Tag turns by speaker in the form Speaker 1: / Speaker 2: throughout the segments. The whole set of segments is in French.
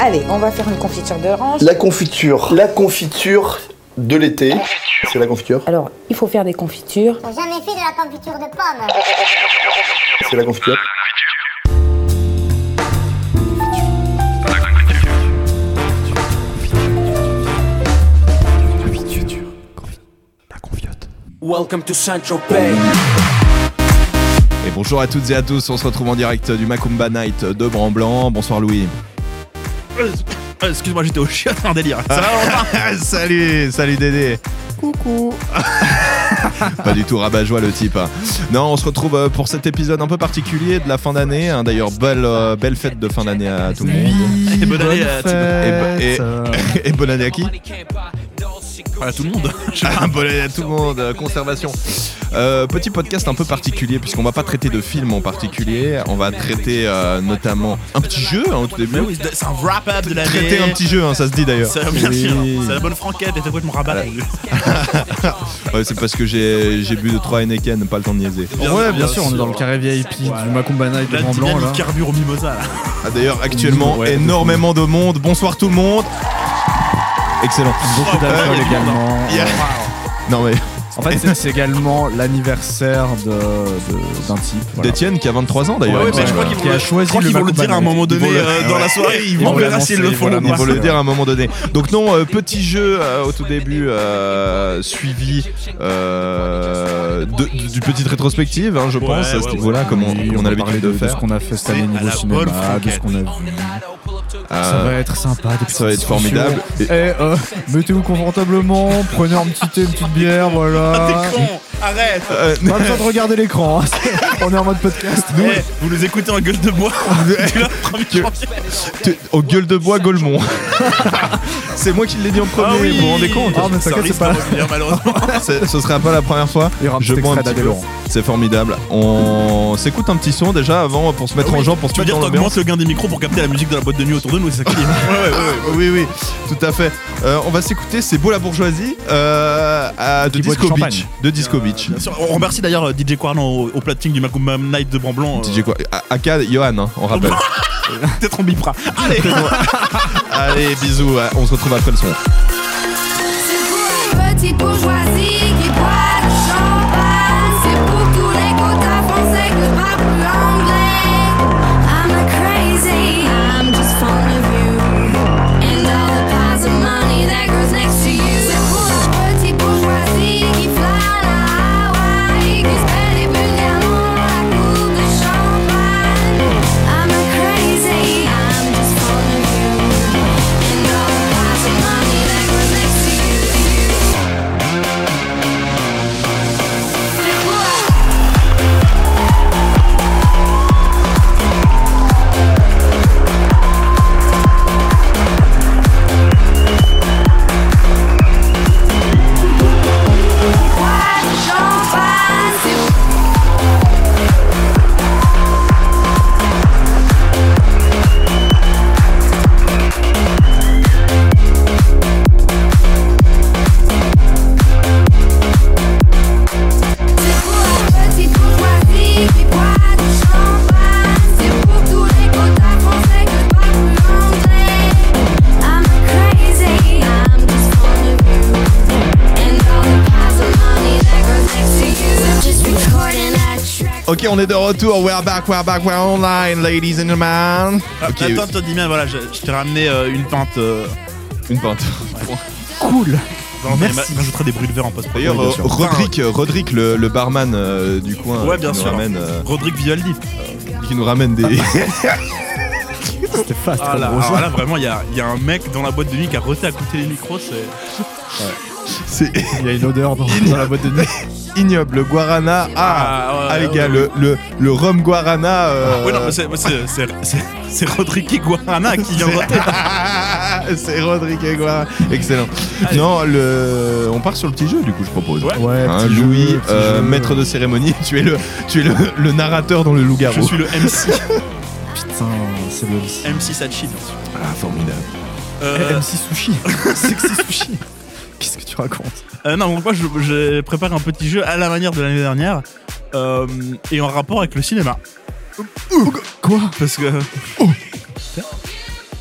Speaker 1: Allez, on va faire une confiture d'orange.
Speaker 2: La confiture. La confiture de l'été. C'est la confiture.
Speaker 1: Alors, il faut faire des confitures.
Speaker 3: T'as jamais fait de la confiture de pomme
Speaker 2: C'est la confiture.
Speaker 4: Welcome to Saint-Tropez.
Speaker 5: Et bonjour à toutes et à tous, on se retrouve en direct du Macumba Night de Bramblant. Bonsoir Louis.
Speaker 6: Euh, Excuse-moi, j'étais au chien un délire. Ça va, Valentin
Speaker 5: salut, salut Dédé.
Speaker 6: Coucou.
Speaker 5: Pas du tout rabat-joie le type. hein. Non, on se retrouve euh, pour cet épisode un peu particulier de la fin d'année. hein. D'ailleurs, belle, euh, belle fête de fin d'année à tout le monde.
Speaker 6: Et bonne année euh, à,
Speaker 7: bah,
Speaker 5: Et, et- et bonne année à qui
Speaker 6: à tout le monde.
Speaker 5: Ah, Bonne année à tout le monde, euh, conservation. Euh, petit podcast un peu particulier, puisqu'on va pas traiter de films en particulier. On va traiter euh, notamment un petit jeu hein, au tout début.
Speaker 6: Mais Ah oui, c'est un wrap-up de l'année.
Speaker 5: Traiter un petit jeu, hein, ça se dit d'ailleurs.
Speaker 6: C'est bien
Speaker 5: Oui.
Speaker 6: sûr, c'est la bonne franquette, et t'as complètement rabat.
Speaker 5: Ouais, c'est parce que j'ai j'ai bu de 3 Heineken, pas le temps de niaiser.
Speaker 7: Ouais, bien sûr, on est dans le carré VIP du Macumba Night de
Speaker 6: La
Speaker 7: Grand Blanc.
Speaker 6: dynamique
Speaker 7: Là.
Speaker 6: carbure au mimosa, là.
Speaker 5: Ah, D'ailleurs, actuellement,
Speaker 7: Ouais.
Speaker 5: énormément de monde. Bonsoir tout le monde. Excellent.
Speaker 7: Beaucoup d'alcool
Speaker 5: il y a du monde,
Speaker 7: également.
Speaker 5: Il y a- Non mais,
Speaker 7: En fait, c'est- c'est également l'anniversaire de- de- d'un type. voilà.
Speaker 5: d'Étienne qui a 23 ans d'ailleurs.
Speaker 6: Ouais, ouais,
Speaker 5: il me
Speaker 6: mais je
Speaker 5: semble.
Speaker 6: crois qu'ils vont
Speaker 7: Qui a
Speaker 6: le-
Speaker 7: choisi
Speaker 6: je crois
Speaker 7: le
Speaker 6: qu'ils vont le
Speaker 7: Macumba
Speaker 6: dire à un
Speaker 7: Night.
Speaker 6: moment donné
Speaker 5: Ils vont le-
Speaker 6: euh, dans la soirée.
Speaker 7: Ils
Speaker 6: On
Speaker 7: vont
Speaker 6: verra
Speaker 7: l'annoncer,
Speaker 6: s'ils le
Speaker 7: ils vont
Speaker 6: font ou
Speaker 5: Ils
Speaker 6: pas.
Speaker 7: l'annoncer.
Speaker 5: vont le dire à un moment donné. Donc non, euh, petit jeu euh, au tout début, euh, suivi euh, de- du- d'une petite rétrospective, hein, je
Speaker 6: Ouais,
Speaker 5: pense, à ce
Speaker 6: ouais,
Speaker 5: niveau-là, comme on,
Speaker 7: Oui,
Speaker 5: on
Speaker 7: va
Speaker 5: a l'habitude
Speaker 7: parler
Speaker 5: de,
Speaker 7: ce
Speaker 5: faire.
Speaker 7: qu'on a fait cette année
Speaker 6: C'est à
Speaker 7: niveau
Speaker 6: la bonne
Speaker 7: cinéma, de
Speaker 6: franquette.
Speaker 7: ce qu'on a vu. Ça
Speaker 5: Euh,
Speaker 7: va être sympa. des
Speaker 5: ça va être
Speaker 7: petites
Speaker 5: formidable.
Speaker 7: discussions. Eh, euh, mettez-vous confortablement, prenez un petit thé, une petite bière, voilà.
Speaker 6: Ah, T'es con, Eh. arrête.
Speaker 5: Euh,
Speaker 7: Pas besoin de regarder l'écran, hein. on est en mode podcast.
Speaker 6: Nous, vous nous écoutez en gueule de bois. Tu l'as promis
Speaker 5: Que-
Speaker 6: janvier.
Speaker 5: Te- Au gueule de bois, Golemont. c'est moi qui l'ai dit en premier,
Speaker 6: Ah oui.
Speaker 5: vous vous rendez compte
Speaker 7: Ah, mais
Speaker 6: Ça
Speaker 7: t'inquiète,
Speaker 6: risque
Speaker 7: c'est pas-
Speaker 6: de revenir, malheureusement.
Speaker 5: C'est- Ce sera pas la première fois.
Speaker 7: Il y aura un
Speaker 5: Je
Speaker 7: petit
Speaker 5: prends un
Speaker 7: extrait
Speaker 5: petit
Speaker 7: d'Adé
Speaker 5: peu.
Speaker 7: Laurent.
Speaker 5: C'est formidable. On s'écoute un petit son déjà avant pour se mettre en jambe, pour se
Speaker 6: Tu
Speaker 5: mettre
Speaker 6: Ah veux dire,
Speaker 5: dans l'ambiance.
Speaker 6: t'augmentes le gain des micros pour capter la musique de la boîte de nuit autour de nous, c'est ça qui est.
Speaker 5: Ouais, ouais, ouais, Euh, oui, oui, tout à fait. Euh, on va s'écouter C'est beau la bourgeoisie euh, à- de
Speaker 7: Qui boit du
Speaker 5: Disco
Speaker 7: champagne.
Speaker 5: Beach. De Disco Beach.
Speaker 6: Ah, Bien sûr, On remercie d'ailleurs euh, DJ Quarlan au, au platine du Macumba Night de Bramblant. euh,
Speaker 5: DJ quoi A- Aka, Johan, hein, on rappelle.
Speaker 6: Peut-être on bipera. Allez
Speaker 5: Allez, bisous, ouais, on se retrouve après le son.
Speaker 8: C'est pour une petite bourgeoisie qui boit du champagne. C'est pour tous les quotas français que je parle plus anglais. I'm not crazy, I'm just fond of you. And all the piles of money that grows next to you. C'est pour une petite bourgeoisie qui flâne à Hawaï. Qui se fait des vulgairement la coupe de champagne. I'm not crazy, I'm just fond of you. And all the piles of money that grows next to you. C'est pour C'est pour la petite bourgeoisie qui boit du champagne. C'est pour tous les quotas français que je parle plus anglais. I'm not crazy, I'm just fond of you. And all the piles of money that grows next to you. I'm just recording that track.
Speaker 5: Ok, on est de retour. We're back, we're back, we're online, ladies and gentlemen. Ok,
Speaker 6: Attends, attends, dis bien, voilà, je, je t'ai ramené euh, une pinte. euh,
Speaker 5: une pinte.
Speaker 7: Cool.
Speaker 6: dans
Speaker 7: Merci.
Speaker 6: ma- J'ajouterai des bruits de verre en post
Speaker 5: D'ailleurs,
Speaker 7: Oui, bien sûr.
Speaker 5: euh, Rodrigue, euh, Rodrigue, le, le barman euh, du coin, euh,
Speaker 6: Ouais,
Speaker 5: qui,
Speaker 6: bien
Speaker 5: nous
Speaker 6: sûr. Ah, bah.
Speaker 5: ramène, euh,
Speaker 6: Rodrigue Vivaldi.
Speaker 5: qui nous ramène des.
Speaker 7: C'était fast.
Speaker 6: Ah
Speaker 7: comme
Speaker 6: là,
Speaker 7: gros
Speaker 6: alors là, vraiment, il y a, il y a un mec dans la boîte de nuit qui a roté à côté les micros. C'est
Speaker 5: C'est
Speaker 7: Il y a une odeur dans, dans la boîte de nuit.
Speaker 5: ignoble, le guarana. Ah,
Speaker 6: Ah, ouais,
Speaker 5: ah, les
Speaker 6: ouais,
Speaker 5: gars,
Speaker 6: ouais.
Speaker 5: le, le, le rhum guarana. euh,
Speaker 6: Ouais, non, mais c'est- c'est- c'est c'est- c'est Rodrigue Guarana qui vient de roter.
Speaker 5: C'est- C'est Rodrigue Aguara. Excellent. Non, le... on part sur le petit jeu, du coup, je propose.
Speaker 6: Ouais.
Speaker 7: Ouais,
Speaker 5: Hein,
Speaker 7: petit jeu,
Speaker 5: Louis,
Speaker 7: petit
Speaker 5: euh,
Speaker 7: jeu.
Speaker 5: maître de cérémonie, tu es le, tu es le, le narrateur dans le
Speaker 6: Je
Speaker 5: loup-garou.
Speaker 6: suis le MC.
Speaker 7: Putain, c'est le MC.
Speaker 6: MC Sachi, bien sûr.
Speaker 5: Ah, formidable.
Speaker 6: Euh,
Speaker 7: MC Sushi. Sexy Sushi. Qu'est-ce que tu racontes
Speaker 6: Euh, non, donc moi je- j'ai préparé un petit jeu à la manière de l'année dernière euh, et en rapport avec le cinéma.
Speaker 7: Quoi
Speaker 6: Parce que.
Speaker 7: Oh.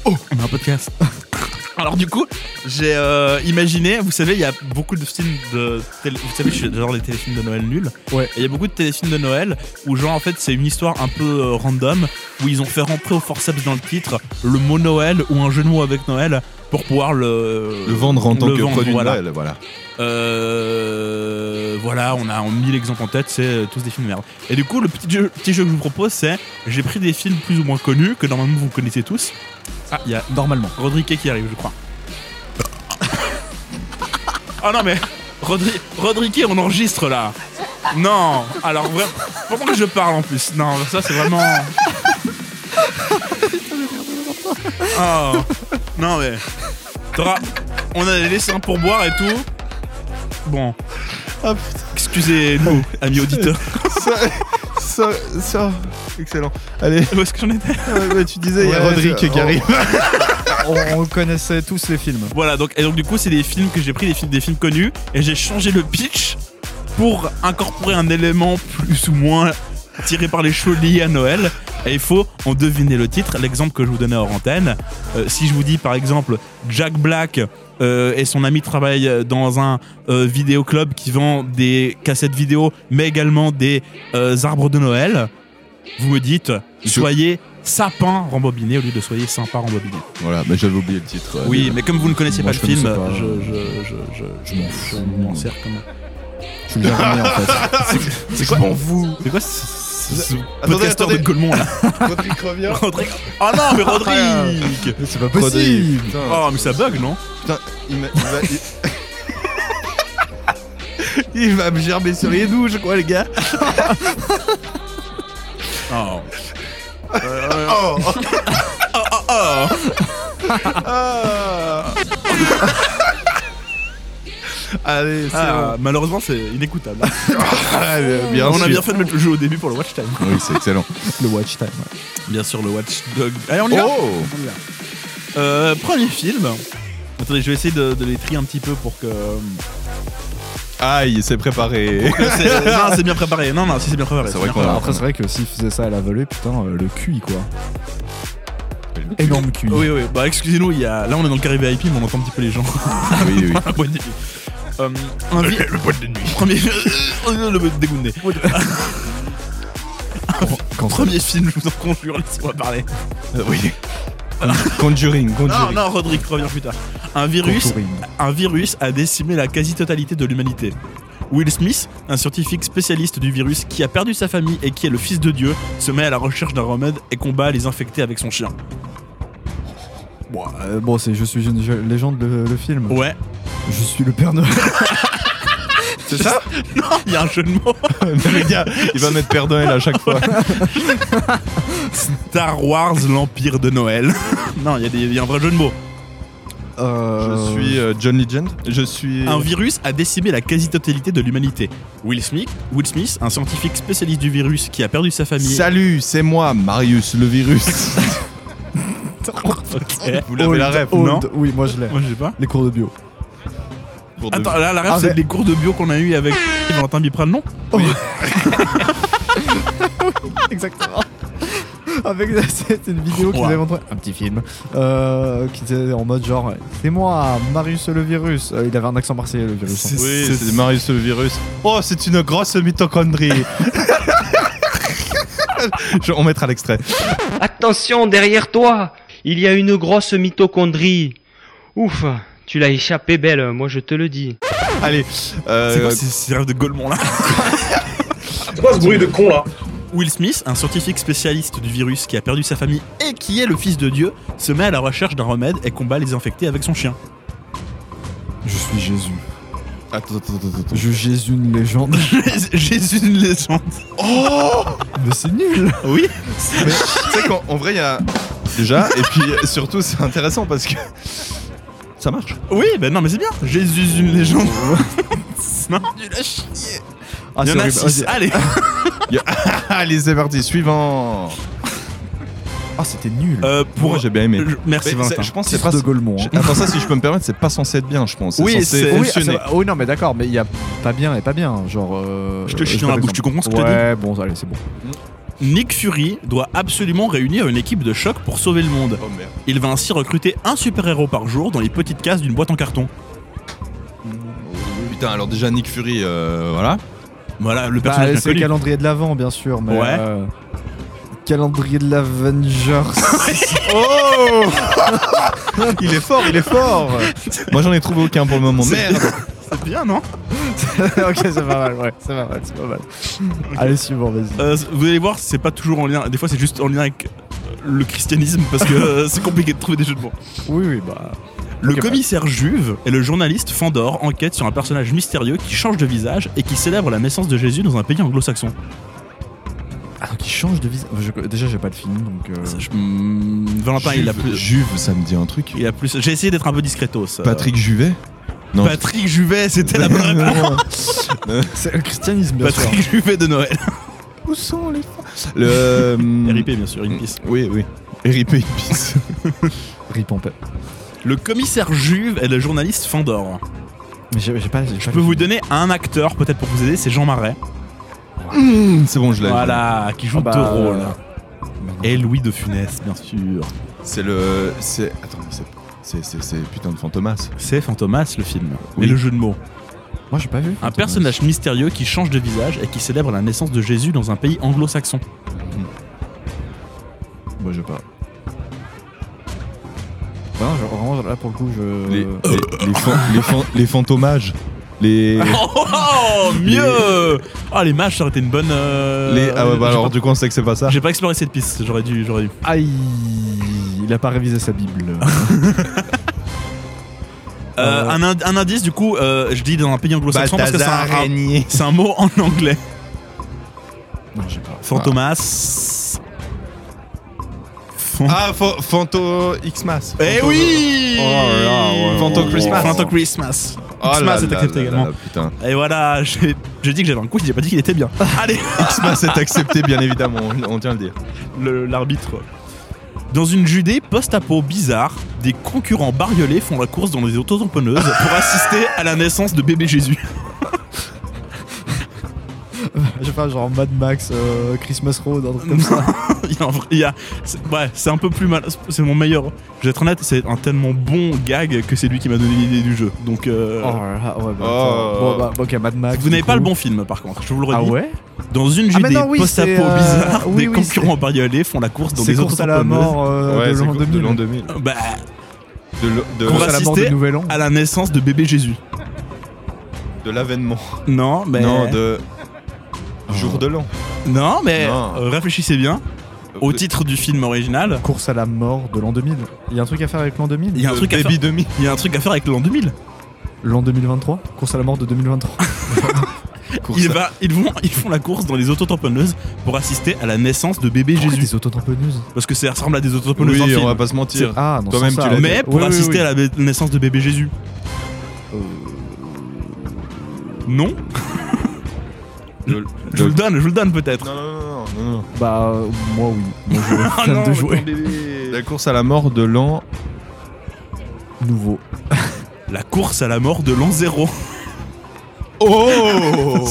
Speaker 6: Oh. a un podcast. Alors du coup, j'ai euh, imaginé, vous savez, il y a beaucoup de films de... télé- Vous savez, je- j'adore les téléfilms de Noël nuls.
Speaker 7: Ouais.
Speaker 6: Et Il y a beaucoup de téléfilms de Noël où genre en fait c'est une histoire un peu euh, random où ils ont fait rentrer au forceps dans le titre le mot Noël ou un jeu de mots avec Noël pour pouvoir le...
Speaker 5: Le vendre en tant
Speaker 6: le
Speaker 5: que
Speaker 6: vendre,
Speaker 5: produit
Speaker 6: voilà.
Speaker 5: de Noël, voilà.
Speaker 6: Euh, voilà, on a 1000 exemples en tête, c'est euh, tous des films de merde. Et du coup, le petit jeu, petit jeu que je vous propose, c'est j'ai pris des films plus ou moins connus que normalement vous connaissez tous. Ah, il y a
Speaker 7: Normalement.
Speaker 6: Rodrigue qui arrive, je crois. Ah non, mais Rodri Rodrigue, on enregistre là. Non, alors vra- Pourquoi que je parle en plus Non, ça c'est vraiment. Oh. Non, mais. T'auras- On a laissé un pourboire et tout. Bon.
Speaker 5: Ah,
Speaker 6: Excusez-nous, amis auditeurs.
Speaker 5: ça, ça, ça, excellent. Allez,
Speaker 6: Où est-ce que j'en étais
Speaker 5: tu disais,
Speaker 7: Ouais, c'est-
Speaker 5: qui arrive.
Speaker 7: On, on connaissait tous les films.
Speaker 6: Voilà, donc, et donc du coup, c'est des films que j'ai pris, des films, des films connus, et j'ai changé le pitch pour incorporer un élément plus ou moins tiré par les cheveux lié à Noël. Et il faut en deviner le titre. L'exemple que je vous donnais hors antenne, euh, si je vous dis par exemple Jack Black euh, et son ami travaillent dans un euh, vidéoclub qui vend des cassettes vidéo, mais également des euh, arbres de Noël, vous me dites soyez sapin rembobiné au lieu de soyez sympa rembobiné.
Speaker 5: Voilà, mais j'avais oublié le titre. euh,
Speaker 6: Oui,
Speaker 5: déjà.
Speaker 6: mais comme vous ne connaissiez
Speaker 7: Moi,
Speaker 6: pas
Speaker 7: je
Speaker 6: le film,
Speaker 7: connaissais pas.
Speaker 6: je, je, je, je, je m'en fous. Je m'en sers comme.
Speaker 7: Je me l'ai remis, en fait.
Speaker 5: c'est quoi
Speaker 6: Bon, vous. C'est quoi ce, ce, ce
Speaker 5: Attendez,
Speaker 6: podcasteur
Speaker 5: attendez.
Speaker 6: de Gaulmont là
Speaker 5: Patrick revient.
Speaker 6: Rodrigue Oh non, mais Rodrigue
Speaker 7: C'est pas
Speaker 5: Rodrigue.
Speaker 7: possible.
Speaker 5: Putain,
Speaker 6: Oh, mais ça bug, non
Speaker 5: putain, il m'a- il va- il- Il va me gerber sur les douches, quoi, les gars.
Speaker 6: Oh.
Speaker 5: Oh,
Speaker 6: Oh, oh, oh
Speaker 5: ah. Allez, c'est
Speaker 6: Ah, Malheureusement, c'est inécoutable.
Speaker 5: bon. Allez, bien
Speaker 6: On a
Speaker 5: sûr.
Speaker 6: bien fait de mettre le jeu au début pour le watch time.
Speaker 5: Oui, c'est excellent.
Speaker 7: Le watch time.
Speaker 6: Bien sûr, le watch dog. Allez, on y va
Speaker 5: Oh
Speaker 6: Euh, Premier film. Attendez, je vais essayer de, de les trier un petit peu pour que.
Speaker 5: Aïe, c'est préparé.
Speaker 6: que c'est- non, c'est bien préparé. Non, non, si c'est bien préparé.
Speaker 5: C'est vrai
Speaker 6: bien
Speaker 5: qu'on a-
Speaker 6: préparé.
Speaker 7: Après, c'est vrai que s'il faisait ça à la volée, putain, euh, le QI quoi.
Speaker 5: Oui,
Speaker 7: Énorme QI.
Speaker 6: Oui, oui, bah excusez-nous, il y a... là on est dans le carré IP, mais on entend un petit peu les gens.
Speaker 5: oui.
Speaker 6: La boîte de nuit. Euh, un vi-
Speaker 5: Le pote de nuit.
Speaker 6: Premier... Euh, le mode dégouiné.
Speaker 7: Quand
Speaker 6: Premier film, je vous en conjure, laissez-moi parler.
Speaker 5: Oui. Conjuring,
Speaker 6: Non,
Speaker 5: Conjuring.
Speaker 6: non, Rodrigue, reviens plus tard. Un virus,
Speaker 7: Contouring.
Speaker 6: un virus a décimé la quasi-totalité de l'humanité. Will Smith, un scientifique spécialiste du virus qui a perdu sa famille et qui est le fils de Dieu, se met à la recherche d'un remède et combat les infectés avec son chien.
Speaker 7: Bon, euh, bon, c'est Je suis une je- légende le, le film.
Speaker 6: Ouais.
Speaker 7: Je suis le Père Noël.
Speaker 5: C'est ça
Speaker 6: Non, il y a un jeu de mots.
Speaker 5: Les gars, il va mettre Père Noël à chaque fois.
Speaker 6: Star Wars, l'Empire de Noël. non, il y a des- il y, a un vrai jeu de mots.
Speaker 5: Je suis euh, John Legend. Je suis.
Speaker 6: Un virus a décimé la quasi-totalité de l'humanité. Will Smith, Will Smith, un scientifique spécialiste du virus qui a perdu sa famille.
Speaker 5: Salut, c'est moi, Marius le virus.
Speaker 6: Ok.
Speaker 5: Vous l'avez la ref,
Speaker 7: old.
Speaker 5: non
Speaker 7: Oui, moi je l'ai.
Speaker 6: Moi, je sais pas.
Speaker 7: Les cours de bio.
Speaker 5: Pour de-
Speaker 6: Attends, là, la ref,
Speaker 7: Ah,
Speaker 6: c'est
Speaker 7: mais-
Speaker 6: les cours de bio qu'on a eu avec Valentin Bipral, non
Speaker 7: Exactement. Avec c'est une vidéo qu'ils
Speaker 6: Ouah.
Speaker 7: avaient montré, un petit film, euh, qui était en mode genre c'est moi Marius le virus. Euh, il avait un accent marseillais le virus.
Speaker 5: C'est- c'est c'est Marius le virus. Oh, c'est une grosse mitochondrie. Je- on mettra l'extrait.
Speaker 9: Attention derrière toi, il y a une grosse mitochondrie. Ouf, tu l'as échappé belle, moi je te le dis.
Speaker 5: Allez, euh,
Speaker 6: C'est quoi ces, ces rêves de Gaulmont là C'est quoi ce bruit de con là Will Smith, un scientifique spécialiste du virus qui a perdu sa famille et qui est le fils de Dieu, se met à la recherche d'un remède et combat les infectés avec son chien.
Speaker 7: Je suis Jésus.
Speaker 5: attends, attends, attends, attends.
Speaker 7: Je Jésus une légende.
Speaker 6: Jésus une légende.
Speaker 7: Mais c'est nul.
Speaker 6: Oui
Speaker 5: Mais tu sais qu'en en vrai, il y a. Déjà, et puis surtout, c'est intéressant parce que. Ça marche.
Speaker 6: Oui, ben non, mais c'est bien. Jésus une légende. non, il a chier.
Speaker 7: Ah,
Speaker 6: Il y
Speaker 7: c'est
Speaker 6: en a
Speaker 7: horrible.
Speaker 6: six. Allez
Speaker 5: Allez, c'est parti, suivant.
Speaker 7: Ah, c'était nul.
Speaker 6: Euh,
Speaker 5: Pour
Speaker 6: Pour.
Speaker 5: j'ai bien aimé.
Speaker 6: Je- Merci
Speaker 7: Ben,
Speaker 5: Mais c'est-
Speaker 6: Valentin.
Speaker 5: je pense que c'est
Speaker 7: Titre
Speaker 5: pas.
Speaker 7: de Gaulmont. hein.
Speaker 5: je- Attends, ça, si je peux me permettre, c'est pas censé être bien, je pense.
Speaker 6: Oui,
Speaker 5: censé
Speaker 6: c'est-
Speaker 7: Oui, ah,
Speaker 5: fonctionner.
Speaker 7: ça va. oui, non, mais d'accord, mais il y a pas bien et pas bien. Genre. euh,
Speaker 6: Je te chie dans la
Speaker 7: sais pas
Speaker 6: bouche, tu comprends ce que je te
Speaker 7: ouais, bon, Bah, allez, c'est bon.
Speaker 6: Nick Fury doit absolument réunir une équipe de choc pour sauver le monde.
Speaker 5: Oh merde.
Speaker 6: Il va ainsi recruter un super-héros par jour dans les petites cases d'une boîte en carton.
Speaker 5: Putain, alors déjà Nick Fury, euh, voilà.
Speaker 6: Voilà, le
Speaker 7: Bah,
Speaker 6: personnage bien
Speaker 7: c'est le
Speaker 6: connu.
Speaker 7: calendrier de l'avant, bien sûr, mais.
Speaker 6: Ouais.
Speaker 7: euh, calendrier de l'Avengers.
Speaker 5: Oh Il est fort, il est fort Moi j'en ai trouvé aucun pour le moment.
Speaker 6: C'est-
Speaker 5: Merde
Speaker 6: C'est bien, non
Speaker 7: ok, c'est pas mal, ouais. C'est pas mal, c'est pas mal. Allez, suivant, vas-y.
Speaker 6: Euh, Vous allez voir, c'est pas toujours en lien. Des fois, c'est juste en lien avec euh, le christianisme parce que euh, c'est compliqué de trouver des jeux de mots.
Speaker 7: Oui, oui, bah.
Speaker 6: Le
Speaker 7: Ok,
Speaker 6: commissaire Juve et le journaliste Fandor enquêtent sur un personnage mystérieux qui change de visage et qui célèbre la naissance de Jésus dans un pays anglo-saxon.
Speaker 7: Euh, Ah, donc il change de visage. Je- Déjà, j'ai pas le film, donc. euh,
Speaker 6: Ça, je- hmm, Valentin, il a
Speaker 5: Juve,
Speaker 6: plus.
Speaker 5: Juve, ça me dit un truc.
Speaker 6: Il a plus. J'ai essayé d'être un peu discretos. euh.
Speaker 5: Patrick Juvet Non.
Speaker 6: Patrick Juvet, c'était la bonne réponse.
Speaker 7: c'est le christianisme, bien sûr.
Speaker 6: Patrick Juvet de Noël.
Speaker 5: Où sont les femmes
Speaker 7: Mm.
Speaker 5: Le. euh,
Speaker 6: RIP, bien sûr, une piste.
Speaker 5: Oui, oui. RIP une piste.
Speaker 7: Rip en paix.
Speaker 6: Le commissaire Juve et le journaliste Fandor.
Speaker 7: Mais j'ai j'ai pas. Je
Speaker 6: Je peux vous donner un acteur, peut-être pour vous aider, c'est Jean Marais.
Speaker 5: Hum, C'est bon, je l'ai.
Speaker 6: Voilà, qui joue
Speaker 7: Ah bah,
Speaker 6: deux rôles.
Speaker 7: maintenant.
Speaker 6: Et Louis de Funès, bien sûr.
Speaker 5: C'est le. C'est. Attends, c'est. c'est- C'est c'est putain de fantomas.
Speaker 6: C'est Fantomas le film.
Speaker 5: Oui.
Speaker 6: Et le jeu de mots.
Speaker 7: Moi, j'ai pas vu.
Speaker 6: Un personnage mystérieux qui change de visage et qui célèbre la naissance de Jésus dans un pays anglo-saxon.
Speaker 5: Moi, je pas.
Speaker 7: Bah, non, je- vraiment, là, pour le coup,
Speaker 6: Euh.
Speaker 7: je.
Speaker 5: Les. les- les fan- les fan- Les fantomages. Les.
Speaker 6: Oh, oh, mieux Ah, les matchs, ça aurait été une bonne. euh,
Speaker 5: Les. Ah ouais, bah
Speaker 6: j'ai
Speaker 5: alors,
Speaker 6: pas-
Speaker 5: du coup, on sait que c'est pas ça.
Speaker 6: J'ai pas exploré cette piste, j'aurais dû, j'aurais dû.
Speaker 7: Aïe Il a pas révisé sa Bible.
Speaker 6: Euh, un, ind- un indice, du coup, euh, je dis dans un pays anglo-saxon parce que c'est un, un-
Speaker 5: araignée.
Speaker 6: c'est un mot en anglais.
Speaker 7: non, j'ai pas.
Speaker 6: Fantomas. Fan-
Speaker 5: Ah, fa- Fanto Xmas.
Speaker 6: eh
Speaker 5: Fanto-
Speaker 6: oui
Speaker 5: Oh là là, ouais,
Speaker 6: Fanto
Speaker 5: ouais,
Speaker 6: Christmas.
Speaker 5: ouais.
Speaker 6: Fanto Christmas.
Speaker 5: Oh là
Speaker 6: Xmas est
Speaker 5: là
Speaker 6: accepté
Speaker 5: là
Speaker 6: également.
Speaker 5: là, putain.
Speaker 6: Et voilà, j'ai j'ai dit que j'avais un coup, j'ai pas dit qu'il était bien. Allez
Speaker 5: Xmas est accepté, bien évidemment, on- on tient à le dire.
Speaker 6: le- l'arbitre. Dans une Judée post-apo bizarre, des concurrents bariolés font la course dans des autotamponneuses pour assister à la naissance de bébé Jésus.
Speaker 7: Je sais pas, genre Mad Max, euh, Christmas Road, un truc comme ça.
Speaker 6: il y a un vrai- il y a- c'est- ouais, c'est un peu plus mal. c'est- C'est mon meilleur. Je vais être honnête, c'est un tellement bon gag que c'est lui qui m'a donné l'idée du jeu. Donc, euh,
Speaker 7: Oh là là, ouais, bah.
Speaker 5: Oh.
Speaker 7: attends. Bon, bah, ok, Mad Max.
Speaker 6: vous n'avez
Speaker 7: du
Speaker 6: pas
Speaker 7: coup.
Speaker 6: le bon film par contre. Je vous le redis.
Speaker 7: Ah ouais
Speaker 6: Dans une
Speaker 7: Ah, mais
Speaker 6: Judée
Speaker 7: non, oui,
Speaker 6: post-apo
Speaker 7: c'est, euh,
Speaker 6: bizarre,
Speaker 7: oui,
Speaker 6: des
Speaker 7: oui,
Speaker 6: concurrents bariolés font la course dans
Speaker 7: C'est
Speaker 6: des
Speaker 7: courses à la
Speaker 6: autotamponneuses.
Speaker 7: mort euh, de
Speaker 5: c'est
Speaker 7: l'an
Speaker 5: cool, de
Speaker 7: 2000.
Speaker 5: l'an 2000.
Speaker 6: Bah,
Speaker 5: De l'o- de-
Speaker 6: Qu'on
Speaker 7: Courses à la mort de
Speaker 6: Assister
Speaker 7: Nouvel An.
Speaker 6: à la naissance de bébé Jésus.
Speaker 5: de l'avènement.
Speaker 6: Non, mais
Speaker 5: Non, de. Jour de l'an.
Speaker 6: Non, mais
Speaker 5: Non.
Speaker 6: euh, réfléchissez bien au titre du film original.
Speaker 7: Course à la mort de l'an 2000. Il y a un truc à faire avec l'an 2000
Speaker 6: Il y a un truc à faire.
Speaker 5: Euh, Baby 2000.
Speaker 6: Il y a un truc à faire avec l'an 2000.
Speaker 7: L'an 2023 Course à la mort de 2023.
Speaker 6: Il va- ils, vont, ils font la course dans les autotamponneuses pour assister à la naissance de bébé
Speaker 7: Pourquoi
Speaker 6: Jésus.
Speaker 7: des autotamponneuses
Speaker 6: Parce que ça ressemble à des autotamponneuses en
Speaker 5: Oui, on
Speaker 6: film.
Speaker 5: va pas se mentir.
Speaker 7: Ah non,
Speaker 5: Toi-même,
Speaker 7: sans
Speaker 5: tu
Speaker 7: ça,
Speaker 5: l'as
Speaker 7: ok.
Speaker 6: Mais pour
Speaker 7: Oui, oui,
Speaker 6: assister
Speaker 7: oui. Euh,
Speaker 6: à la bé- naissance de bébé Jésus. Non
Speaker 5: De-
Speaker 6: Je vous le
Speaker 5: de-
Speaker 6: donne, je vous le donne peut-être.
Speaker 5: Non, non, non, non, non, non.
Speaker 7: Bah, euh, moi oui. Moi je
Speaker 6: Ah
Speaker 7: fan
Speaker 6: non,
Speaker 7: de jouer.
Speaker 5: La course à la mort de l'an.
Speaker 7: Nouveau.
Speaker 6: La course à la mort de l'an zéro.
Speaker 5: Oh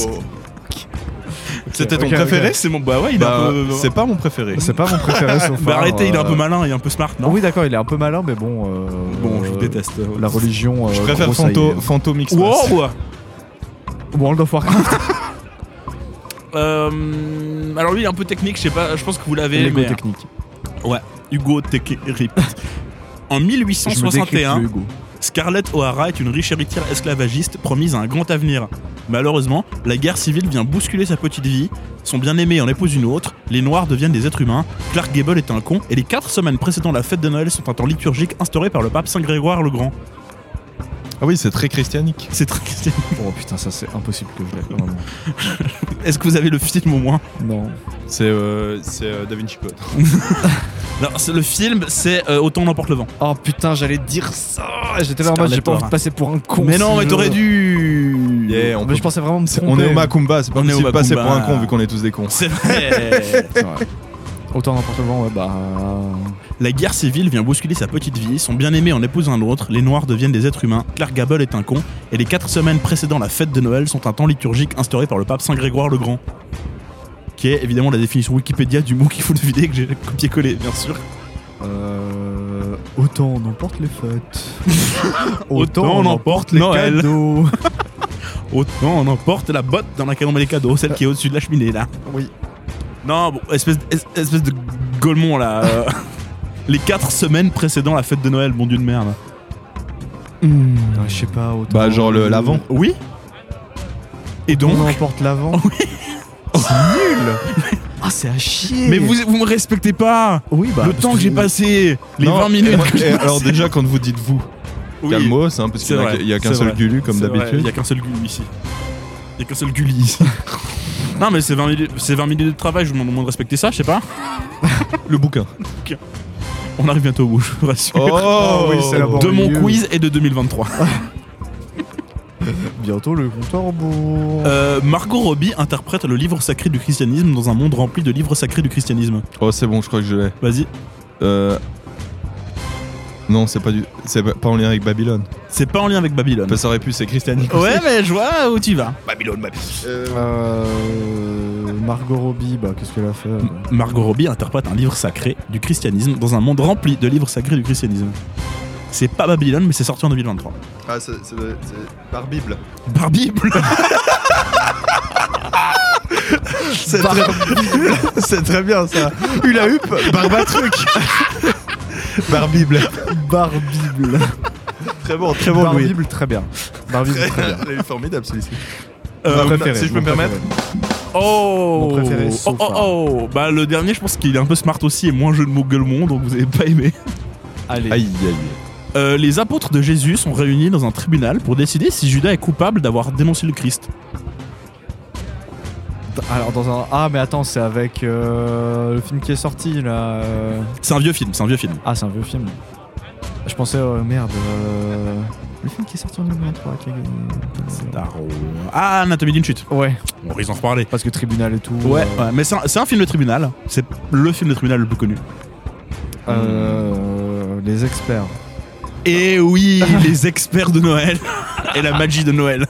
Speaker 5: C'était ton
Speaker 7: ok, ok.
Speaker 5: préféré
Speaker 6: C'est mon. Bah ouais, il est un
Speaker 5: Bah,
Speaker 6: peu.
Speaker 5: c'est pas mon préféré.
Speaker 7: C'est pas mon préféré sauf
Speaker 6: Bah
Speaker 7: un,
Speaker 6: arrêtez, il est un
Speaker 7: euh,
Speaker 6: peu malin et un peu smart, non
Speaker 7: Oui, d'accord, il est un peu malin, mais bon. euh,
Speaker 6: Bon, je vous
Speaker 7: euh,
Speaker 6: déteste.
Speaker 7: La religion.
Speaker 5: Je
Speaker 7: euh,
Speaker 5: préfère
Speaker 7: gros, ça y
Speaker 5: Fanto,
Speaker 7: est.
Speaker 5: Fanto Mix.
Speaker 6: Wow
Speaker 7: World of Warcraft.
Speaker 6: Euh, alors lui il est un peu technique, je sais pas, je pense que vous l'avez,
Speaker 7: Lego
Speaker 6: mais
Speaker 7: technique.
Speaker 6: Hugo Tekerip. En
Speaker 7: Je me décrypte
Speaker 6: 1861,
Speaker 7: le Hugo.
Speaker 6: Scarlett O'Hara est une riche héritière esclavagiste promise à un grand avenir. Malheureusement, la guerre civile vient bousculer sa petite vie, son bien-aimé en épouse une autre, les Noirs deviennent des êtres humains, Clark Gable est un con, et les quatre semaines précédant la fête de Noël sont un temps liturgique instauré par le pape Saint Grégoire le Grand.
Speaker 5: Ah oui, c'est très christianique.
Speaker 6: C'est très... c'est-
Speaker 7: Oh putain, ça c'est impossible que je l'ai. vraiment.
Speaker 6: Est-ce que vous avez le film au moins
Speaker 7: Non.
Speaker 5: C'est euh, c'est, euh, Da Vinci Code.
Speaker 6: Non, c'est- le film, c'est euh, Autant n'emporte le vent.
Speaker 7: Oh putain, j'allais dire ça. J'étais là en mode, j'ai
Speaker 6: Scarlett
Speaker 7: pas envie de
Speaker 6: O'Hara.
Speaker 7: passer pour un con.
Speaker 6: Mais non,
Speaker 7: si
Speaker 6: mais
Speaker 7: je-
Speaker 6: t'aurais dû...
Speaker 5: Yeah, on,
Speaker 7: Mais
Speaker 5: peut-
Speaker 7: je pensais vraiment me
Speaker 5: on est
Speaker 7: tromper.
Speaker 5: au Macumba, c'est pas
Speaker 6: On est
Speaker 5: possible
Speaker 6: au
Speaker 5: de passer pour
Speaker 6: Macumba.
Speaker 5: un con vu qu'on est tous des cons.
Speaker 6: C'est vrai
Speaker 7: C'est vrai. Autant n'importe comment, ouais, bah.
Speaker 6: La guerre civile vient bousculer sa petite vie, son bien-aimé en épouse un autre, les Noirs deviennent des êtres humains, Clark Gable est un con, et les quatre semaines précédant la fête de Noël sont un temps liturgique instauré par le pape Saint Grégoire le Grand. qui est évidemment la définition Wikipédia du mot qu'il faut deviner que j'ai copié-collé, bien sûr.
Speaker 7: Euh, autant on emporte les fêtes.
Speaker 6: Autant on emporte Noël.
Speaker 7: cadeaux.
Speaker 6: Autant on emporte la botte dans laquelle on met les cadeaux, celle qui est au-dessus de la cheminée là.
Speaker 7: Oui.
Speaker 6: Non, bon, espèce, es- espèce de golemon là. euh, les 4 semaines précédant la fête de Noël, bon dieu de merde.
Speaker 7: Non, Ah, je sais pas. Autant
Speaker 5: Bah, genre le- l'avant.
Speaker 6: Oui Et donc
Speaker 7: On emporte l'avant.
Speaker 6: Ah, c'est à chier Mais vous, vous me respectez pas
Speaker 7: Oui, bah.
Speaker 6: Le
Speaker 7: parce
Speaker 6: temps que j'ai
Speaker 7: je-
Speaker 6: passé Les
Speaker 5: Non,
Speaker 6: 20 minutes
Speaker 5: moi,
Speaker 6: que j'ai
Speaker 5: eh,
Speaker 6: passé-
Speaker 5: Alors déjà, quand vous dites vous,
Speaker 6: Oui,
Speaker 5: calmos, hein, parce
Speaker 6: c'est
Speaker 5: qu'il y en a-
Speaker 6: vrai,
Speaker 5: il y a, qu'un
Speaker 6: c'est
Speaker 5: seul
Speaker 6: vrai.
Speaker 5: gulu comme
Speaker 6: c'est vrai, Il y
Speaker 5: d'habitude.
Speaker 6: a qu'un seul gulli ici. Il y a qu'un seul gulli ici. non, mais c'est 20, minutes- c'est 20 minutes de travail, je vous demande de respecter ça, je sais pas.
Speaker 5: Le bouquin.
Speaker 6: On arrive bientôt au bout, je vous rassure.
Speaker 5: Oh,
Speaker 7: Ah oui, c'est la
Speaker 6: de
Speaker 7: banlieue.
Speaker 6: mon quiz et de 2023.
Speaker 7: Bientôt le comptoir au bout.
Speaker 6: Euh, Margot Robbie interprète le livre sacré du christianisme dans un monde rempli de livres sacrés du christianisme.
Speaker 5: Oh, c'est bon, je crois que je l'ai.
Speaker 6: Vas-y,
Speaker 5: Euh... Non, c'est pas du, c'est pas pas en lien avec Babylone.
Speaker 6: c'est pas en lien avec Babylone.
Speaker 5: Enfin, ça aurait pu, c'est Christiane.
Speaker 6: Ouais, mais je vois où tu vas.
Speaker 5: Babylone, Babylone.
Speaker 7: Euh, Margot Robbie, bah qu'est-ce qu'elle a fait elle
Speaker 6: Margot Robbie interprète un livre sacré du christianisme dans un monde rempli de livres sacrés du christianisme. C'est pas Babylone, mais c'est sorti en 2023.
Speaker 5: Ah, c'est, c'est, c'est par Bible.
Speaker 6: Barbible
Speaker 5: C'est très... c'est très bien ça. Hula Hoop, Barbatruc. Barbible.
Speaker 7: Barbible.
Speaker 5: Très bon, très bon, Louis.
Speaker 7: Barbible, très bien. Barbible, très bien.
Speaker 5: Elle est formidable celui-ci.
Speaker 6: Euh,
Speaker 5: Ma préférée,
Speaker 7: si je peux
Speaker 5: mon
Speaker 7: me permettre.
Speaker 5: préféré.
Speaker 6: Oh
Speaker 7: Mon préféré,
Speaker 6: Oh
Speaker 7: sauf
Speaker 6: oh
Speaker 7: un.
Speaker 6: oh Bah le dernier, je pense qu'il est un peu smart aussi et moins jeu de mots gueulemont, donc vous avez pas aimé.
Speaker 7: Allez.
Speaker 5: Aïe aïe.
Speaker 6: Euh, les apôtres de Jésus sont réunis dans un tribunal pour décider si Judas est coupable d'avoir dénoncé le Christ.
Speaker 7: Alors dans un ah mais attends c'est avec euh, le film qui est sorti là. euh,
Speaker 6: C'est un vieux film, c'est un vieux film.
Speaker 7: Ah c'est un vieux film. Je pensais euh, merde. euh, Le film qui est sorti en 2023 qui a gagné.
Speaker 6: Ah, Anatomie d'une chute.
Speaker 7: Ouais.
Speaker 6: On risque d'en reparler.
Speaker 7: Parce que tribunal et tout.
Speaker 6: Ouais,
Speaker 7: euh,
Speaker 6: ouais, mais c'est un, c'est un film de tribunal. C'est le film de tribunal le plus connu.
Speaker 7: euh, les experts.
Speaker 6: Et Eh oui, les experts de Noël et la magie de Noël.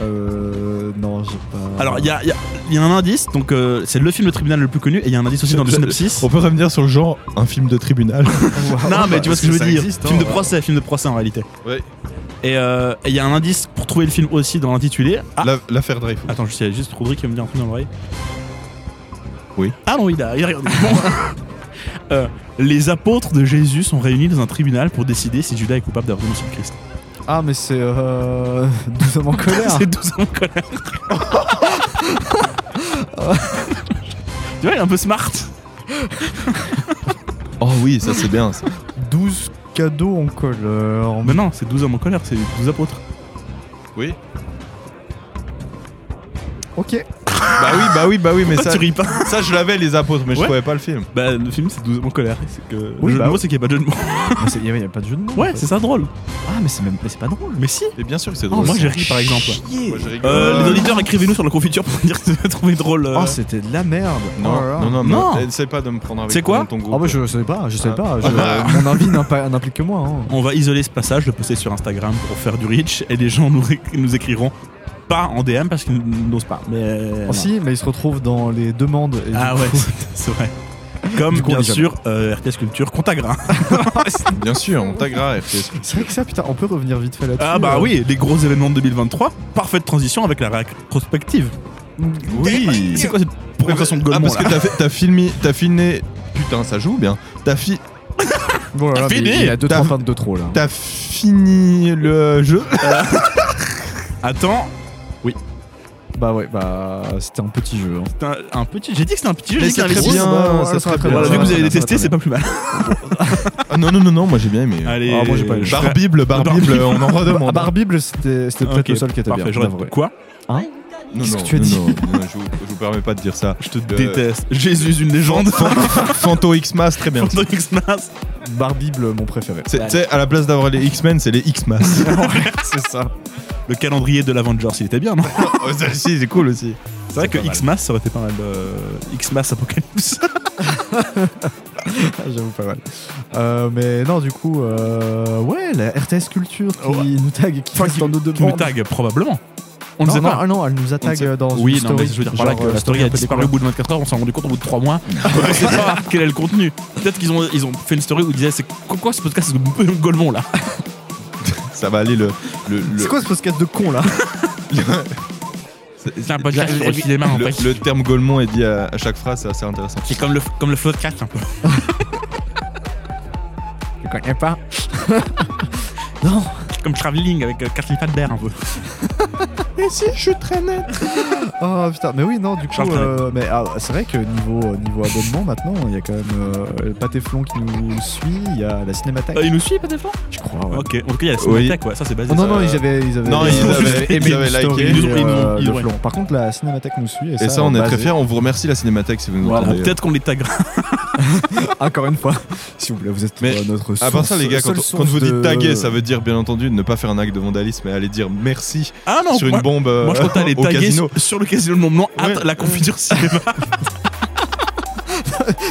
Speaker 7: Euh, non j'ai pas.
Speaker 6: Alors, il y a, il y a- il y a un indice, donc euh, c'est le film de tribunal le plus connu, et il y a un indice aussi dans le synopsis.
Speaker 5: On peut revenir sur le genre un film de tribunal. oh,
Speaker 6: Non, mais tu vois ce que je veux
Speaker 5: ça
Speaker 6: dire.
Speaker 5: existe, hein,
Speaker 6: film de
Speaker 5: ouais.
Speaker 6: procès, film de procès en réalité.
Speaker 5: Ouais.
Speaker 6: Et euh, et il y a un indice pour trouver le film aussi dans l'intitulé. Ah,
Speaker 5: La- L'affaire Dreyfus.
Speaker 6: attends, je sais, juste Rodrigue qui va me dire un truc dans l'oreille.
Speaker 5: Oui.
Speaker 6: Ah non, il a, il a regardé. Bon. Euh, les apôtres de Jésus sont réunis dans un tribunal pour décider si Judas est coupable d'avoir dénoncé le Christ.
Speaker 7: Ah mais c'est euh... Nous sommes en colère.
Speaker 6: C'est 12 ans de colère. tu vois, il est un peu smart.
Speaker 5: Oh oui, ça c'est bien. ça.
Speaker 7: 12 cadeaux en colère.
Speaker 6: Mais non, c'est 12 hommes en colère, c'est 12 apôtres.
Speaker 5: Oui.
Speaker 7: Ok.
Speaker 5: Bah oui, bah oui, bah oui, mais
Speaker 6: Pourquoi
Speaker 5: ça.
Speaker 6: tu ris pas
Speaker 5: Ça je l'avais les apôtres, mais
Speaker 6: Ouais.
Speaker 5: je trouvais pas le film.
Speaker 6: Bah, le film, c'est 12 hommes en colère. C'est que...
Speaker 7: Oui, bah
Speaker 6: le jeu de mots,
Speaker 7: ouais.
Speaker 6: c'est qu'il n'y a pas de jeu de mots.
Speaker 7: Mais Ah, c'est- y a, y a pas de jeu de mots. en
Speaker 6: Ouais,
Speaker 7: fait.
Speaker 6: c'est ça drôle.
Speaker 7: Ah mais c'est même mais c'est pas drôle.
Speaker 6: Mais si.
Speaker 5: Et bien sûr que c'est
Speaker 6: Oh,
Speaker 5: drôle.
Speaker 6: moi, j'ai ri par exemple.
Speaker 5: Moi, j'ai rigolé.
Speaker 6: Euh, Les auditeurs, écrivez-nous sur la confiture pour dire que vous avez trouvé drôle. euh.
Speaker 7: Oh c'était de la merde.
Speaker 5: Non,
Speaker 7: Oh là là.
Speaker 5: non, non,
Speaker 6: Non.
Speaker 5: mais Essaie pas de me prendre avec
Speaker 6: C'est quoi
Speaker 5: ton groupe.
Speaker 7: Ah bah je savais pas, je savais
Speaker 5: Ah.
Speaker 7: pas. je- mon avis n'impa- n'implique que moi. hein.
Speaker 6: On va isoler ce passage, le poster sur Instagram pour faire du reach et les gens nous, ré- nous écriront pas en DM parce qu'ils n'osent pas. Mais euh,
Speaker 7: Oh, si, mais il se retrouve dans les demandes. Et
Speaker 6: Ah
Speaker 7: du
Speaker 6: ouais,
Speaker 7: coup-
Speaker 6: c'est vrai. Comme
Speaker 7: Du coup, on
Speaker 6: bien
Speaker 7: dit jamais.
Speaker 6: sûr euh, RTS Culture Contagra.
Speaker 5: Bien sûr, on t'agra FTS.
Speaker 7: C'est vrai que ça, putain, on peut revenir vite fait là-dessus.
Speaker 6: Ah bah
Speaker 7: euh.
Speaker 6: oui, les gros événements de 2023. Parfaite transition avec la rétrospective.
Speaker 5: Oui.
Speaker 6: C'est quoi cette présentation de
Speaker 5: Ah
Speaker 6: Golemont
Speaker 5: parce que t'as fait- t'as filmé, t'as filmé. Putain, ça joue bien. T'as fi-
Speaker 7: Bon, là, là, mais
Speaker 6: Fini.
Speaker 7: il y a deux
Speaker 5: T'as-
Speaker 7: trois fans de trop là.
Speaker 5: t'as fini le jeu.
Speaker 6: Attends,
Speaker 7: Bah ouais, bah c'était un petit jeu. hein.
Speaker 6: c'est un, un petit. J'ai dit que c'était un petit jeu.
Speaker 5: Mais
Speaker 6: J'ai dit que
Speaker 5: c'est
Speaker 6: c'était
Speaker 5: très
Speaker 6: un petit-
Speaker 5: bien.
Speaker 7: Voilà,
Speaker 5: ça
Speaker 7: ça
Speaker 5: sera
Speaker 7: va
Speaker 5: très
Speaker 7: très
Speaker 6: Voilà,
Speaker 5: bien.
Speaker 7: bien.
Speaker 6: vu que vous avez
Speaker 7: ça va, ça va
Speaker 6: détesté,
Speaker 7: très
Speaker 6: c'est pas plus mal.
Speaker 5: Ah, non non non non, moi j'ai bien aimé.
Speaker 6: Allez,
Speaker 7: Ah, moi, j'ai pas aimé.
Speaker 6: je ferai-
Speaker 5: Barbible, Barbible,
Speaker 6: Barbible.
Speaker 5: on en redemande. hein.
Speaker 7: Bah, Barbible, c'était c'était peut-être
Speaker 6: Ok,
Speaker 7: le seul qui était
Speaker 6: parfait, je
Speaker 7: bien.
Speaker 6: rate.
Speaker 7: d'avouer.
Speaker 6: Quoi
Speaker 5: Non,
Speaker 7: Qu'est-ce
Speaker 5: non,
Speaker 7: que tu as
Speaker 5: non,
Speaker 7: dit
Speaker 5: non, non, je, vous, je vous permets pas de dire ça.
Speaker 6: Je te déteste. Jésus, une légende.
Speaker 5: Fanto X-Mas, très bien.
Speaker 6: Pendant Xmas.
Speaker 7: Barbible, mon préféré.
Speaker 5: C'est- Tu sais, à la place d'avoir les X-Men, c'est les X-Mas.
Speaker 7: C'est ça.
Speaker 6: Le calendrier de l'Avengers, il était bien, non
Speaker 5: oh, ça, si, c'est cool aussi.
Speaker 6: C'est vrai que
Speaker 5: pas mal.
Speaker 6: Xmas, ça aurait été pas mal. euh, Xmas Apocalypse.
Speaker 7: J'avoue pas mal. Euh, mais non, du coup, euh, ouais, la RTS Culture qui nous tag et qui
Speaker 6: Enfin,
Speaker 7: reste
Speaker 6: qui-
Speaker 7: dans nos deux
Speaker 6: Qui nous tag, probablement. On le
Speaker 7: non,
Speaker 6: faisait pas.
Speaker 7: non, non, elle nous
Speaker 6: On le
Speaker 7: attaque
Speaker 6: faisait-
Speaker 7: euh, dans
Speaker 6: oui,
Speaker 7: une
Speaker 6: non,
Speaker 7: story.
Speaker 6: mais je veux dire par là
Speaker 7: genre,
Speaker 6: que
Speaker 7: euh,
Speaker 6: la story
Speaker 7: un
Speaker 6: a
Speaker 7: peu
Speaker 6: disparu au bout de 24 heures, on s'est rendu compte au bout de 3 mois. on sait pas quel est le contenu. Peut-être qu'ils ont, ils ont fait une story où ils disaient c'est quoi, quoi ce podcast de Golemont là
Speaker 5: Ça va aller le. le, le-
Speaker 7: C'est quoi ce podcast de con là
Speaker 6: C'est un podcast sur le cinéma en
Speaker 5: le-
Speaker 6: fait.
Speaker 5: le terme Golemont est dit à, à chaque phrase, c'est assez intéressant.
Speaker 6: C'est comme le, comme le floodcast un peu.
Speaker 7: Je connais pas. non.
Speaker 6: Comme travelling avec euh, Kathleen Fadder un peu.
Speaker 7: Et si je suis très net Oh putain, mais oui, non, du coup,
Speaker 6: Charles
Speaker 7: euh, mais ah, c'est vrai que niveau, euh, niveau abonnement maintenant, il y a quand même euh, Patéflon qui nous suit, il y a la Cinémathèque,
Speaker 6: il Ah, nous suit peut-être pas
Speaker 7: je crois. Ouais.
Speaker 6: Ok, en tout cas il y a la
Speaker 5: Oui.
Speaker 6: cinémathèque, ouais, ça c'est basé.
Speaker 7: Oh, non,
Speaker 6: ça.
Speaker 7: non, ils avaient, ils avaient,
Speaker 5: Non, ils avaient-
Speaker 7: aimé
Speaker 5: ils avaient
Speaker 7: une story,
Speaker 5: liké, ils
Speaker 6: ont- ils ont-
Speaker 7: euh,
Speaker 6: ils
Speaker 7: de
Speaker 6: ont-
Speaker 7: Flon. Par contre, la Cinémathèque nous suit. Et,
Speaker 5: Et ça, on est
Speaker 7: bah,
Speaker 5: très
Speaker 7: c'est-
Speaker 5: fiers. On vous remercie, la Cinémathèque, si vous nous
Speaker 6: Voilà,
Speaker 5: entendez.
Speaker 6: euh, peut-être qu'on les taguera.
Speaker 7: Encore une fois, s'il vous plaît, vous êtes
Speaker 5: Mais,
Speaker 7: euh, notre
Speaker 5: À part Ah, bah, ça,
Speaker 7: source-
Speaker 5: les gars, quand,
Speaker 7: seule
Speaker 5: on-
Speaker 7: source
Speaker 5: quand vous dites
Speaker 7: de-
Speaker 5: taguer, ça veut dire bien entendu ne pas faire un acte de vandalisme et aller dire merci
Speaker 6: Ah non,
Speaker 5: sur une
Speaker 6: moi,
Speaker 5: bombe euh,
Speaker 6: moi je comptais aller
Speaker 5: au
Speaker 6: taguer
Speaker 5: casino.
Speaker 6: sur, sur le casino de Mont-Blanc, at
Speaker 5: Ouais.
Speaker 6: la confiture cinéma.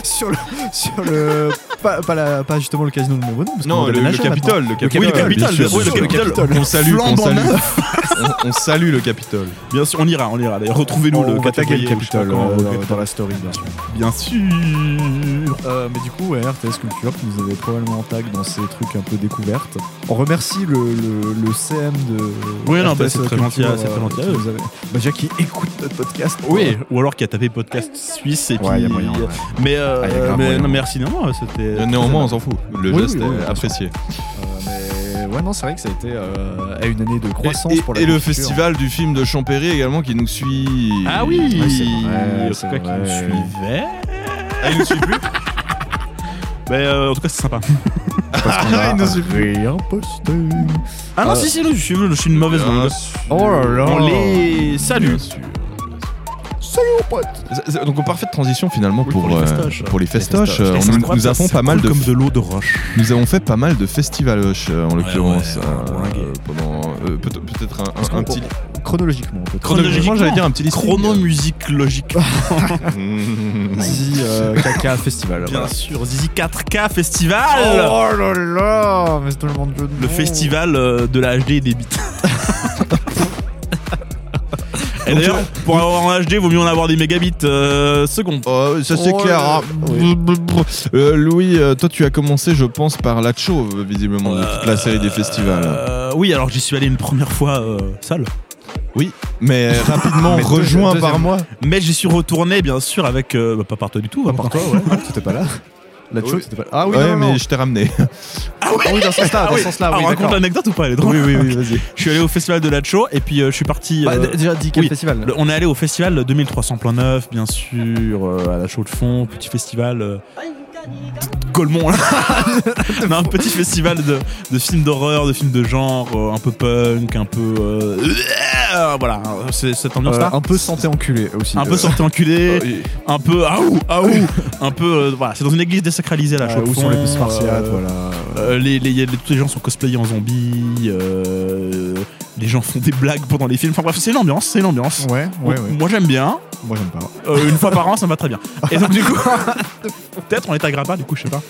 Speaker 7: sur le, sur le pas, pas, la- pas justement le casino de Montbonneau. parce qu'on
Speaker 5: Non,
Speaker 7: va
Speaker 5: le, le
Speaker 7: déménager maintenant.
Speaker 5: Capitole, le Capitole.
Speaker 6: Capitole,
Speaker 5: bien
Speaker 6: bien
Speaker 5: sûr,
Speaker 6: sûr,
Speaker 5: bien
Speaker 6: le
Speaker 5: sûr.
Speaker 6: Capitole.
Speaker 5: On salue, on
Speaker 6: Flambant
Speaker 5: salue. on, on salue le Capitole.
Speaker 6: Bien sûr, on ira, on ira. D'ailleurs, retrouvez-nous
Speaker 7: On
Speaker 6: le
Speaker 7: va
Speaker 6: 4
Speaker 7: taguer Oh, le
Speaker 6: février, ou je sais pas
Speaker 7: Capitole
Speaker 6: quand,
Speaker 7: euh,
Speaker 6: au
Speaker 7: dans-
Speaker 6: Capitole.
Speaker 7: dans la story, bien sûr.
Speaker 6: Bien sûr.
Speaker 7: Euh, mais du coup, ouais, RTS Culture qui nous avait probablement en tag dans ces trucs un peu découvertes. On remercie le, le, le CM de.
Speaker 6: Oui, non,
Speaker 7: RTS
Speaker 6: bah, c'est très
Speaker 7: Culture,
Speaker 6: gentil à-
Speaker 7: euh,
Speaker 6: c'est très gentil à
Speaker 7: qui
Speaker 6: eux.
Speaker 7: nous avait- Bah, déjà qui écoute notre podcast.
Speaker 6: Oui, ou alors qui a tapé podcast suisse et puis.
Speaker 5: Ouais, y a moyen, ouais.
Speaker 6: Mais, euh,
Speaker 5: Ah, y a grave
Speaker 6: mais,
Speaker 5: moyen.
Speaker 6: non, merci, non, c'était.
Speaker 5: Euh, Néanmoins, on s'en fout. Le
Speaker 7: Euh, Oui,
Speaker 5: geste
Speaker 7: oui, oui,
Speaker 5: est apprécié.
Speaker 7: Euh, mais ouais, non, c'est vrai que ça a été euh, à une année de
Speaker 5: Et,
Speaker 7: croissance
Speaker 5: et-
Speaker 7: pour la
Speaker 5: et le
Speaker 7: culture.
Speaker 5: festival du film de Champéry également qui nous suit.
Speaker 6: Ah oui
Speaker 7: Ouais, c'est vrai,
Speaker 6: En
Speaker 7: c'est
Speaker 6: tout cas, qui nous
Speaker 7: vrai.
Speaker 6: suivait.
Speaker 5: Ah, il nous suit plus
Speaker 6: Mais euh, en tout cas, c'est sympa.
Speaker 7: Parce qu'on a rien posté.
Speaker 6: Ah non,
Speaker 7: Euh,
Speaker 6: si, si, nous, je suis, je suis une mauvaise
Speaker 5: Bien
Speaker 6: langue.
Speaker 5: sûr.
Speaker 7: Oh là là.
Speaker 6: On les salue.
Speaker 5: Bien sûr. C'est- c'est- Donc en parfaite transition finalement
Speaker 6: Oui,
Speaker 5: pour,
Speaker 6: pour les
Speaker 5: euh,
Speaker 6: festoches.
Speaker 5: pour les festoches,
Speaker 6: Et
Speaker 5: euh,
Speaker 6: c'est
Speaker 5: on-
Speaker 6: incroyable,
Speaker 5: nous
Speaker 6: ça,
Speaker 5: avons
Speaker 6: ça
Speaker 5: pas mal
Speaker 6: coule
Speaker 5: de
Speaker 6: comme de l'eau de roche.
Speaker 5: Nous avons fait pas mal de festivaloches euh, en l'occurrence
Speaker 6: ouais,
Speaker 5: euh,
Speaker 6: bourlinguer.
Speaker 5: euh, pendant euh, peut- peut-être un- un, un petit
Speaker 7: Chronologiquement, en fait.
Speaker 6: Chronologiquement,
Speaker 5: j'allais dire un petit Ah, listing.
Speaker 6: Chronomusique logique.
Speaker 5: Mmh.
Speaker 7: Zizi, euh, Caca Festival.
Speaker 6: Bien
Speaker 7: voilà.
Speaker 6: sûr, Zizi 4K Festival.
Speaker 7: Oh là là Mais c'est tellement de jeux de
Speaker 6: Le
Speaker 7: mots.
Speaker 6: festival euh, de la HD et des bits. Et d'ailleurs, pour avoir en HD, vaut mieux en avoir des mégabits euh, secondes.
Speaker 5: Oh, ça c'est
Speaker 7: Oh
Speaker 5: clair.
Speaker 7: là
Speaker 5: hein.
Speaker 7: là.
Speaker 5: Euh, Louis, euh, toi tu as commencé, je pense, par la chauve, visiblement, de toute la série des festivals.
Speaker 6: Euh, oui, alors j'y suis allé une première fois euh, seul.
Speaker 5: Mais euh, rapidement
Speaker 7: Ah, Mais deux-
Speaker 5: rejoint par
Speaker 7: deuxième.
Speaker 5: moi.
Speaker 6: Mais j'y suis retourné, bien sûr, avec. euh, bah, pas par toi du tout, bah, par
Speaker 7: Par toi, ouais. T'étais pas là. La
Speaker 5: Oui.
Speaker 7: chose, t'étais pas là. Ah oui,
Speaker 5: ouais,
Speaker 7: non, non,
Speaker 5: mais
Speaker 7: non.
Speaker 5: je t'ai ramené.
Speaker 7: Ah oui, dans ce sens-là,
Speaker 6: Ah
Speaker 7: dans
Speaker 6: oui,
Speaker 7: ce sens-là,
Speaker 6: ah,
Speaker 7: oui,
Speaker 6: on raconte
Speaker 7: d'accord.
Speaker 6: l'anecdote ou pas Elle est drôle.
Speaker 7: Oui, oui, oui, vas-y.
Speaker 6: Je suis allé au festival de Lacho et puis euh, je suis parti.
Speaker 7: Bah,
Speaker 6: euh,
Speaker 7: d- déjà, dit quel
Speaker 6: oui.
Speaker 7: festival
Speaker 6: Le- On est allé au festival 2300.9, bien sûr, euh, à la chaux de fond, petit festival. euh, de Golemont, là. Non, un petit festival de, de films d'horreur, de films de genre, euh, un peu punk, un peu. euh, voilà, c'est cette
Speaker 7: Euh,
Speaker 6: ambiance-là.
Speaker 7: Un peu santé enculé aussi.
Speaker 6: un peu
Speaker 7: euh,
Speaker 6: sorti enculé, un peu ah aou, aou, un peu. euh, voilà, c'est dans une église désacralisée, la
Speaker 7: euh,
Speaker 6: chaux de
Speaker 7: Ou sur
Speaker 6: fond,
Speaker 7: les bus martiales,
Speaker 6: euh,
Speaker 7: voilà.
Speaker 6: euh, les, les- les- tous les gens sont cosplayés en zombies, euh, les gens font des blagues pendant les films. Enfin bref, c'est l'ambiance, c'est l'ambiance.
Speaker 7: Ouais, ouais, ouais.
Speaker 6: Moi j'aime bien.
Speaker 7: Moi, j'aime pas.
Speaker 6: Euh, une fois par an, ça me va très bien. Et donc, du coup, peut-être on les taguera pas, du coup, je sais pas.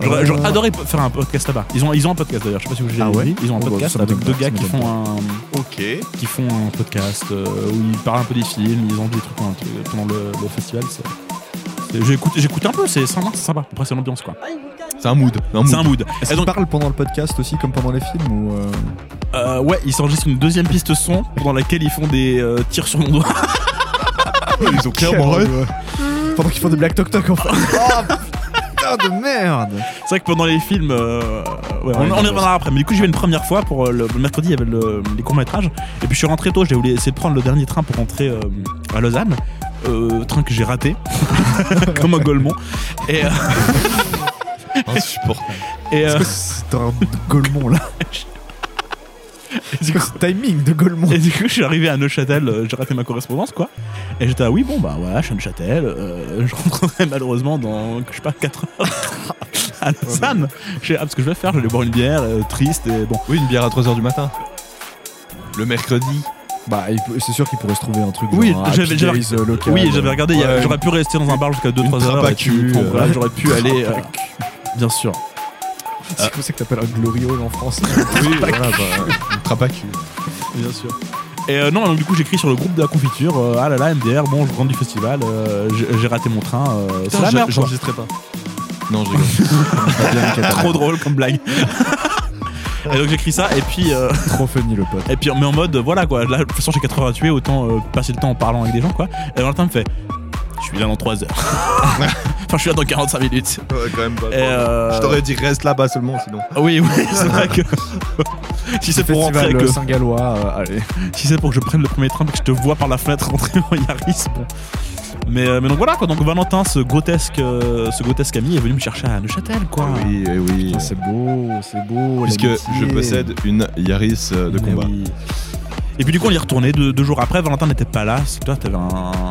Speaker 6: J'aurais,
Speaker 7: Euh,
Speaker 6: j'aurais adoré p- faire un podcast là-bas. Ils ont, ils ont un podcast d'ailleurs, je sais pas si vous l'avez
Speaker 7: Ah ouais
Speaker 6: vu. Ils ont un
Speaker 7: Oh, bah,
Speaker 6: podcast
Speaker 7: ça m'étonne
Speaker 6: avec deux
Speaker 7: pas,
Speaker 6: gars
Speaker 7: ça
Speaker 6: qui
Speaker 7: m'étonne
Speaker 6: font un,
Speaker 5: Ok.
Speaker 6: qui font un podcast euh, où ils parlent un peu des films, ils ont des trucs pendant, pendant le, le festival. C'est, c'est- j'écoute, j'écoute un peu, c'est sympa, c'est sympa. Après, c'est l'ambiance quoi.
Speaker 5: C'est un mood. un mood.
Speaker 6: C'est un mood.
Speaker 7: Est-ce
Speaker 6: Et
Speaker 7: qu'ils
Speaker 6: donc,
Speaker 7: parlent pendant le podcast aussi, comme pendant les films ou euh,
Speaker 6: euh, ouais, ils s'enregistrent une deuxième piste son pendant laquelle ils font des euh, tirs sur mon doigt.
Speaker 5: Ils ont clairement
Speaker 7: quel-
Speaker 5: raison.
Speaker 7: euh, Pendant qu'ils font des blagues toc-toc, en fait. Oh, putain de merde
Speaker 6: C'est vrai que pendant les films, euh, ouais, on,
Speaker 7: Ouais,
Speaker 6: on y reviendra après. Mais du coup, j'y vais une première fois pour euh, le, le mercredi, il y avait le- les courts métrages. Et puis je suis rentré tôt. J'ai voulu essayer de prendre le dernier train pour rentrer euh, à Lausanne. Euh, train que j'ai raté, comme un golemont. Et, euh,
Speaker 5: Insupportable.
Speaker 6: et, euh,
Speaker 7: Est-ce que C'est un Golemont, là. C'est quoi ce timing de Golemont
Speaker 6: euh, et du coup, je suis arrivé à Neuchâtel. euh, j'ai raté ma correspondance, quoi. Et j'étais ah oui, bon bah voilà, je suis à Neuchâtel. euh, je rentrerai malheureusement dans je sais pas 4 heures à Lausanne. J'ai ah, parce que je vais faire, je vais aller boire une bière euh, triste et bon.
Speaker 5: Oui, une bière à 3h du matin. Le mercredi.
Speaker 7: Bah, il peut- c'est sûr qu'il pourrait se trouver un truc.
Speaker 6: Oui,
Speaker 7: genre un
Speaker 6: j'avais-
Speaker 7: Happy
Speaker 6: j'avais-
Speaker 7: Days, euh, local.
Speaker 6: Oui, j'avais regardé, il y a-
Speaker 5: Ouais.
Speaker 6: j'aurais pu rester dans un bar jusqu'à 2-3
Speaker 5: trappe
Speaker 6: heures.
Speaker 5: à
Speaker 6: et
Speaker 5: cul,
Speaker 6: puis, bon,
Speaker 5: euh,
Speaker 6: voilà, j'aurais
Speaker 7: Ah,
Speaker 6: pu aller. euh, ah. bien sûr.
Speaker 7: C'est comme ça que t'appelles un glory hall en France.
Speaker 5: Oui, voilà, bah, une trappe à cul.
Speaker 6: Bien sûr. Et euh, non, donc du coup, j'écris sur le groupe de la confiture. euh, ah là là, MDR, bon, je rentre du festival, euh, j'ai- j'ai raté mon train. euh, c'est la
Speaker 7: Putain,
Speaker 6: merde,
Speaker 7: j'ai-
Speaker 6: quoi.
Speaker 7: J'enregistrais pas.
Speaker 5: Non, je rigole.
Speaker 6: Trop drôle comme blague. et donc j'écris ça et puis euh,
Speaker 7: Trop funny le pote.
Speaker 6: et puis mais en mode euh, voilà quoi. Là, de toute façon, j'ai 80 tués, autant euh, passer le temps en parlant avec des gens quoi. Et Valentin me fait, je suis là dans 3 heures. enfin, je suis là dans 45 minutes.
Speaker 5: Ouais, quand même pas.
Speaker 6: Et, euh, Ah.
Speaker 5: Je t'aurais dit reste là-bas seulement sinon.
Speaker 6: Oui, oui, c'est vrai que si c'est pour rentrer
Speaker 7: Festival
Speaker 6: avec le
Speaker 7: euh, Saint-Gallois, euh, allez.
Speaker 6: Si c'est pour que je prenne le premier train et que je te vois par la fenêtre rentrer en Yaris, bon. Mais, euh, mais donc voilà quoi, donc Valentin, ce grotesque, euh, ce grotesque ami est venu me chercher à Neuchâtel quoi.
Speaker 5: Oui, eh oui.
Speaker 7: Oh, C'est beau, c'est beau.
Speaker 5: Puisque
Speaker 7: l'amitié.
Speaker 5: je possède une Yaris euh, de
Speaker 6: Mais
Speaker 5: combat.
Speaker 6: oui. Et puis du coup on y est retourné deux, deux jours après, Valentin n'était pas là, c'est que toi t'avais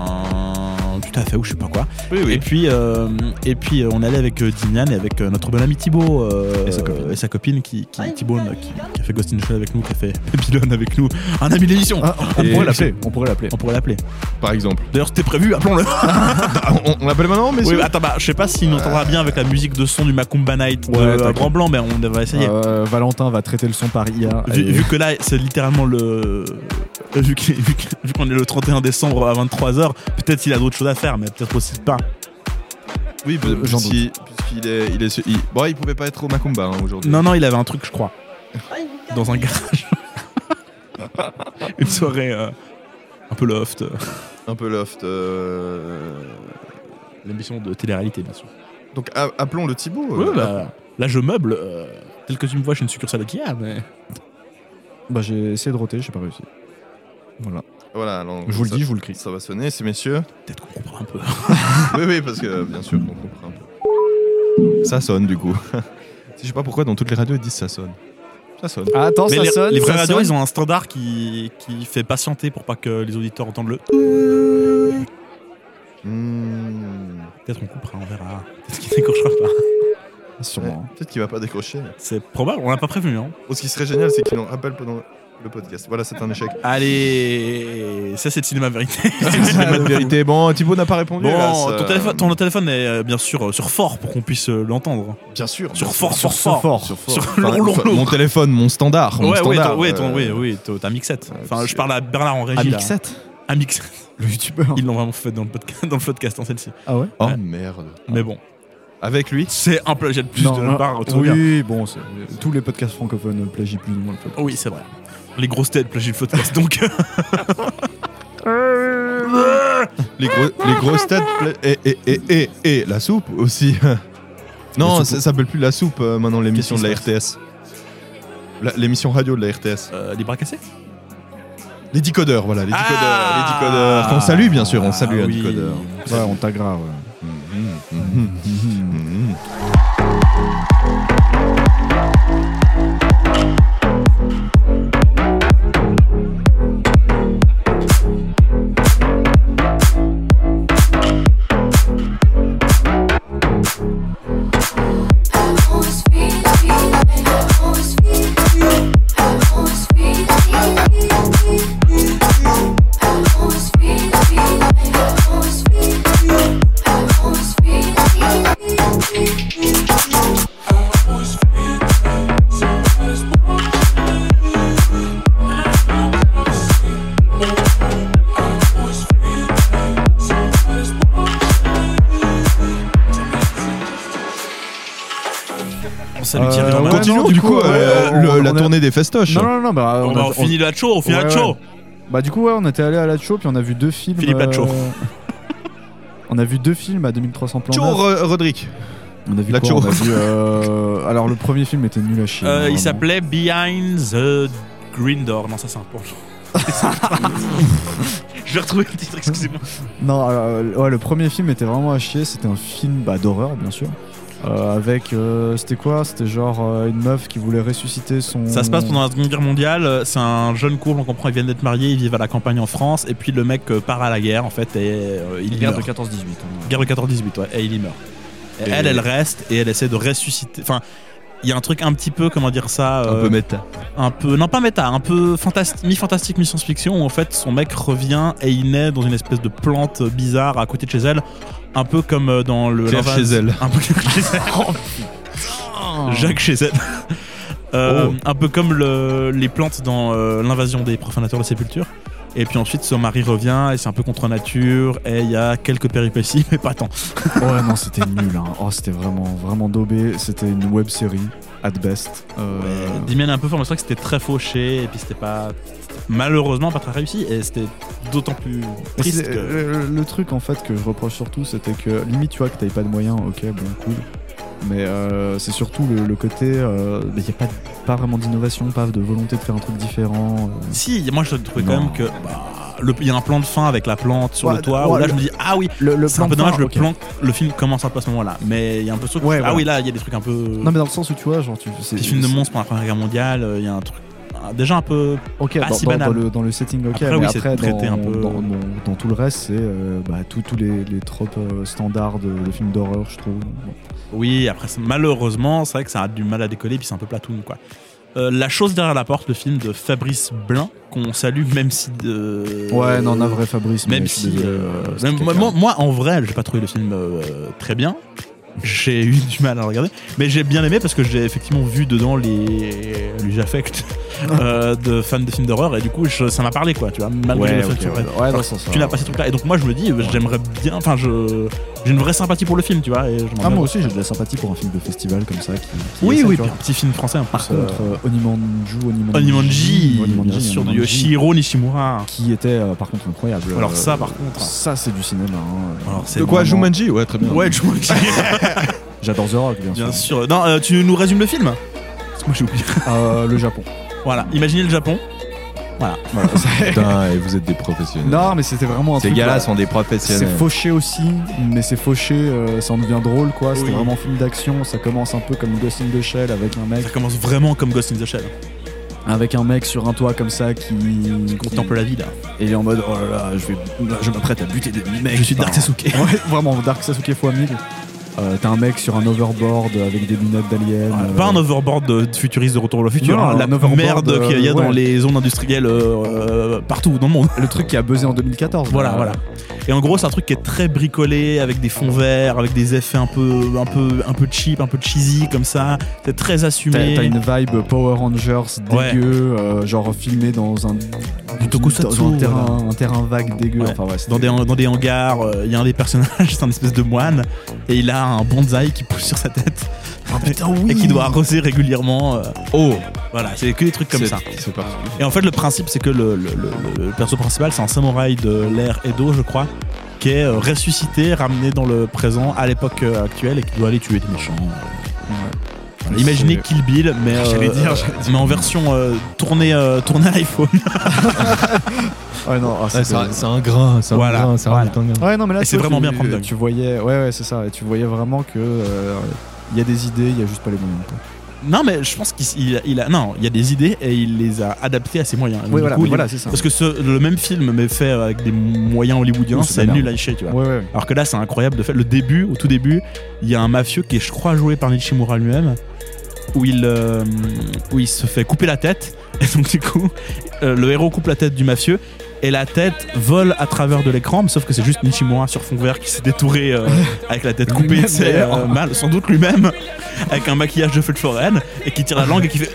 Speaker 6: un tout à fait ou je sais pas quoi.
Speaker 5: Oui,
Speaker 6: Et puis, euh, et puis euh, on allait avec euh, Dimian et avec euh, notre bon ami Thibaut euh,
Speaker 5: Et sa copine.
Speaker 6: et sa copine qui, qui, Thibaut, euh, qui, qui a fait Ghost in the Shell avec nous, qui a fait Babylon avec nous, un ami de l'émission.
Speaker 7: Ah, on,
Speaker 5: Et-
Speaker 7: pourrait l'appeler, on pourrait l'appeler.
Speaker 6: On pourrait l'appeler.
Speaker 5: Par exemple.
Speaker 6: D'ailleurs c'était prévu, appelons-le.
Speaker 5: Ah, on on l'appelle maintenant,
Speaker 6: Oui,
Speaker 5: messieurs
Speaker 6: mais attends, bah, je sais pas s'il m'entendra bien avec la musique de son du Macumba Night
Speaker 7: Ouais,
Speaker 6: de
Speaker 7: t'inquiète.
Speaker 6: Grand Blanc, mais on devrait essayer.
Speaker 7: Euh, Valentin va traiter le son par IA.
Speaker 6: vu,
Speaker 7: et-
Speaker 6: vu que là, c'est littéralement le. euh, Vu que- vu que- vu qu'on est le 31 décembre à 23h, peut-être qu'il a d'autres choses à faire, mais peut-être aussi pas.
Speaker 5: Oui, bah,
Speaker 7: Euh, j'en doute.
Speaker 5: si- puisqu'il est, il est, il- bon, il pouvait pas être au Macumba hein, aujourd'hui.
Speaker 6: Non, non, il avait un truc, je crois. Dans un garage. Une soirée euh, un peu loft. euh,
Speaker 5: Un peu loft. euh,
Speaker 6: L'émission de télé-réalité, bien sûr.
Speaker 5: Donc a- appelons le Thibaut.
Speaker 6: Ouais,
Speaker 5: euh,
Speaker 6: bah, là, je meuble. euh, tel que tu me vois, je suis une succursale Kia, mais.
Speaker 7: Bah, j'ai essayé de roter, j'ai pas réussi. Voilà.
Speaker 5: Voilà. alors,
Speaker 7: Je vous le
Speaker 5: ça-
Speaker 7: dis, je vous le crie.
Speaker 5: Ça va sonner, ces messieurs.
Speaker 6: Peut-être qu'on comprend un peu.
Speaker 5: oui, oui, parce que bien sûr qu'on comprend un peu. Ça sonne du coup. Je sais pas pourquoi dans toutes les radios ils disent ça sonne. Ça sonne.
Speaker 7: Attends,
Speaker 6: Mais
Speaker 7: ça
Speaker 6: les,
Speaker 7: sonne.
Speaker 6: les vraies
Speaker 7: ça
Speaker 6: radios,
Speaker 7: sonne.
Speaker 6: ils ont un standard qui, qui fait patienter pour pas que les auditeurs entendent le.
Speaker 5: Hmm,
Speaker 6: Peut-être on coupera, on verra. Peut-être qu'il décrochera pas.
Speaker 5: ouais,
Speaker 7: Sûrement.
Speaker 5: Eh, Peut-être qu'il va pas décrocher.
Speaker 6: C'est probable, on l'a pas prévenu. Hein.
Speaker 5: Oh, ce qui serait génial, c'est qu'il en rappelle pendant le podcast. Voilà, c'est un échec.
Speaker 6: Allez, ça c'est le cinéma vérité.
Speaker 5: La vérité. Bon, Thibaut n'a pas répondu. euh,
Speaker 6: bon,
Speaker 5: là,
Speaker 6: ton,
Speaker 5: ça-
Speaker 6: téléphone, ton téléphone est euh, bien sûr euh, sur fort pour qu'on puisse euh, l'entendre.
Speaker 5: Bien sûr.
Speaker 6: Sur fort,
Speaker 7: Sur
Speaker 6: sur
Speaker 7: ce
Speaker 6: fort.
Speaker 7: fort.
Speaker 5: Sur
Speaker 6: Sur
Speaker 5: fort.
Speaker 6: lourd, lourd,
Speaker 5: enfin,
Speaker 6: lourd.
Speaker 5: Mon téléphone, mon standard. mon
Speaker 6: Ouais, ouais,
Speaker 5: standard,
Speaker 6: ton, ouais,
Speaker 5: euh, Ah,
Speaker 6: ton, oui, oui, ton- ta mixette. Enfin,
Speaker 5: parce
Speaker 6: je
Speaker 5: que-
Speaker 6: parle à Bernard en régie. là.
Speaker 7: Amixette
Speaker 6: Un mixette.
Speaker 7: Le youtubeur.
Speaker 6: Ils l'ont vraiment fait dans le podcast, dans le podcast, en celle-ci.
Speaker 7: Ah ouais
Speaker 5: Oh
Speaker 6: Ouais.
Speaker 5: merde.
Speaker 6: Mais bon,
Speaker 5: Avec lui
Speaker 6: c'est un plagiat de plus de
Speaker 7: non.
Speaker 6: notre part. tout va bien.
Speaker 7: Oui, bon, c'est- euh, tous les podcasts francophones plagient plus ou moins le peuple.
Speaker 6: Oui, c'est vrai. Les grosses têtes plagient le podcast, donc.
Speaker 5: les, gros- les grosses têtes pla- et, et, et, et, et la soupe aussi. non,
Speaker 7: La soupe.
Speaker 5: ça ça s'appelle plus la soupe euh, maintenant l'émission de
Speaker 6: Qu'est-ce
Speaker 5: la
Speaker 6: qui
Speaker 5: RTS. La- L'émission radio de la RTS.
Speaker 6: Euh, les bras cassés
Speaker 5: Les décodeurs, voilà, les décodeurs,
Speaker 6: Ah
Speaker 5: les décodeurs. Qu'on salue bien sûr, on salue
Speaker 6: Ah
Speaker 5: un
Speaker 6: oui.
Speaker 5: décodeur.
Speaker 7: Ouais, on t'aggrave.
Speaker 5: Mhm.
Speaker 6: On salue Thierry Lambert.
Speaker 7: ouais,
Speaker 5: Continuons
Speaker 7: non,
Speaker 5: du coup,
Speaker 7: ouais,
Speaker 5: euh,
Speaker 7: on-
Speaker 5: le-
Speaker 7: on
Speaker 5: la
Speaker 7: est-
Speaker 5: tournée des festoches.
Speaker 7: Non, non, non, bah,
Speaker 6: Bon,
Speaker 7: on,
Speaker 6: bah,
Speaker 7: a-
Speaker 6: on, finit la show, on finit
Speaker 7: Ouais,
Speaker 6: la
Speaker 7: ouais.
Speaker 6: show.
Speaker 7: Bah, du coup, ouais, on était allé à la Tcho, puis on a vu deux films. euh,
Speaker 6: Philippe Lachaud.
Speaker 7: On a vu deux films à 2300 plans.
Speaker 5: Tcho,
Speaker 7: neufs.
Speaker 5: Ro- Rodrigue.
Speaker 7: On a vu
Speaker 5: Lachaud.
Speaker 7: quoi On a vu, euh, Alors, le premier film était nul à chier.
Speaker 6: Euh,
Speaker 7: vraiment.
Speaker 6: il s'appelait Behind the Green Door. Non, ça c'est un porno. Je vais retrouver le titre, excusez-moi.
Speaker 7: Non, euh, ouais, le premier film était vraiment à chier. C'était un film bah, d'horreur, bien sûr. Euh, avec. euh, C'était quoi C'était genre euh, une meuf qui voulait ressusciter son.
Speaker 6: Ça se passe pendant la Seconde Guerre mondiale. euh, C'est un jeune couple, on comprend, ils viennent d'être mariés, ils vivent à la campagne en France. Et puis le mec euh, part à la guerre, en fait, et euh, il, y meurt.
Speaker 7: 14-18.
Speaker 6: Guerre de 14-18, ouais, et il y meurt. Et
Speaker 5: Et-
Speaker 6: Elle, elle reste et elle essaie de ressusciter. Enfin, il y a un truc un petit peu, comment dire ça
Speaker 5: Un
Speaker 6: euh,
Speaker 5: peu méta.
Speaker 6: un peu non pas méta un peu fantastique mi fantastique mi science-fiction où en fait son mec revient et il naît dans une espèce de plante bizarre à côté de chez elle un peu comme euh, dans le
Speaker 5: Claire
Speaker 6: l'invas-
Speaker 5: chez elle.
Speaker 6: un peu Claire chez elle Jacques chez elle Euh,
Speaker 7: Oh.
Speaker 6: Un peu comme le- les plantes dans euh, l'invasion des profanateurs de sépulture. Et puis ensuite, son mari revient et c'est un peu contre nature. Et il y a quelques péripéties, mais pas tant.
Speaker 7: Ouais, non, c'était nul. Hein. Oh, c'était vraiment, vraiment daubé. C'était une web série, at best. Euh,
Speaker 6: Dimian est un peu fort, mais c'est vrai que c'était très fauché. Et puis c'était pas. c'était Malheureusement, pas très réussi. Et c'était d'autant plus
Speaker 7: Et c'est- euh,
Speaker 6: triste que.
Speaker 7: le, le truc en fait que je reproche surtout, c'était que limite tu vois que t'avais pas de moyens, ok, bon cool. Mais euh, c'est surtout le, le côté, il n'y a pas, pas vraiment d'innovation, pas de volonté de faire un truc différent. euh.
Speaker 6: Si, moi je trouvais quand
Speaker 7: Non.
Speaker 6: même que. bah, le- Il y a un plan de fin avec la plante sur
Speaker 7: Ouais,
Speaker 6: le toit.
Speaker 7: ouais,
Speaker 6: où là,
Speaker 7: le-
Speaker 6: je me dis, ah oui,
Speaker 7: Le, le
Speaker 6: c'est un
Speaker 7: plan
Speaker 6: peu
Speaker 7: de fin,
Speaker 6: dommage. le,
Speaker 7: ok.
Speaker 6: plan, le film commence un peu à ce moment-là. Mais il y a un peu ce truc.
Speaker 7: Ouais,
Speaker 6: Ah
Speaker 7: voilà.
Speaker 6: oui, là, il y a des trucs un peu.
Speaker 7: Non mais dans le sens où tu vois, genre tu. c'est-
Speaker 6: Des films de monstres pendant la Première Guerre mondiale, il y a un truc ah, déjà un peu.
Speaker 7: Ok,
Speaker 6: pas
Speaker 7: dans,
Speaker 6: Ah, si
Speaker 7: dans- dans
Speaker 6: banal.
Speaker 7: le, dans le setting, ok.
Speaker 6: Après,
Speaker 7: mais
Speaker 6: oui, c'est
Speaker 7: après
Speaker 6: traité
Speaker 7: dans,
Speaker 6: un peu-
Speaker 7: dans- dans- dans tout le reste, c'est euh, bah, tous- tous les, les tropes euh, standards de, de films d'horreur, je trouve. Bon.
Speaker 6: Oui, après c'est- malheureusement, c'est vrai que ça a du mal à décoller, puis c'est un peu platoon quoi. Euh, la chose derrière la porte, le film de Fabrice Blin qu'on salue même si de.
Speaker 7: Ouais, non, non, vrai Fabrice. mais
Speaker 6: Euh, Même
Speaker 7: je suis
Speaker 6: si.
Speaker 7: désolé,
Speaker 6: euh,
Speaker 7: euh, c'est
Speaker 6: même- moi,
Speaker 7: quelqu'un.
Speaker 6: moi- moi, en vrai, j'ai pas trouvé le film euh, très bien. J'ai eu du mal à le regarder, mais j'ai bien aimé parce que j'ai effectivement vu dedans les, les affects euh, de fans de films d'horreur et du coup je- ça m'a parlé quoi, tu vois, malgré le
Speaker 7: Ouais,
Speaker 6: fait
Speaker 7: ok,
Speaker 6: que ça
Speaker 7: ouais,
Speaker 6: soit-
Speaker 7: ouais, dans
Speaker 6: Enfin,
Speaker 7: ce sens,
Speaker 6: tu n'as
Speaker 7: ouais.
Speaker 6: pas ces trucs-là. Et donc moi je me dis, euh, j'aimerais bien, enfin je, j'ai une vraie sympathie pour le film, tu vois. Et je m'en
Speaker 7: Ah,
Speaker 6: vais
Speaker 7: moi
Speaker 6: voir.
Speaker 7: aussi j'ai de la sympathie pour un film de festival comme ça qui. qui
Speaker 6: oui,
Speaker 7: essaie,
Speaker 6: oui,
Speaker 7: tu vois.
Speaker 6: puis un petit film français hein. en plus.
Speaker 7: Par contre, euh, Onimanju, Onimanji,
Speaker 6: Onimanji,
Speaker 7: Onimanji,
Speaker 6: bien sûr, de
Speaker 7: Onimanji,
Speaker 6: Yoshihiro Nishimura.
Speaker 7: qui était euh, par contre incroyable.
Speaker 6: Alors
Speaker 7: Euh,
Speaker 6: ça, par contre.
Speaker 7: ça c'est du cinéma. hein.
Speaker 6: Alors, c'est
Speaker 5: De quoi
Speaker 7: vraiment-
Speaker 5: Jumanji Ouais, très bien.
Speaker 6: Ouais, Jumanji.
Speaker 7: J'adore The Rock bien,
Speaker 6: Bien
Speaker 7: sûr.
Speaker 6: sûr. Non, euh, tu nous résumes le film Parce que moi j'ai oublié.
Speaker 7: Euh, le Japon.
Speaker 6: Voilà, imaginez le Japon.
Speaker 7: Voilà.
Speaker 5: Putain, et vous êtes des professionnels.
Speaker 7: non mais c'était vraiment un
Speaker 5: Ces
Speaker 7: truc.
Speaker 5: gars-là
Speaker 7: ouais.
Speaker 5: sont des professionnels.
Speaker 7: C'est fauché aussi, mais c'est fauché, euh, ça en devient drôle quoi. C'était
Speaker 6: Oui.
Speaker 7: vraiment un film d'action, ça commence un peu comme Ghost in the Shell avec un mec,
Speaker 6: Ça commence vraiment comme Ghost in the Shell.
Speaker 7: avec un mec sur un toit comme ça qui, qui-
Speaker 6: Contemple la vie là.
Speaker 7: Et il est en mode oh là là, je, vais, je m'apprête à buter des mecs.
Speaker 6: Je suis Dark
Speaker 7: putain.
Speaker 6: Sasuke.
Speaker 7: Ouais, vraiment, Dark Sasuke x 1000. Euh, T'as un mec sur un overboard avec des lunettes d'alien.
Speaker 6: Voilà,
Speaker 7: euh,
Speaker 6: Pas un overboard de de futuriste de retour au futur,
Speaker 7: Non,
Speaker 6: hein, la
Speaker 7: un overboard,
Speaker 6: merde
Speaker 7: euh,
Speaker 6: qu'il y a dans
Speaker 7: ouais.
Speaker 6: les zones industrielles euh, euh, partout dans le monde.
Speaker 7: Le truc qui a buzzé en 2014.
Speaker 6: Voilà,
Speaker 7: là.
Speaker 6: voilà. Et en gros, c'est un truc qui est très bricolé, avec des fonds verts, avec des effets un peu, un peu, un peu cheap, un peu cheesy comme ça. C'est très
Speaker 7: T'as
Speaker 6: assumé.
Speaker 7: t'as une vibe Power Rangers
Speaker 6: Ouais.
Speaker 7: dégueu, euh, genre filmé dans un,
Speaker 6: tokusatsu,
Speaker 7: dans un, terrain, un terrain vague dégueu.
Speaker 6: Ouais.
Speaker 7: Enfin, ouais, c'était-
Speaker 6: Dans des, dans des hangars, euh, il y a un des personnages, c'est un espèce de moine, et il a un bonsaï qui pousse sur sa tête.
Speaker 7: Ah,
Speaker 6: Et qui doit arroser régulièrement. euh,
Speaker 5: Oh,
Speaker 6: voilà, c'est que des trucs comme
Speaker 5: c'est-
Speaker 6: ça.
Speaker 5: C'est particulier.
Speaker 6: Et en fait, le principe, c'est que le, le- le- le perso principal, c'est un samouraï de l'ère Edo, je crois, qui est euh, ressuscité, ramené dans le présent à l'époque euh, actuelle et qui doit aller tuer des méchants. Voilà, Imaginez
Speaker 7: C'est-
Speaker 6: Kill Bill, mais, euh,
Speaker 7: J'allais dire,
Speaker 6: euh, mais en version euh, tournée, euh, tournée à l'iPhone.
Speaker 7: Ouais, non, ah, c'était-
Speaker 5: Ouais, c'est un grain, c'est un
Speaker 6: Voilà,
Speaker 5: grain, c'est un
Speaker 6: voilà.
Speaker 5: putain de grain.
Speaker 7: Ouais, non, mais là,
Speaker 6: Et
Speaker 7: tu
Speaker 6: c'est
Speaker 7: vois,
Speaker 6: vraiment
Speaker 7: tu-
Speaker 6: bien prendre dingue.
Speaker 7: Tu voyais, ouais, ouais, c'est ça. Et tu voyais vraiment que euh, il y a des idées, il y a juste pas les moyens. quoi.
Speaker 6: Non, mais je pense qu'il il- il a. Non, il y a des idées et il les a adaptées à ses moyens. Donc,
Speaker 7: Oui,
Speaker 6: du
Speaker 7: voilà,
Speaker 6: coup,
Speaker 7: mais
Speaker 6: il-
Speaker 7: voilà, c'est ça.
Speaker 6: Parce que ce- le même film, mais fait euh, avec des moyens hollywoodiens,
Speaker 7: Oui, c'est de
Speaker 6: c'est
Speaker 7: la
Speaker 6: nul
Speaker 7: merde.
Speaker 6: à chier, tu vois.
Speaker 7: Ouais, ouais.
Speaker 6: Alors que là, c'est incroyable de fait. Le début, au tout début, il y a un mafieux qui est, je crois, joué par Nishimura lui-même, où il, euh, où il se fait couper la tête. Et donc, du coup, euh, le héros coupe la tête du mafieux. Et la tête vole à travers de l'écran, mais sauf que c'est juste Nishimura sur fond vert qui s'est détouré euh, avec la tête coupée,
Speaker 7: Lui-même,
Speaker 6: c'est euh,
Speaker 7: d'ailleurs.
Speaker 6: mal, sans doute lui-même, avec un maquillage de feu de foraine, et qui tire la langue et qui fait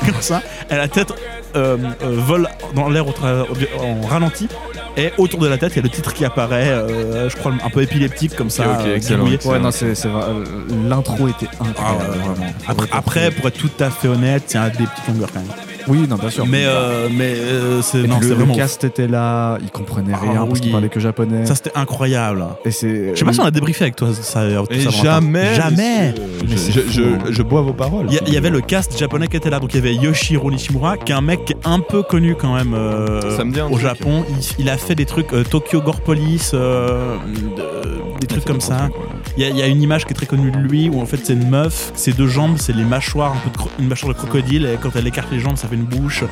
Speaker 6: comme ça. Et la tête euh, euh, vole dans l'air au travers- au- en ralenti, et autour de la tête, il y a le titre qui apparaît, euh, je crois un peu épileptique comme ça.
Speaker 5: ok,
Speaker 6: euh,
Speaker 5: excellent,
Speaker 6: bouillé.
Speaker 5: excellent.
Speaker 7: Ouais, non, c'est c'est vrai, euh, l'intro était
Speaker 6: Ah
Speaker 7: incroyable,
Speaker 6: ouais, ouais,
Speaker 7: vraiment.
Speaker 6: ouais. Après, après, pour être tout à fait honnête, il y a des petites longueurs quand même.
Speaker 7: oui, non, bien sûr.
Speaker 6: Mais, euh, mais euh, c'est
Speaker 7: Et
Speaker 6: non,
Speaker 7: puis
Speaker 6: c'est
Speaker 7: le,
Speaker 6: vraiment.
Speaker 7: le cast était là, il comprenait
Speaker 6: Ah
Speaker 7: rien parce
Speaker 6: oui.
Speaker 7: qu'il parlait que japonais.
Speaker 6: Ça c'était incroyable.
Speaker 7: et c'est. euh,
Speaker 6: Je sais pas si on a débriefé avec toi ça. euh, tout
Speaker 5: Et
Speaker 6: ça, Valentin.
Speaker 5: jamais.
Speaker 6: Jamais.
Speaker 5: monsieur,
Speaker 7: Mais c'est
Speaker 5: Je,
Speaker 7: fou,
Speaker 5: je,
Speaker 7: hein.
Speaker 5: je bois vos paroles.
Speaker 6: Il y a- il y, avait le cast japonais qui était là, donc il y avait Yoshihiro Nishimura, qui est un mec qui est un peu connu quand même euh,
Speaker 5: Ça me dit un
Speaker 6: au
Speaker 5: truc.
Speaker 6: Japon. Il, il a fait des trucs euh, Tokyo Gore Police, euh, de- des trucs comme ça. Il y, a- il y a une image qui est très connue de lui où en fait c'est une meuf, ses deux jambes, c'est les mâchoires, un peu de cro- une mâchoire de crocodile et quand elle écarte les jambes, ça fait une bouche.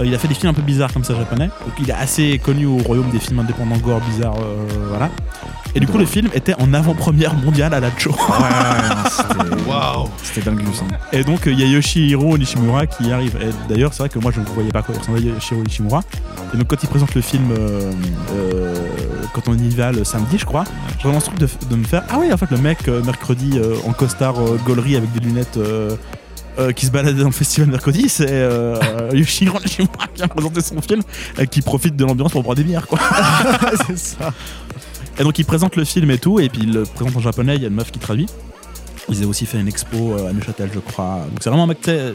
Speaker 6: Euh, il a fait des films un peu bizarres comme ça japonais. Donc il est assez connu au royaume des films indépendants gore bizarres, euh, voilà. Et du coup le film était en avant-première mondiale à la Joe.
Speaker 7: Ouais, ouais, ouais, non, c'était-
Speaker 5: Waouh
Speaker 7: C'était dingue, hein.
Speaker 6: Et donc il y a Yoshihiro Nishimura qui arrive. Et d'ailleurs c'est vrai que moi je ne voyais pas à quoi il ressemblait Yoshihiro Nishimura. Et donc quand il présente le film, euh, euh, quand on y va le samedi je crois, j'ai vraiment ce truc de, de me faire ah oui en fait le mec euh, mercredi euh, en costard euh, gaulerie avec des lunettes euh, euh, qui se baladait dans le festival mercredi, c'est euh, Yoshihiro Nishimura qui a présenté son film et qui profite de l'ambiance pour boire des bières, quoi.
Speaker 7: c'est ça.
Speaker 6: Et donc il présente le film et tout, et puis il le présente en japonais, il y a une meuf qui traduit. Ils avaient aussi fait une expo euh, à Neuchâtel, je crois. Donc c'est vraiment un mec, tu sais, euh,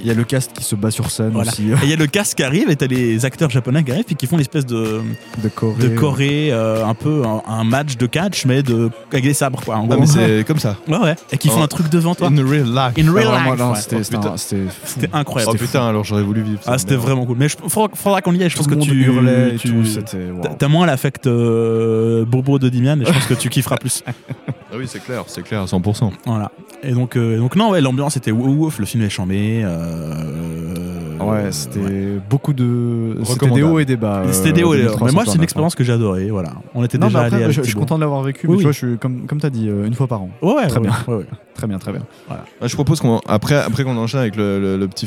Speaker 7: Il y a le cast qui se bat sur scène
Speaker 6: Voilà.
Speaker 7: aussi, euh,
Speaker 6: Et il y a le casque qui arrive, et t'as les acteurs japonais qui arrivent, puis qui font l'espèce de,
Speaker 7: de Corée.
Speaker 6: de Corée, euh, un peu un, un match de catch, mais de, avec des sabres, quoi. en
Speaker 5: Ah,
Speaker 6: gros.
Speaker 5: mais c'est comme ça.
Speaker 6: ouais, ouais. Et qui font
Speaker 5: Oh.
Speaker 6: un truc devant toi.
Speaker 5: In real life.
Speaker 6: In
Speaker 7: Ah,
Speaker 6: real
Speaker 7: vraiment,
Speaker 6: life,
Speaker 7: non,
Speaker 6: ouais.
Speaker 7: c'était-
Speaker 5: Oh,
Speaker 7: c'était
Speaker 5: putain.
Speaker 7: un- c'était fou.
Speaker 6: C'était incroyable.
Speaker 5: Oh putain, alors j'aurais voulu vivre ça.
Speaker 6: Ah, c'était
Speaker 5: merde.
Speaker 6: vraiment cool. Mais je, faudra, faudra qu'on y aille. Je pense
Speaker 7: Tout le
Speaker 6: que
Speaker 7: monde
Speaker 6: tu
Speaker 7: hurlait et
Speaker 6: tu-
Speaker 7: tout, c'était waouh.
Speaker 6: t'as- T'as moins l'affect euh, bobo de Dimian et je pense que tu kifferas plus.
Speaker 5: Ah oui, c'est clair, c'est clair à 100%.
Speaker 6: Voilà. Et donc, euh, et donc non, ouais, l'ambiance était ouf, ouf, le film est chambé. euh,
Speaker 7: Ouais, c'était beaucoup de. C'était
Speaker 5: Recommandable.
Speaker 7: des hauts et des bas. euh,
Speaker 6: C'était des hauts et des hauts.
Speaker 7: 2300
Speaker 6: Mais moi, c'est une
Speaker 7: Internet, hein.
Speaker 6: expérience que j'ai adorée. Voilà. On était
Speaker 7: Non, mais
Speaker 6: déjà
Speaker 7: après,
Speaker 6: allés
Speaker 7: je-
Speaker 6: avec
Speaker 7: je, suis
Speaker 6: Thibaut.
Speaker 7: content de l'avoir vécu,
Speaker 6: Oui,
Speaker 7: mais tu
Speaker 6: oui.
Speaker 7: vois, je suis, comme, comme t'as dit, euh, une fois par an.
Speaker 6: Ouais, ouais,
Speaker 7: Très
Speaker 6: ouais,
Speaker 7: bien.
Speaker 6: ouais, ouais.
Speaker 7: Très bien, très bien.
Speaker 5: Ah, je propose qu'on après après qu'on enchaîne avec le, le- le petit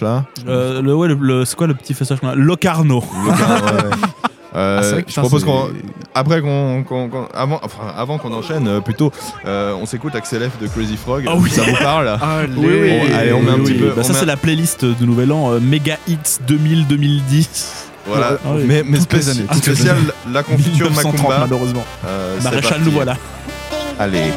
Speaker 5: là.
Speaker 6: Euh, le, ouais, le, le- c'est quoi le petit festival qu'on a Locarno.
Speaker 5: Le gars, ouais. Euh,
Speaker 7: Ah, c'est vrai que,
Speaker 5: je
Speaker 7: putain,
Speaker 5: propose
Speaker 7: c'est-
Speaker 5: qu'on après qu'on qu'on- qu'on- avant enfin, avant qu'on enchaîne euh, plutôt euh, on s'écoute Axel F de Crazy Frog.
Speaker 6: Ah oui.
Speaker 5: Ça vous parle
Speaker 7: Allez.
Speaker 5: Bon, allez, on met un
Speaker 6: Oui,
Speaker 5: petit peu.
Speaker 6: bah
Speaker 5: on
Speaker 6: ça,
Speaker 5: met-
Speaker 6: c'est la playlist de Nouvel An euh, Mega Hits 2000-2010.
Speaker 5: Voilà.
Speaker 6: Ah oui.
Speaker 5: Mais, mais
Speaker 7: Toutes les
Speaker 5: spécial,
Speaker 7: années, toutes les
Speaker 5: spécial la confiture
Speaker 6: 1930,
Speaker 5: Macumba.
Speaker 6: malheureusement.
Speaker 5: Euh, c'est
Speaker 6: Maréchal,
Speaker 5: parti.
Speaker 6: Bah, nous voilà.
Speaker 5: Allez.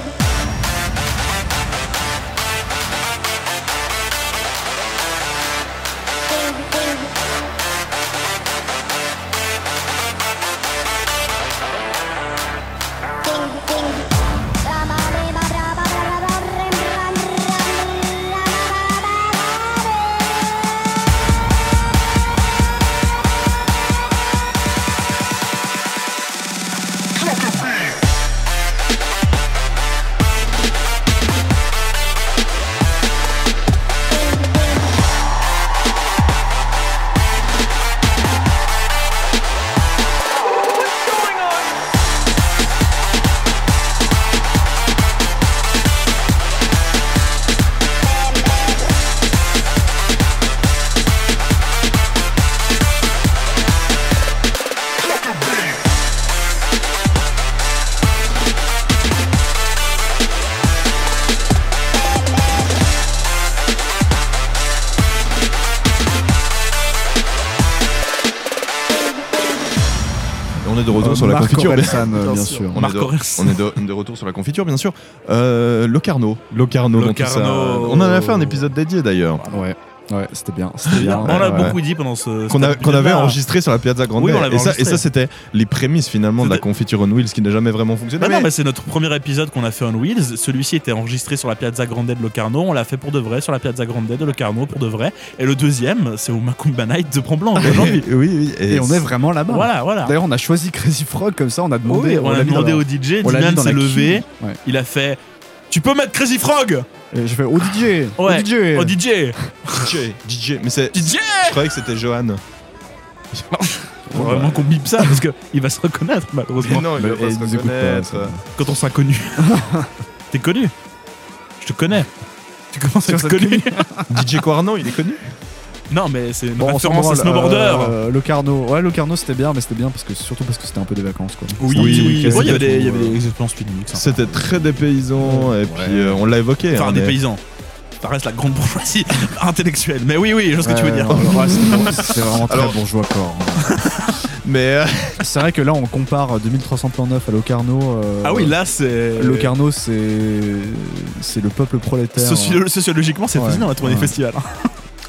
Speaker 5: On est de retour
Speaker 7: Euh,
Speaker 5: sur la
Speaker 7: Marc
Speaker 5: confiture.
Speaker 7: Orelsan, bien sûr.
Speaker 5: On est,
Speaker 6: Marc
Speaker 5: de,
Speaker 6: Aurès.
Speaker 5: on est de- de retour sur la confiture, bien sûr. Euh, Locarno. Locarno. dans tout ça.
Speaker 6: Locarno.
Speaker 5: On en a fait un épisode dédié d'ailleurs.
Speaker 7: Ouais, ouais, c'était bien. C'était bien.
Speaker 6: on
Speaker 7: ouais,
Speaker 6: l'a
Speaker 7: ouais.
Speaker 6: beaucoup dit pendant ce.
Speaker 5: Qu'on a-
Speaker 6: cet
Speaker 5: qu'on avait
Speaker 6: épisode-là.
Speaker 5: enregistré sur la Piazza Grande.
Speaker 6: Oui, on l'avait
Speaker 5: et, ça,
Speaker 6: enregistré.
Speaker 5: et ça, c'était les prémices finalement de la
Speaker 6: C'était-
Speaker 5: confiture on wheels qui n'a jamais vraiment fonctionné.
Speaker 6: Non, non,
Speaker 5: mais-
Speaker 6: mais c'est notre premier épisode qu'on a fait on Wheels. Celui-ci était enregistré sur la Piazza Grande de Locarno. On l'a fait pour de vrai sur la Piazza Grande de Locarno pour de vrai. Et le deuxième, c'est au Macumba Night de Pront-Blanc aujourd'hui.
Speaker 5: oui, Ah, oui,
Speaker 7: Et on est vraiment là-bas.
Speaker 6: voilà, voilà.
Speaker 7: D'ailleurs, on a choisi Crazy Frog comme ça, on a demandé.
Speaker 6: Oui, on, a
Speaker 7: l'a mis
Speaker 6: demandé
Speaker 7: dans
Speaker 6: au
Speaker 7: la-
Speaker 6: DJ.
Speaker 7: on l'a mis
Speaker 6: Dylan
Speaker 7: dans
Speaker 6: s'est
Speaker 7: la
Speaker 6: levé.
Speaker 7: queue. Ouais.
Speaker 6: Il a fait Tu peux mettre Crazy Frog
Speaker 7: Et j'ai fait au DJ Au
Speaker 6: Ouais.
Speaker 7: DJ
Speaker 6: Oh, DJ
Speaker 5: DJ, DJ. Mais c'est.
Speaker 6: DJ
Speaker 5: Je croyais que c'était Johan.
Speaker 6: Faut vraiment qu'on bip ça parce qu'il va se reconnaître malheureusement.
Speaker 5: non,
Speaker 7: Mais il nous écoute pas, ça.
Speaker 6: Quand on sera connu. T'es connu Je te connais. Tu commences
Speaker 7: Tu
Speaker 6: à être
Speaker 7: commences à être
Speaker 6: connu.
Speaker 5: DJ Quarno, il est connu.
Speaker 6: Non, mais c'est une
Speaker 7: Bon, on s'en
Speaker 6: référence à
Speaker 7: branle,
Speaker 6: Snowboarder.
Speaker 7: euh, Locarno. Ouais, Locarno c'était bien, mais c'était bien parce que surtout parce que c'était un peu des vacances quoi.
Speaker 5: Oui,
Speaker 7: C'était un petit
Speaker 5: oui,
Speaker 7: week-end.
Speaker 6: Ouais, il y avait des, il y avait hein. des expériences publiques. sympa.
Speaker 5: C'était très dépaysant. Et puis, euh, on l'a évoqué.
Speaker 6: Enfin,
Speaker 5: on
Speaker 6: des
Speaker 5: est-
Speaker 6: paysans. Ça reste la grande bourgeoisie intellectuelle. Mais oui, oui, je vois ce que tu veux
Speaker 7: Ouais,
Speaker 6: dire.
Speaker 7: alors, ouais, c'est bon, c'est vraiment très
Speaker 5: Alors-
Speaker 7: bourgeois corps.
Speaker 5: Mais. euh,
Speaker 7: C'est vrai que là, on compare 2300 plan neuf à Locarno. euh,
Speaker 6: Ah oui, là, c'est.
Speaker 7: Locarno, c'est c'est le peuple prolétaire.
Speaker 6: Socio- Sociologiquement, c'est
Speaker 7: hein. Ouais.
Speaker 6: fascinant la tournée
Speaker 7: Ouais.
Speaker 6: festival.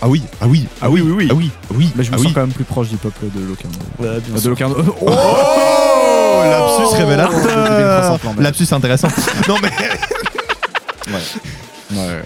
Speaker 5: Ah oui, ah oui,
Speaker 6: hein. Ah oui, oui, oui.
Speaker 5: ah oui, ah oui.
Speaker 7: Mais Bah, je me
Speaker 5: ah
Speaker 7: sens
Speaker 5: oui.
Speaker 7: quand même plus proche du peuple de Locarno.
Speaker 6: Ouais, bien
Speaker 5: Ah,
Speaker 7: Euh,
Speaker 6: sûr.
Speaker 7: De Locarno. Oh,
Speaker 5: Oh, lapsus révélateur.
Speaker 7: 2300 plan neuf.
Speaker 5: Lapsus intéressant. non mais.
Speaker 7: Ouais, ouais.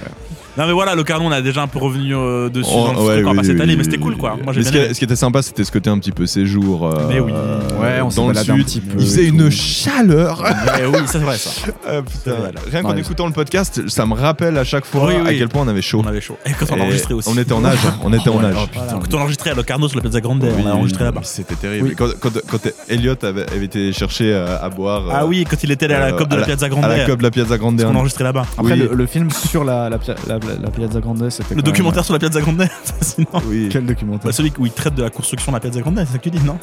Speaker 6: Non, mais voilà, Locarno, on a déjà un peu revenu euh, dessus
Speaker 5: Oh,
Speaker 6: dans le
Speaker 5: ouais,
Speaker 6: truc, on va
Speaker 5: oui,
Speaker 6: pas cette
Speaker 5: oui,
Speaker 6: année,
Speaker 5: oui,
Speaker 6: mais c'était
Speaker 5: oui,
Speaker 6: cool
Speaker 5: oui.
Speaker 6: quoi. Moi j'ai
Speaker 5: Mais ce,
Speaker 6: bien
Speaker 5: qui,
Speaker 6: aimé.
Speaker 5: ce qui était sympa, c'était ce côté un petit peu séjour. euh,
Speaker 6: Mais oui.
Speaker 7: Ouais, on s'est
Speaker 5: dans le
Speaker 7: baladé un
Speaker 5: sud.
Speaker 7: petit peu
Speaker 5: Il faisait
Speaker 7: et
Speaker 5: une
Speaker 7: tout.
Speaker 5: chaleur.
Speaker 6: Ouais, oui, ça c'est vrai ça.
Speaker 5: Ah, putain. Rien qu'en
Speaker 7: Ouais.
Speaker 5: écoutant le podcast, ça me rappelle à chaque fois
Speaker 6: Oui, oui.
Speaker 5: à quel point on avait chaud.
Speaker 6: On avait chaud. Et quand on
Speaker 5: Et
Speaker 6: a enregistré aussi.
Speaker 5: on était en âge, on était en
Speaker 6: Ouais,
Speaker 5: âge.
Speaker 6: Voilà, Quand on a enregistré à Locarno sur la Plaza Grande, on
Speaker 5: Oui,
Speaker 6: a enregistré là-bas.
Speaker 5: C'était terrible. Quand, quand, quand Elliot avait, avait été chercher euh, à boire euh,
Speaker 6: Ah oui, quand il était allé à la
Speaker 5: euh,
Speaker 6: COP de
Speaker 5: à
Speaker 6: la Piazza Grande,
Speaker 5: à la
Speaker 6: parce
Speaker 5: COP de la Piazza Grande.
Speaker 6: qu'on a enregistré là-bas.
Speaker 7: Après,
Speaker 5: Oui.
Speaker 7: le, le film sur la, la, pia- la, la- la Piazza Grande, c'était.
Speaker 6: Le
Speaker 7: quand même-
Speaker 6: documentaire sur la Piazza Grande, fascinant.
Speaker 5: Oui.
Speaker 7: Quel documentaire
Speaker 6: Bah, celui où il traite de la construction de la Piazza Grande, c'est ça que tu dis, non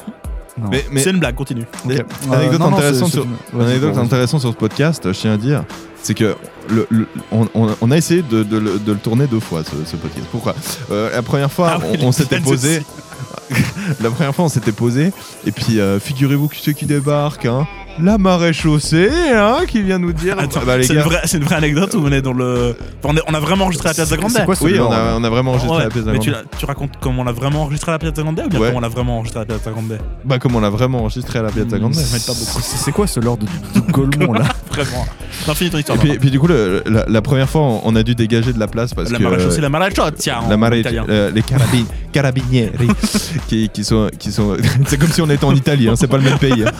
Speaker 7: Non.
Speaker 5: Mais, mais
Speaker 6: C'est une blague, continue.
Speaker 5: mais-
Speaker 7: Ok. Euh,
Speaker 5: anecdote
Speaker 7: non, non, c'est-
Speaker 5: intéressante
Speaker 7: c'est
Speaker 5: sur,
Speaker 7: une-
Speaker 5: Une
Speaker 7: vas-y,
Speaker 5: anecdote
Speaker 7: pardon.
Speaker 5: intéressante sur ce podcast, je tiens à dire, c'est que le, le- on, on- on a essayé de, de le- de le tourner deux fois ce, ce podcast. Pourquoi Euh, La première fois,
Speaker 6: Ah ouais,
Speaker 5: on, on
Speaker 6: les
Speaker 5: s'était
Speaker 6: fans
Speaker 5: posé. la première fois, on s'était posé. Et puis, euh, figurez-vous que ceux qui débarquent, hein, la marée chaussée, hein, qui vient nous dire.
Speaker 6: Attends,
Speaker 5: Bah, les
Speaker 6: c'est une,
Speaker 5: gars,
Speaker 6: vraie- c'est une vraie anecdote où on est dans le. enfin, on, est- on a vraiment enregistré à la Piazza Grande
Speaker 7: C'est quoi ce
Speaker 5: oui,
Speaker 7: blanc,
Speaker 5: on a,
Speaker 7: là
Speaker 5: on a vraiment enregistré
Speaker 6: Ouais,
Speaker 5: Oh, la pièce
Speaker 6: Mais tu,
Speaker 5: d'avant.
Speaker 6: l'as- tu racontes comment on l'a vraiment enregistré à la Piazza Grande ou bien
Speaker 5: Ouais.
Speaker 6: comment on l'a vraiment enregistré à la Piazza Grande
Speaker 5: Bah, comme on l'a vraiment enregistré à la
Speaker 6: Mm,
Speaker 5: pièce
Speaker 7: Hmm,
Speaker 5: d'avant.
Speaker 7: ça m'aide pas beaucoup. C'est c'est quoi ce lord de, de Gaulmont là
Speaker 6: Vraiment. Non, finis ton histoire.
Speaker 5: Et puis,
Speaker 6: pardon.
Speaker 5: puis du coup, le- la, la première fois, on- on a dû dégager de la place parce
Speaker 6: la
Speaker 5: que
Speaker 6: maraccio, c'est
Speaker 5: euh,
Speaker 6: la maraccio, tiens. Ah, en
Speaker 5: la marée,
Speaker 6: italien.
Speaker 5: euh, les carabines, carabinieri, qui, qui sont, qui sont, c'est comme si on était en Italie, hein, c'est pas le même pays, hein.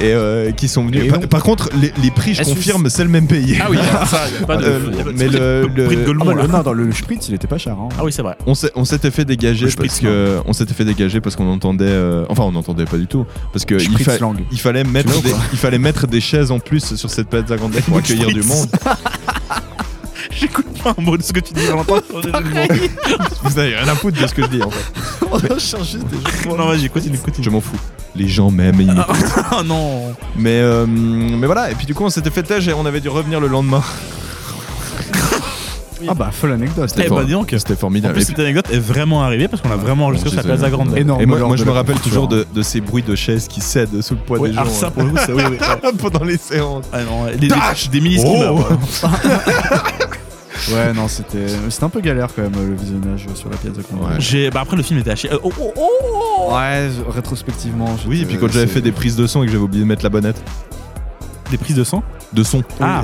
Speaker 5: et euh, qui sont venus.
Speaker 7: Et
Speaker 5: Par,
Speaker 7: donc-
Speaker 5: par contre, les, les prix, je
Speaker 7: Est-ce que
Speaker 5: confirme, c'est le même pays.
Speaker 6: Ah oui, ça, y a pas de.
Speaker 5: Euh,
Speaker 6: y a pas de-
Speaker 5: mais le-
Speaker 6: prix de
Speaker 5: le-
Speaker 7: Ah
Speaker 6: Gaulmont,
Speaker 7: bah,
Speaker 6: là.
Speaker 7: le, non, dans le Spritz, il était pas cher. Hein.
Speaker 6: Ah oui, c'est vrai.
Speaker 5: On s'est- on s'était fait dégager
Speaker 6: Le
Speaker 5: parce que on s'était fait dégager parce qu'on entendait, euh, enfin, on n'entendait pas du tout parce que il, fa-
Speaker 7: Spritzlang.
Speaker 5: il fallait mettre,
Speaker 7: vois ou
Speaker 5: des,
Speaker 7: pas
Speaker 5: il fallait mettre des chaises en plus sur cette pète zagandais pour accueillir du monde.
Speaker 6: J'écoute pas un mot de ce que tu dis, j'entends changer de mot.
Speaker 5: Vous avez rien à foutre de ce que je dis. En fait.
Speaker 6: Non, vas-y, continue, continue.
Speaker 5: Je m'en fous. Les gens m'aiment. et ils m'écoutent.
Speaker 6: Ah non.
Speaker 5: Mais euh, mais voilà. Et puis du coup, on s'était fait tâche et on avait dû revenir le lendemain.
Speaker 7: Ah bah, folle anecdote.
Speaker 6: Eh
Speaker 5: fort.
Speaker 6: bah, dis donc.
Speaker 5: C'était
Speaker 6: En
Speaker 5: formidable.
Speaker 6: plus,
Speaker 5: Et puis-
Speaker 6: cette anecdote est vraiment arrivée parce qu'on l'a vraiment enregistrée sur la Plaza Grande.
Speaker 7: Et Énorme
Speaker 5: Et moi,
Speaker 7: lord
Speaker 5: moi,
Speaker 7: de
Speaker 5: je me
Speaker 7: la
Speaker 5: rappelle
Speaker 7: culture.
Speaker 5: toujours de, de ces bruits de chaises qui cèdent sous le poids
Speaker 6: Ouais,
Speaker 5: des gens
Speaker 6: alors ça, pour le coup, c'est oui, oui. ouais.
Speaker 5: hein, pendant les séances.
Speaker 6: Ah non, les- les-
Speaker 5: Tâche Oh.
Speaker 6: des ministres qui meurent.
Speaker 7: Ouais, non, c'était c'était un peu galère quand même le visionnage sur la pièce de Condé.
Speaker 5: Ouais.
Speaker 6: J'ai- bah après le film était haché. Euh, oh, oh, oh
Speaker 7: Ouais, rétrospectivement.
Speaker 5: Oui, et
Speaker 7: j'étais-
Speaker 6: Euh,
Speaker 5: puis quand j'avais
Speaker 7: c'est-
Speaker 5: fait des prises de son et que j'avais oublié de mettre la bonnette
Speaker 6: Des prises de sang
Speaker 5: de son,
Speaker 6: Ah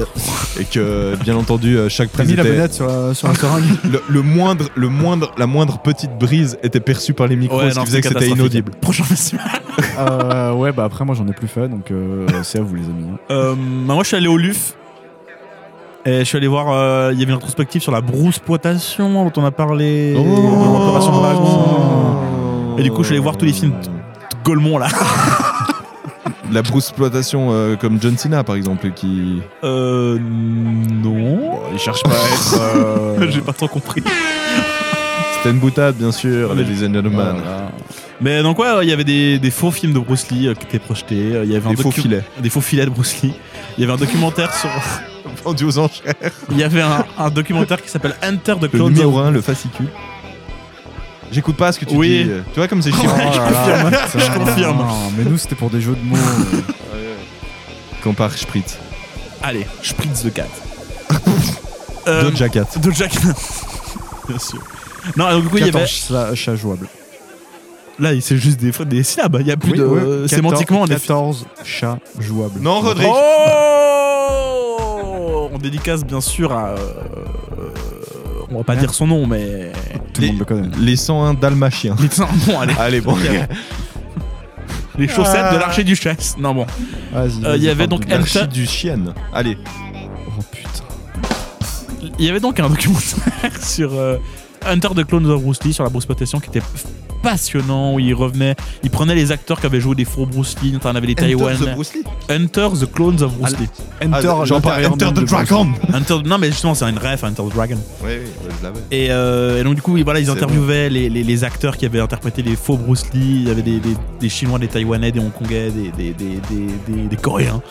Speaker 5: et que bien entendu euh, chaque
Speaker 7: T'as
Speaker 5: prise
Speaker 7: mis la
Speaker 5: était-
Speaker 7: bonnette sur la, sur la seringue
Speaker 5: le, le moindre, le moindre, la moindre petite brise était perçue par les micros, ce qui faisait que c'était
Speaker 6: catastrophique.
Speaker 5: inaudible.
Speaker 6: Prochain festival.
Speaker 7: Euh, Ouais, bah après, moi j'en ai plus fait, donc euh, c'est à vous les amis.
Speaker 6: Euh, bah, moi je suis allé au LUF. Et je suis allé voir, euh, il y avait une rétrospective sur la brousse poitation dont on a
Speaker 5: Oh.
Speaker 6: parlé. Opération Dragon. Et du coup, je suis allé voir tous les films. Gaulmont là.
Speaker 5: La brousse exploitation euh, comme John Cena par exemple, qui
Speaker 6: Euh. Non.
Speaker 7: Il cherche pas à être. euh,
Speaker 6: J'ai pas trop compris.
Speaker 5: c'était une boutade bien sûr,
Speaker 6: Mais-
Speaker 5: les
Speaker 6: Ah,
Speaker 5: Gentlemen.
Speaker 7: voilà.
Speaker 6: Mais donc, ouais, ouais, il y avait des, des faux films de Bruce Lee euh, qui étaient projetés. euh, Il y avait un
Speaker 5: Des faux
Speaker 6: docu-
Speaker 5: filets.
Speaker 6: Des faux filets de Bruce Lee. Il y avait un documentaire sur.
Speaker 5: Vendu aux enchères.
Speaker 6: Il y avait un, un documentaire qui s'appelle Enter the
Speaker 5: Le
Speaker 6: Clones.
Speaker 5: numéro 1, le fascicule. J'écoute pas ce que tu
Speaker 6: Oui.
Speaker 5: dis. euh, Tu vois comme c'est
Speaker 7: Oh
Speaker 5: chiant. Ah
Speaker 7: là là, putain,
Speaker 6: confirme.
Speaker 7: Ah, Mais nous, c'était pour des jeux de mots. euh.
Speaker 5: Compare Spritz.
Speaker 6: Allez, Spritz de 4. Euh,
Speaker 5: Doja Cat.
Speaker 6: Doja Cat. Bien sûr. Non, alors, du coup, il y avait.
Speaker 7: 14 chats- chats jouables.
Speaker 6: Là, c'est juste des, des syllabes. hein. Il y a plus
Speaker 7: Oui,
Speaker 6: de. euh,
Speaker 7: ouais,
Speaker 6: sémantiquement, on est.
Speaker 7: 14 chats jouables.
Speaker 5: Non, Rodrigue.
Speaker 6: Oh On dédicace, bien sûr, à. euh, On va pas dire son nom, mais.
Speaker 7: Tout le monde le connaît.
Speaker 5: Les 101 dalmatiens.
Speaker 6: Les, non, bon, allez.
Speaker 5: Allez, Ah. bon.
Speaker 6: les chaussettes de l'archiduchesse. Non, bon.
Speaker 7: Vas-y.
Speaker 6: Euh, il y
Speaker 7: vas-y,
Speaker 6: avait
Speaker 7: parle
Speaker 6: donc
Speaker 7: de-
Speaker 6: Enter-
Speaker 5: Archi du chien. Allez.
Speaker 7: Oh putain.
Speaker 6: Il y avait donc un documentaire sur euh, Hunter the Clones of Bruce Lee, sur la Bruce Plantation, qui était f- passionnant, où il revenait, il prenait les acteurs qui avaient joué des faux Bruce Lee, on avait les Taïwan.
Speaker 5: Enter the Bruce Lee.
Speaker 6: Hunter the Clones of Bruce
Speaker 7: Ah,
Speaker 6: Lee.
Speaker 5: Ah, J'en parle.
Speaker 7: l'intérieur
Speaker 5: Enter
Speaker 7: même
Speaker 5: the
Speaker 7: de
Speaker 5: Dragon.
Speaker 6: Hunter, non mais justement c'est une ref, Hunter the Dragon.
Speaker 5: Oui, oui, je l'avais.
Speaker 6: Et, euh, et donc du coup voilà, ils
Speaker 5: C'est
Speaker 6: interviewaient les, les- les acteurs qui avaient interprété les faux Bruce Lee, il y avait des, des- des Chinois, des Taïwanais, des Hongkongais, des, des, des- des- des- des Coréens.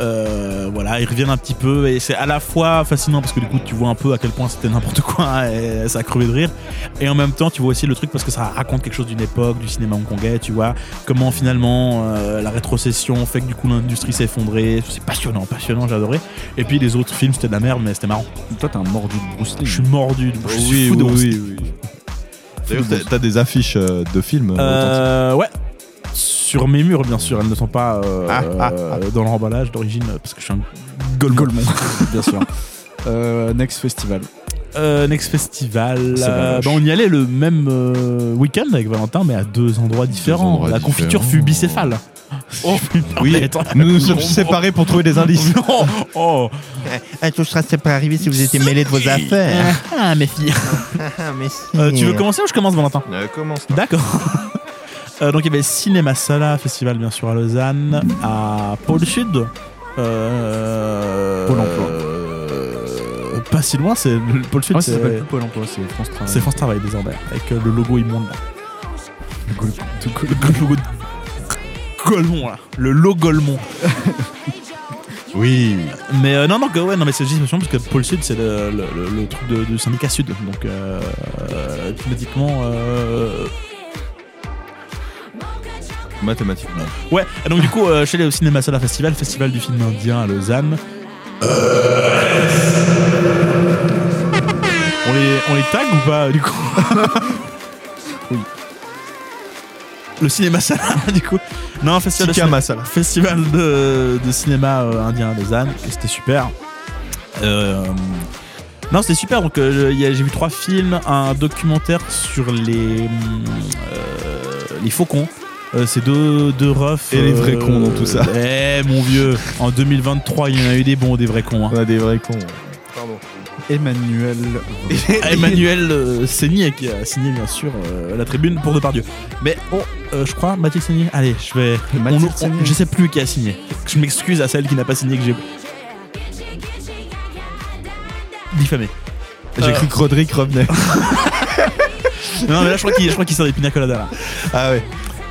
Speaker 6: Euh, voilà, ils reviennent un petit peu et c'est à la fois fascinant parce que du coup tu vois un peu à quel point c'était n'importe quoi et ça a crevé de rire. Et en même temps tu vois aussi le truc parce que ça raconte quelque chose d'une époque, du cinéma hongkongais, tu vois, comment finalement euh, la rétrocession fait que du coup l'industrie s'est effondrée. C'est passionnant, passionnant, j'ai adoré. Et puis les autres films c'était de la merde mais c'était marrant.
Speaker 7: Toi, t'es un mordu de Bruce Lee.
Speaker 6: Je suis mordu. de- Je suis
Speaker 5: Oui,
Speaker 6: fou de
Speaker 5: oui,
Speaker 6: Bruce Lee.
Speaker 5: oui, oui. D'ailleurs, t'as- t'as des affiches euh, de films. euh, authentiques.
Speaker 6: Euh, ouais. Sur mes murs, bien sûr. Elles ne sont pas euh,
Speaker 5: Ah, ah,
Speaker 6: euh, dans leur emballage d'origine euh, parce que je suis un Golemon.
Speaker 7: Gaulmont, bien sûr. Euh, Next Festival.
Speaker 6: Euh, Next Festival.
Speaker 7: C'est
Speaker 6: euh,
Speaker 7: vache.
Speaker 6: bah, on y allait le même euh, week-end avec Valentin, mais à deux endroits différents.
Speaker 5: endroits
Speaker 6: La confiture
Speaker 5: différents.
Speaker 6: fut bicéphale. Oh,
Speaker 5: Oui, nous nous sommes séparés pour trouver des indices.
Speaker 6: Non, oh.
Speaker 10: Eh, Tout sera pas arrivé si vous étiez mêlé de vos affaires.
Speaker 6: Ah, mes filles. Euh, tu veux commencer ou je commence, Valentin
Speaker 5: Euh, commence.
Speaker 6: D'accord. Euh, donc il y avait Cinéma Sala, festival bien sûr à Lausanne, à Pôle Sud. Euh,
Speaker 7: Pôle emploi. Ah
Speaker 6: euh, pas si loin, c'est le Pôle Sud,
Speaker 7: Ouais, ça s'appelle
Speaker 6: c'est
Speaker 7: plus Pôle emploi, c'est France Travail.
Speaker 6: c'est France Travail désormais, avec euh, le logo immonde là.
Speaker 7: Gaul- de Gaul-
Speaker 6: Le logo de- Gaulmont, là. Le lot Gaulmont.
Speaker 5: Oui.
Speaker 6: Mais euh, non, non, que- ouais, non, mais c'est juste une question parce que Pôle Sud, c'est le, le- le- le truc de- du syndicat Sud. Donc, euh, automatiquement. euh,
Speaker 5: Mathématiquement.
Speaker 6: Ouais, et donc du coup, euh, je suis allé au Cinéma Solar Festival, festival du film indien à Lausanne. On les, on les tag ou pas, du coup
Speaker 7: Oui.
Speaker 6: Le cinéma Solar, du coup. Non, festival, de,
Speaker 7: Sika
Speaker 6: cinéma-
Speaker 7: Masala.
Speaker 6: festival de, de cinéma euh, indien à Lausanne, et c'était super. Euh, non, c'était super. Donc, euh, il y a- j'ai vu trois films, un documentaire sur les, hum, euh, les faucons. Euh, c'est deux, deux refs.
Speaker 7: Et les
Speaker 6: euh,
Speaker 7: vrais cons dans tout ça.
Speaker 6: Eh mon vieux, en 2023, il y en a eu des bons, des vrais cons. hein.
Speaker 7: On a des vrais cons.
Speaker 2: Pardon.
Speaker 7: Emmanuel.
Speaker 6: Emmanuel euh, Seigné qui a signé bien sûr euh, la tribune pour Depardieu. Mais bon, euh, je crois Mathilde Seigné. Allez, je vais.
Speaker 7: Mathilde
Speaker 6: on- on-
Speaker 7: Seigné.
Speaker 6: je sais plus qui a signé. Je m'excuse à celle qui n'a pas signé que j'ai diffamé. Euh.
Speaker 7: J'ai cru que Roderick revenait.
Speaker 6: Non mais là je crois qu'il je crois qu'il sort des pina colada là.
Speaker 7: Ah ouais.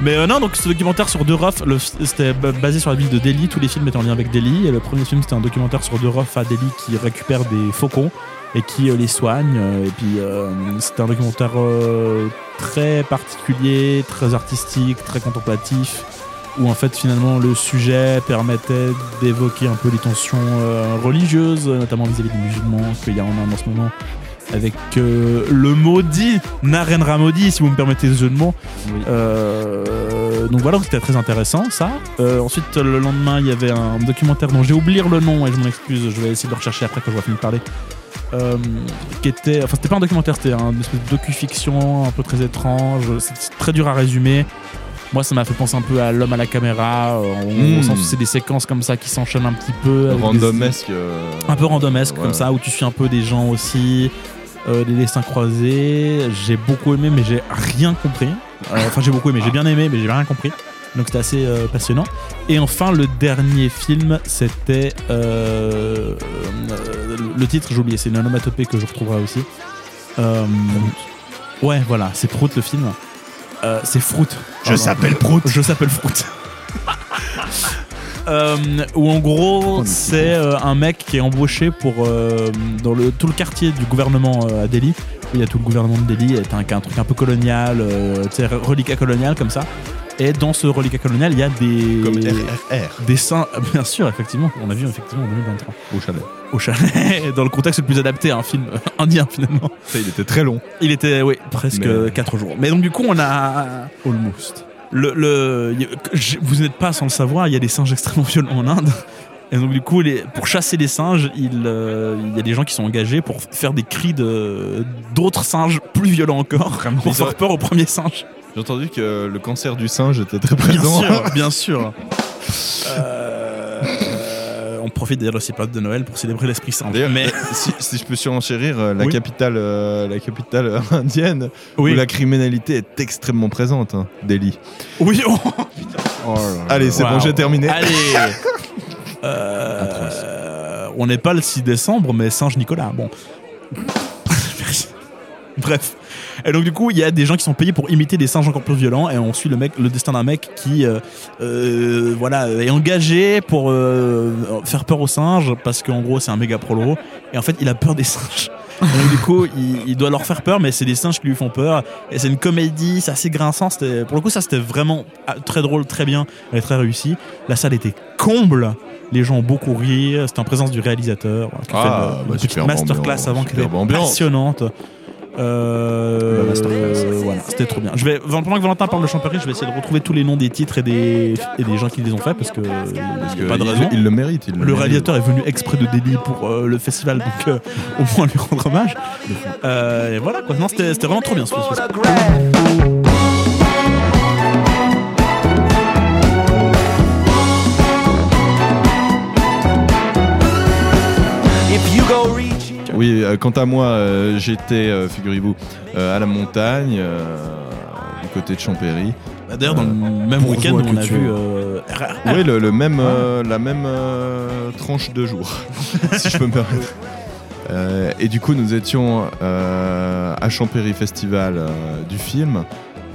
Speaker 6: Mais euh, non, donc ce documentaire sur deux refs, le- c'était ba- basé sur la ville de Delhi, tous les films étaient en lien avec Delhi, et le premier film c'était un documentaire sur deux refs à Delhi qui récupèrent des faucons et qui euh, les soignent, euh, et puis euh, c'était un documentaire euh, très particulier, très artistique, très contemplatif, où en fait finalement le sujet permettait d'évoquer un peu les tensions euh, religieuses, notamment vis-à-vis des musulmans, qu'il y a en Inde en ce moment, avec euh, le maudit Narendra Modi, si vous me permettez ce jeu de mots. Euh, donc voilà, donc c'était très intéressant ça. Euh, ensuite, le lendemain, il y avait un documentaire dont j'ai oublié le nom et je m'en excuse, je vais essayer de le rechercher après quand je vais finir de parler. Euh, qui était, enfin, c'était pas un documentaire, c'était un espèce de docu-fiction un peu très étrange, c'est c'est très dur à résumer. Moi, ça m'a fait penser un peu à l'homme à la caméra. euh, on,
Speaker 5: Mm.
Speaker 6: on sent que c'est des séquences comme ça qui s'enchaînent un petit peu. avec des-
Speaker 5: Randomesque. euh,
Speaker 6: un peu randomesque
Speaker 5: ouais.
Speaker 6: comme ça où tu suis un peu des gens aussi euh, des dessins croisés j'ai beaucoup aimé mais j'ai rien compris Euh, enfin j'ai beaucoup aimé j'ai bien aimé mais j'ai rien compris donc c'était assez euh, passionnant et enfin le dernier film c'était euh, euh, le titre j'ai oublié c'est une onomatopée que je retrouverai aussi Euh, ouais voilà c'est Prout le film Euh, c'est Fruit Pardon.
Speaker 7: Prout.
Speaker 6: je s'appelle Fruit. Euh, où en gros c'est euh, un mec qui est embauché pour euh, dans le, tout le quartier du gouvernement euh, à Delhi où il y a tout le gouvernement de Delhi est un, un truc un peu colonial euh, tu sais, reliquat colonial comme ça et dans ce reliquat colonial il y a des
Speaker 5: Comme RRR.
Speaker 6: des saints bien sûr effectivement on a vu effectivement en 2023
Speaker 5: Au chalet.
Speaker 6: au chalet dans le contexte le plus adapté à un film euh, indien finalement
Speaker 5: Ça, il était très long.
Speaker 6: il était oui presque
Speaker 5: Mais-
Speaker 6: 4 jours mais donc du coup on a
Speaker 7: Almost.
Speaker 6: le, le- y- je- vous n'êtes pas sans le savoir, il y a des singes extrêmement violents en Inde. Et donc du coup, les, pour chasser les singes, il, euh, il y a des gens qui sont engagés pour faire des cris de d'autres singes plus violents encore, pour
Speaker 5: Ils
Speaker 6: faire
Speaker 5: auraient-
Speaker 6: peur au premier singe.
Speaker 5: J'ai entendu que le cancer du singe était très
Speaker 6: Bien
Speaker 5: présent.
Speaker 6: sûr, bien sûr. Euh, euh, on profite d'ailleurs de ces périodes de Noël pour célébrer l'Esprit Saint.
Speaker 5: D'ailleurs,
Speaker 6: Mais
Speaker 5: si, si je peux surenchérir, euh, la,
Speaker 6: Oui.
Speaker 5: capitale, euh, la capitale indienne,
Speaker 6: oui,
Speaker 5: où la criminalité est extrêmement présente, hein, Delhi.
Speaker 6: oui, on-
Speaker 7: Oh
Speaker 5: Allez, c'est bon,
Speaker 6: Waouh. Ah,
Speaker 5: j'ai terminé.
Speaker 6: Allez Euh, On n'est pas le 6 décembre, mais Singe Nicolas, bon. Merci. Bref. Et donc du coup, il y a des gens qui sont payés pour imiter des singes encore plus violents, et on suit le mec, le destin d'un mec qui, euh, euh, voilà, est engagé pour euh, faire peur aux singes parce qu'en gros c'est un méga prolo, et en fait il a peur des singes. Et donc, du coup, il, il doit leur faire peur, mais c'est des singes qui lui font peur. Et c'est une comédie, c'est assez grinçant. c'était- Pour le coup, ça c'était vraiment ah, très drôle, très bien, et très réussi. La salle était comble. Les gens ont beaucoup ri. C'était en présence du réalisateur qui
Speaker 5: Ah,
Speaker 6: fait
Speaker 5: bah,
Speaker 6: une, une petite
Speaker 5: superbe
Speaker 6: masterclass
Speaker 5: ambiance,
Speaker 6: avant qu'elle
Speaker 5: superbe
Speaker 6: était
Speaker 5: ambiance.
Speaker 6: passionnante. Euh, euh, voilà, c'était trop bien. Je vais, pendant que Valentin parle de Champéry, je vais essayer de retrouver tous les noms des titres et des, et des gens qui les ont fait parce que,
Speaker 5: Parce
Speaker 6: parce
Speaker 5: que
Speaker 6: pas de
Speaker 5: il-
Speaker 6: raison.
Speaker 5: Il, le mérite. Il
Speaker 6: Le réalisateur est venu exprès de Delhi pour euh, le festival, donc euh, au moins lui rendre hommage. Euh, et voilà quoi. Non, c'était c'était vraiment trop bien ce festival.
Speaker 4: If you go reaching
Speaker 5: Oui, euh, quant à moi, euh, j'étais, euh, figurez-vous, euh, à la montagne, euh, du côté de Champéry.
Speaker 6: Bah, D'ailleurs, dans
Speaker 5: Euh,
Speaker 6: le même
Speaker 7: pour
Speaker 6: week-end,
Speaker 7: toi
Speaker 6: on
Speaker 7: que
Speaker 6: a
Speaker 7: tu
Speaker 6: vu.
Speaker 7: es.
Speaker 6: euh, RRR.
Speaker 5: Oui, le, le même, euh, la même euh, tranche de jour, si je peux me permettre. Euh, et du coup, nous étions euh, à Champéry Festival euh, du film,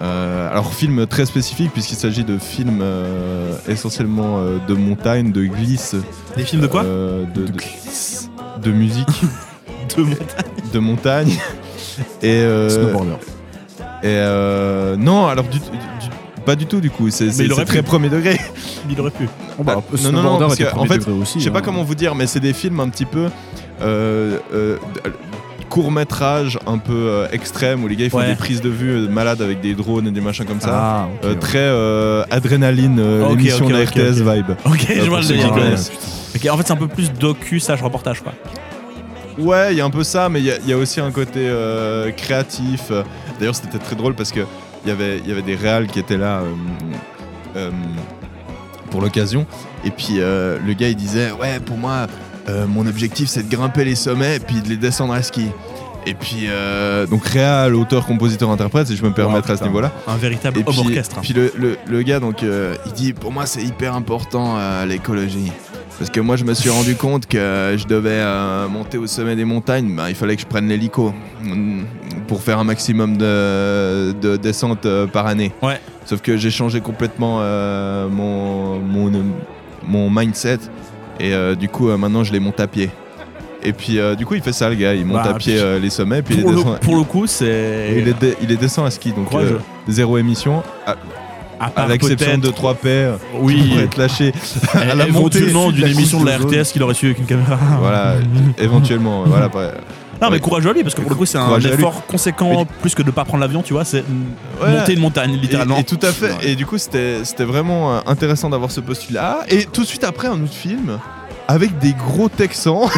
Speaker 5: Euh, alors film très spécifique puisqu'il s'agit de films euh, essentiellement euh, de montagne, de glisse.
Speaker 6: Des films de quoi
Speaker 5: Euh, de, de- de musique,
Speaker 6: De mon-
Speaker 5: de montagne. Et, euh,
Speaker 7: Snowboarder.
Speaker 5: et euh, non, alors du, du- du- pas du tout du coup, c'est c'est-
Speaker 6: il aurait
Speaker 5: c'est très
Speaker 6: pu.
Speaker 5: premier degré.
Speaker 6: Il aurait pu.
Speaker 7: Bon, bah,
Speaker 5: non, non,
Speaker 7: Snowboarder
Speaker 5: non, parce
Speaker 7: était
Speaker 5: que, en
Speaker 7: premier
Speaker 5: fait,
Speaker 7: degré aussi,
Speaker 5: Je sais pas
Speaker 7: hein.
Speaker 5: comment vous dire, mais c'est des films un petit peu euh, euh, court métrage, un peu euh, extrême où les gars ils font
Speaker 6: Ouais.
Speaker 5: des prises de vue euh, malades avec des drones et des machins comme ça.
Speaker 7: Ah, ok,
Speaker 5: Euh,
Speaker 7: ouais.
Speaker 5: très euh, adrénaline, euh,
Speaker 6: Ok,
Speaker 5: l'émission
Speaker 6: ok,
Speaker 5: de la
Speaker 6: ok,
Speaker 5: RTS
Speaker 6: ok.
Speaker 5: vibe.
Speaker 6: Ok,
Speaker 5: Euh,
Speaker 6: je vois
Speaker 5: pour
Speaker 6: le
Speaker 5: ceux qui
Speaker 6: délire.
Speaker 5: connaissent.
Speaker 6: Ok, en fait, c'est un peu plus docu, sage reportage, quoi.
Speaker 5: Ouais, il y a un peu ça, mais il y a- il y, a aussi un côté euh, créatif. D'ailleurs, c'était très drôle parce que il y avait, il y avait des réals qui étaient là. euh, euh, pour l'occasion et puis euh, le gars il disait ouais pour moi euh, mon objectif c'est de grimper les sommets et puis de les descendre à ski et puis euh, donc réal auteur compositeur interprète si je peux me permettre à ce
Speaker 7: putain.
Speaker 5: niveau là
Speaker 6: Un véritable
Speaker 5: et
Speaker 6: homme
Speaker 5: puis,
Speaker 6: orchestre. hein.
Speaker 5: puis le, le- le gars, donc, euh, il dit Pour moi, c'est hyper important euh, l'écologie. Parce que moi, je me suis rendu compte que euh, je devais euh, monter au sommet des montagnes. Ben, il fallait que je prenne l'hélico mm, pour faire un maximum de, de descentes euh, par année.
Speaker 6: Ouais.
Speaker 5: Sauf que j'ai changé complètement euh, mon, mon, mon mindset. Et euh, du coup, euh, maintenant, je les monte à pied. Et puis, euh, du coup, il fait ça, le gars. Il monte
Speaker 6: Bah,
Speaker 5: à pied
Speaker 6: puis-
Speaker 5: euh, les sommets, puis il
Speaker 6: pour,
Speaker 5: les
Speaker 6: le,
Speaker 5: descend.
Speaker 6: pour le coup,
Speaker 5: Et
Speaker 6: c'est.
Speaker 5: il les, dé- il les descend à ski, donc
Speaker 6: Courageux.
Speaker 5: euh, zéro émission, à-
Speaker 6: À
Speaker 5: à
Speaker 6: part
Speaker 5: l'exception
Speaker 6: peut-être-
Speaker 5: de trois paires qui
Speaker 6: Oui,
Speaker 5: pourraient être lâchées à la montée
Speaker 6: éventuellement d'une
Speaker 5: la
Speaker 6: émission de la
Speaker 5: couche de
Speaker 6: RTS qu'il aurait suivi avec une caméra.
Speaker 5: voilà, éventuellement. euh, voilà, après.
Speaker 6: Non, mais
Speaker 5: Ouais.
Speaker 6: courage à lui, parce que pour le coup, c'est un
Speaker 5: Courage à lui.
Speaker 6: effort conséquent, plus que de pas prendre l'avion, tu vois. C'est
Speaker 5: Ouais.
Speaker 6: monter une montagne, littéralement.
Speaker 5: Et, et tout à fait. Et du coup, c'était c'était vraiment euh, intéressant d'avoir ce postulat. Et tout de suite après, un autre film avec des gros Texans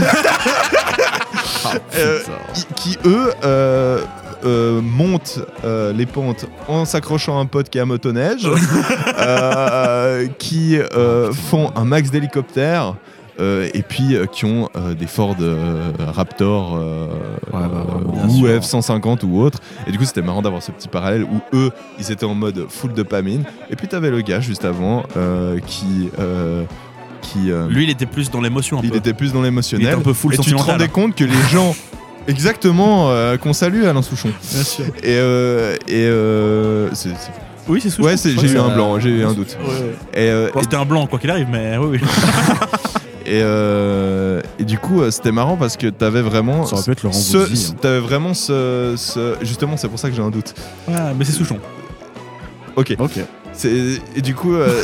Speaker 7: Ah,
Speaker 5: euh, qui, qui, eux, euh, euh, montent euh, les pentes en s'accrochant à un pote qui est à motoneige, euh, qui
Speaker 7: Ah,
Speaker 5: euh, font un max d'hélicoptères. euh, et puis euh, qui ont euh, des Ford euh, Raptor euh,
Speaker 7: Ouais, bah,
Speaker 5: euh,
Speaker 7: vraiment,
Speaker 5: ou
Speaker 7: bien sûr.
Speaker 5: F-150 ou autre. Et du coup, c'était marrant d'avoir ce petit parallèle où eux, ils étaient en mode full dopamine. Et puis, t'avais le gars juste avant euh, qui. euh, qui euh,
Speaker 6: Lui, il était plus dans l'émotion un
Speaker 5: il
Speaker 6: peu.
Speaker 5: était plus dans
Speaker 6: Il était
Speaker 5: l'émotionnel.
Speaker 6: un peu full
Speaker 5: Et tu te
Speaker 6: sentimental. hein.
Speaker 5: rendais compte que les gens. Exactement, euh, qu'on salue Alain Souchon.
Speaker 6: Bien sûr.
Speaker 5: Et. euh, et euh, c'est- c'est-
Speaker 6: Oui, c'est sous
Speaker 5: ouais, c'est- j'ai eu un blanc, j'ai eu un doute. Et, euh,
Speaker 6: Bon, C'était un blanc, quoi qu'il arrive, mais oui, oui.
Speaker 5: et, euh, et du coup, euh, c'était marrant parce que t'avais vraiment.
Speaker 7: Ça aurait pu être Laurent
Speaker 5: ce-
Speaker 7: Voulzy, hein.
Speaker 5: T'avais vraiment ce, ce- Justement, c'est pour ça que j'ai un doute.
Speaker 6: Ouais, Ah, mais c'est Souchon.
Speaker 7: Ok.
Speaker 5: C'est- Et du coup. euh,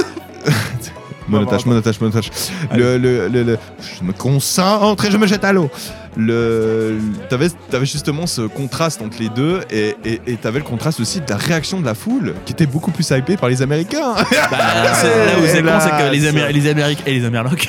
Speaker 5: monotache, monotache, monotache. Le, le, le- le- je me concentre et je me jette à l'eau. Le, le- t'avais, t'avais justement ce contraste entre les deux et, et, et t'avais le contraste aussi de la réaction de la foule qui était beaucoup plus hypée par les Américains.
Speaker 6: Bah, c'est là où
Speaker 5: et
Speaker 6: c'est con,
Speaker 5: là,
Speaker 6: c'est que les, Américains
Speaker 5: c'est-
Speaker 6: les Amériques et les Amériques.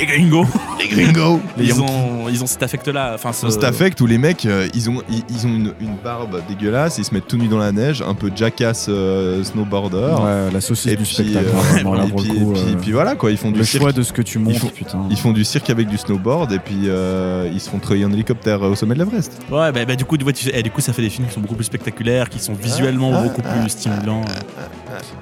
Speaker 6: Les gringos,
Speaker 5: les gringos.
Speaker 6: ils ont, ils ont cet affect-là. Enfin, ce...
Speaker 5: cet affect où les mecs euh, ils ont, ils, ils ont une, une barbe dégueulasse, ils se mettent tout nus dans la neige, un peu jackass euh, snowboarder.
Speaker 7: Ouais, la saucisse
Speaker 5: Et
Speaker 7: du
Speaker 5: puis,
Speaker 7: spectacle. hein,
Speaker 5: euh,
Speaker 7: vraiment, là,
Speaker 5: et
Speaker 7: pour
Speaker 5: puis,
Speaker 7: le
Speaker 5: et
Speaker 7: coup,
Speaker 5: puis-
Speaker 7: euh,
Speaker 5: et puis voilà quoi, ils font du
Speaker 7: le
Speaker 5: cirque
Speaker 7: choix de ce que tu montes,
Speaker 5: font-
Speaker 7: putain.
Speaker 5: Ils font du cirque avec du snowboard et puis euh, ils se font treuiller en hélicoptère euh, au sommet de l'Everest.
Speaker 6: Ouais, bah, bah, du coup, tu vois, tu fais- eh, du coup, ça fait des films qui sont beaucoup plus spectaculaires, qui sont visuellement
Speaker 5: Ah.
Speaker 6: beaucoup plus stimulants.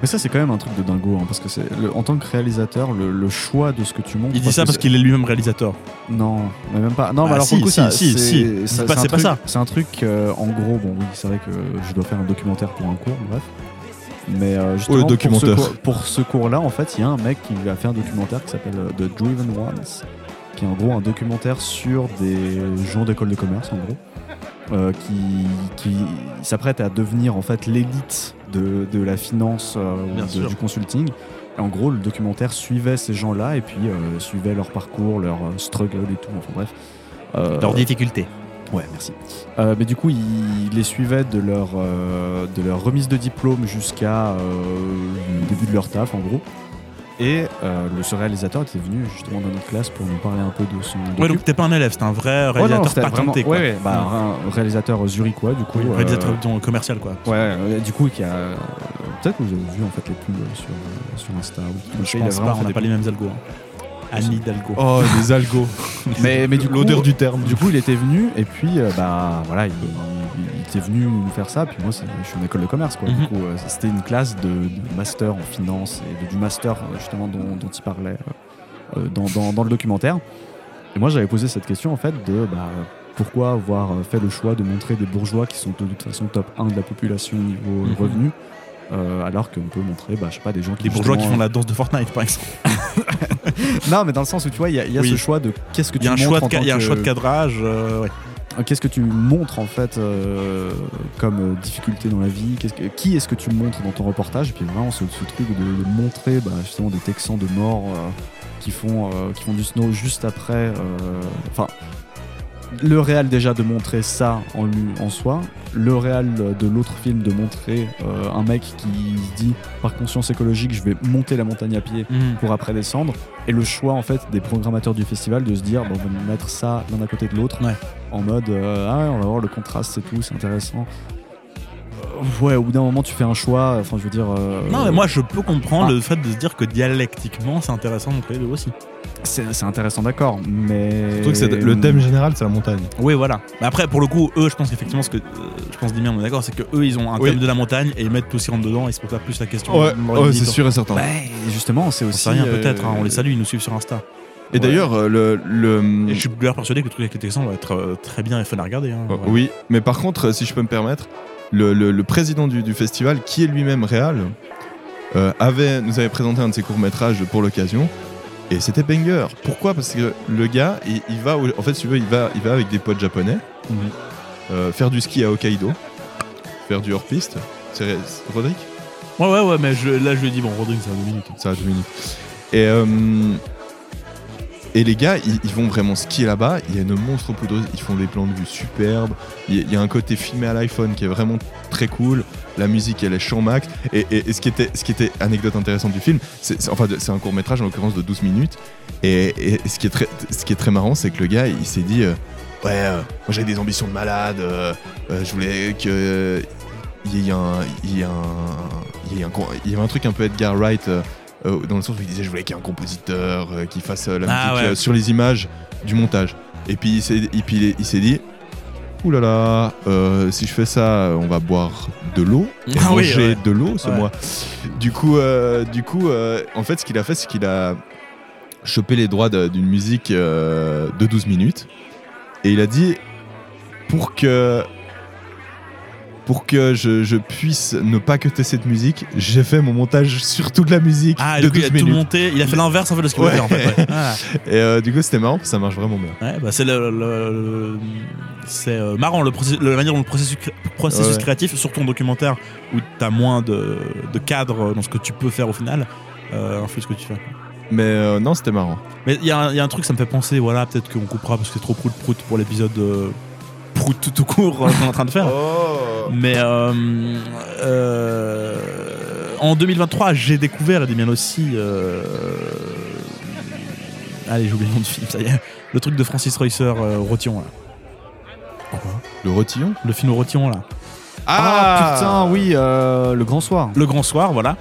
Speaker 7: Mais ça, c'est quand même un truc de dingo, hein, parce que c'est le- en tant que réalisateur, le, le choix de ce que tu montes.
Speaker 6: Il dit ça parce qu'il est lui-même réalisateur.
Speaker 7: que- Non, mais même pas. Non,
Speaker 6: Ah,
Speaker 7: mais alors
Speaker 6: si,
Speaker 7: pour le coup,
Speaker 6: si,
Speaker 7: ça,
Speaker 6: si,
Speaker 7: c'est-
Speaker 6: si. Dis
Speaker 7: ça-
Speaker 6: pas,
Speaker 7: un
Speaker 6: c'est pas
Speaker 7: truc-
Speaker 6: ça.
Speaker 7: C'est un truc, euh, en gros, bon, oui, c'est vrai que je dois faire un documentaire pour un cours, bref. Mais euh, justement,
Speaker 5: le
Speaker 7: pour ce
Speaker 5: documentaire.
Speaker 7: cours- Pour ce, cours-là, en fait, il y a un mec qui va faire un documentaire qui s'appelle euh, The Driven Ones, qui est en gros un documentaire sur des gens d'école de commerce, en gros, euh, qui, qui s'apprêtent à devenir en fait l'élite de, de la finance euh, ou
Speaker 6: Bien
Speaker 7: de-
Speaker 6: sûr.
Speaker 7: du consulting. Et en gros, le documentaire suivait ces gens-là et puis euh, suivait leur parcours, leur euh, struggle et tout. Enfin bref. Euh,
Speaker 6: Leur difficulté.
Speaker 7: Ouais, merci. Euh, mais du coup, ils les suivaient de leur, euh, de leur remise de diplôme jusqu'à euh, le début de leur taf, en gros. Et euh, le, ce réalisateur était venu justement dans notre classe pour nous parler un peu de son.
Speaker 6: Ouais,
Speaker 7: docu.
Speaker 6: donc t'es pas un élève, c'est un vrai
Speaker 7: Ouais, non,
Speaker 6: réalisateur
Speaker 7: c'était vraiment-
Speaker 6: patenté, quoi.
Speaker 7: ouais, ouais, bah, un réalisateur zurichois, du coup.
Speaker 6: Oui,
Speaker 7: euh,
Speaker 6: réalisateur donc, commercial, quoi.
Speaker 7: Ouais, euh, du coup, qui a. euh, Peut-être que vous avez vu en fait les pubs euh, sur, euh, sur Insta. ou-
Speaker 6: Je
Speaker 7: il a
Speaker 6: pense
Speaker 7: vraiment
Speaker 6: pas, on
Speaker 7: fait
Speaker 6: n'a
Speaker 7: des
Speaker 6: pas les mêmes algos. Hein. Annie Hidalgo.
Speaker 5: Oh, les algos.
Speaker 7: Mais, mais du coup,
Speaker 5: L'odeur du terme.
Speaker 7: Du coup, il était venu et puis euh, bah voilà, il, il- il était venu nous faire ça. Puis moi, c'est- je suis en école de commerce quoi.
Speaker 6: Mhm.
Speaker 7: Du coup, euh, c'était une classe de, de master en finance et de- du master euh, justement dont, dont il parlait euh, euh, dans, dans- dans le documentaire. Et moi, j'avais posé cette question en fait de bah pourquoi avoir euh, fait le choix de montrer des bourgeois qui sont de toute façon top 1 de la population au niveau euh,
Speaker 6: Mhm.
Speaker 7: revenu euh, alors qu'on peut montrer, bah, je sais pas, des gens qui.
Speaker 6: Des bourgeois qui
Speaker 7: justement-
Speaker 6: font la danse de Fortnite, par exemple.
Speaker 7: Non, mais dans le sens où tu vois, il y a, il y a
Speaker 6: Oui.
Speaker 7: ce choix de qu'est-ce que
Speaker 6: Il
Speaker 7: tu
Speaker 6: y a un
Speaker 7: montres
Speaker 6: choix de,
Speaker 7: en
Speaker 6: ca-
Speaker 7: tant
Speaker 6: il y a un
Speaker 7: que-
Speaker 6: choix de cadrage. euh, ouais.
Speaker 7: Euh, Qu'est-ce que tu montres en fait euh, comme euh, difficulté dans la vie Qu'est-ce que- Qui est-ce que tu montres dans ton reportage Et puis vraiment ce, ce truc de, de montrer bah, justement des Texans de mort euh, qui, font, euh, qui font du snow juste après. euh, Enfin, le réel déjà de montrer ça en, lui- en soi. Le réel de l'autre film de montrer euh, un mec qui se dit par conscience écologique je vais monter la montagne à pied pour après descendre. Et le choix en fait des programmateurs du festival de se dire bon, on va mettre ça l'un à côté de l'autre
Speaker 6: Ouais.
Speaker 7: en mode euh, ah ouais, on va voir le contraste c'est tout c'est intéressant. Euh, ouais au bout d'un moment tu fais un choix enfin je veux dire. euh,
Speaker 6: Non, mais moi je peux comprendre
Speaker 7: Ah.
Speaker 6: le fait de se dire que dialectiquement c'est intéressant de créer deux aussi.
Speaker 7: c'est c'est intéressant d'accord mais.
Speaker 5: Surtout que c'est- le thème général, c'est la montagne.
Speaker 6: Oui, voilà. Mais après, pour le coup, eux, je pense qu'effectivement, ce que euh, je pense Dimir, on est d'accord, c'est que eux, ils ont un
Speaker 5: Oui.
Speaker 6: thème de la montagne et ils mettent tout ce qui rentre dedans et ils se posent pas plus la question. euh,
Speaker 5: Ouais,
Speaker 7: Oh,
Speaker 6: Bon,
Speaker 5: ouais,
Speaker 6: limite,
Speaker 5: c'est sûr et certain.
Speaker 6: Bah,
Speaker 7: Et justement c'est
Speaker 6: On
Speaker 7: aussi.
Speaker 6: sait rien,
Speaker 5: euh,
Speaker 6: peut-être. hein, on les salue, ils nous suivent sur Insta.
Speaker 5: Et d'ailleurs, euh, le. le-
Speaker 6: Et je suis d'ailleurs persuadé que le truc avec les Texans va être euh, très bien et fun à regarder. hein.
Speaker 5: Oh,
Speaker 6: Voilà.
Speaker 5: Oui, mais par contre, euh, si je peux me permettre, le, le- le président du, du festival, qui est lui-même réal, euh, avait, nous avait présenté un de ses courts-métrages pour l'occasion. Et c'était banger. Pourquoi Parce que le gars, il, il va, au- en fait, si tu veux, il va, il va avec des potes japonais euh, faire du ski à Hokkaido, faire du hors-piste. C'est Rodrigue
Speaker 6: Ouais, ouais, ouais, mais je- là, je lui ai dit, bon, Rodrigue, c'est à deux minutes.
Speaker 5: Ça a deux minutes. Et, euh, et les gars, ils, ils vont vraiment skier là-bas. Il y a une monstre poudreuse. Ils font des plans de vue superbes. Il y, a- il y a un côté filmé à l'iPhone qui est vraiment très cool. La musique, elle est champ max. Et, et- et ce, qui était, ce qui était anecdote intéressante du film, c'est c'est- enfin, de- c'est un court métrage en l'occurrence de 12 minutes. Et, et- et ce, qui est très, ce qui est très marrant, c'est que le gars, il s'est dit euh, Ouais, euh, moi j'avais des ambitions de malade. euh, euh, je voulais que. euh, Il y ait un. Il y ait un. Il y ait un con- il y avait un truc un peu Edgar Wright. euh, euh, dans le sens où il disait je voulais qu'il y ait un compositeur euh, qui fasse euh, la
Speaker 6: Ah
Speaker 5: musique
Speaker 6: ouais.
Speaker 5: euh, sur les images du montage. Et puis il s'est, et puis il est- il s'est dit Ouh là là, euh, si je fais ça, euh, on va boire de l'eau. Et
Speaker 6: Ah oui,
Speaker 5: manger
Speaker 6: ouais.
Speaker 5: de l'eau ce
Speaker 6: Ouais.
Speaker 5: mois. Du coup, euh, du coup euh, en fait, ce qu'il a fait, c'est qu'il a chopé les droits de- d'une musique euh, de 12 minutes. Et il a dit Pour que. Pour que je, je puisse ne pas cuter cette musique, j'ai fait mon montage sur toute la musique
Speaker 6: Ah, et
Speaker 5: de
Speaker 6: du coup, il
Speaker 5: 12
Speaker 6: a tout
Speaker 5: minutes.
Speaker 6: monté, il a fait l'inverse en fait de ce qu'il
Speaker 5: Ouais.
Speaker 6: voulait faire en fait. ouais. Ah.
Speaker 5: Et euh, du coup, c'était marrant, parce que ça marche vraiment bien.
Speaker 6: Ouais, bah c'est le, le- le- c'est euh, marrant le procé- la manière dont le processus, cré- processus
Speaker 5: Ouais.
Speaker 6: créatif, surtout en documentaire où t'as moins de, de cadre dans ce que tu peux faire au final, euh, influe ce que tu fais.
Speaker 5: Mais euh, non, c'était marrant.
Speaker 6: Mais il y, a un- il y a un truc, ça me fait penser, voilà, peut-être qu'on coupera parce que c'est trop prout prout pour l'épisode euh, prout tout court euh, qu'on est en train de faire. Mais euh, euh, en 2023, j'ai découvert, et bien aussi, euh, allez, j'ai oublié le nom du film, ça y est, le truc de Francis Reusser, euh, Rotillon, là.
Speaker 5: Le rotillon
Speaker 6: Le film au Rotillon, là.
Speaker 7: Ah, putain oui euh, le grand soir.
Speaker 6: Le Grand Soir, voilà.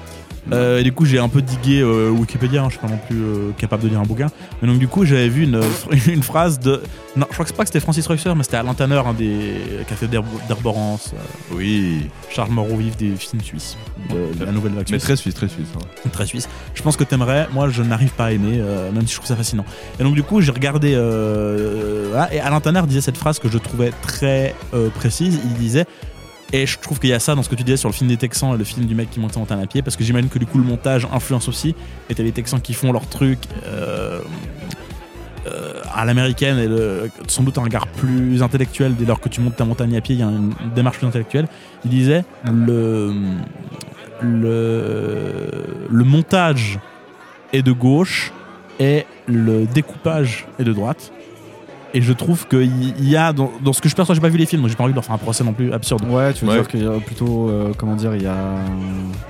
Speaker 6: Euh, et du coup, j'ai un peu digué euh, Wikipédia, hein, je suis pas non plus euh, capable de lire un bouquin. Mais donc, du coup, j'avais vu une, une phrase de. Non, je crois que c'est pas que c'était Francis Reusser, mais c'était Alain Tanner, un des cafés d'Herb- d'Herborance, euh,
Speaker 5: Oui.
Speaker 6: Charles Moreau-Vif des films suisses, de, de la nouvelle vague
Speaker 5: Mais
Speaker 6: suisse.
Speaker 5: très suisse, très suisse. hein.
Speaker 6: très suisse. Je pense que t'aimerais, moi je n'arrive pas à aimer, euh, même si je trouve ça fascinant. Et donc du coup j'ai regardé, euh, voilà, et Alain Tanner disait cette phrase que je trouvais très euh, précise, il disait, et je trouve qu'il y a ça dans ce que tu disais sur le film des Texans et le film du mec qui monte sa montagne à pied, parce que j'imagine que du coup le montage influence aussi, et t'as les Texans qui font leur truc euh, euh, à l'américaine, et le, sans doute un regard plus intellectuel, dès lors que tu montes ta montagne à pied, il y a une démarche plus intellectuelle. Il disait, le le, le montage est de gauche et le découpage est de droite. Et je trouve qu'il y a, dans, dans ce que je perçois, j'ai pas vu les films, donc j'ai pas envie de leur faire un procès non plus absurde.
Speaker 7: Ouais, tu veux
Speaker 5: Ouais.
Speaker 7: dire qu'il y a plutôt, euh, comment dire, il y a.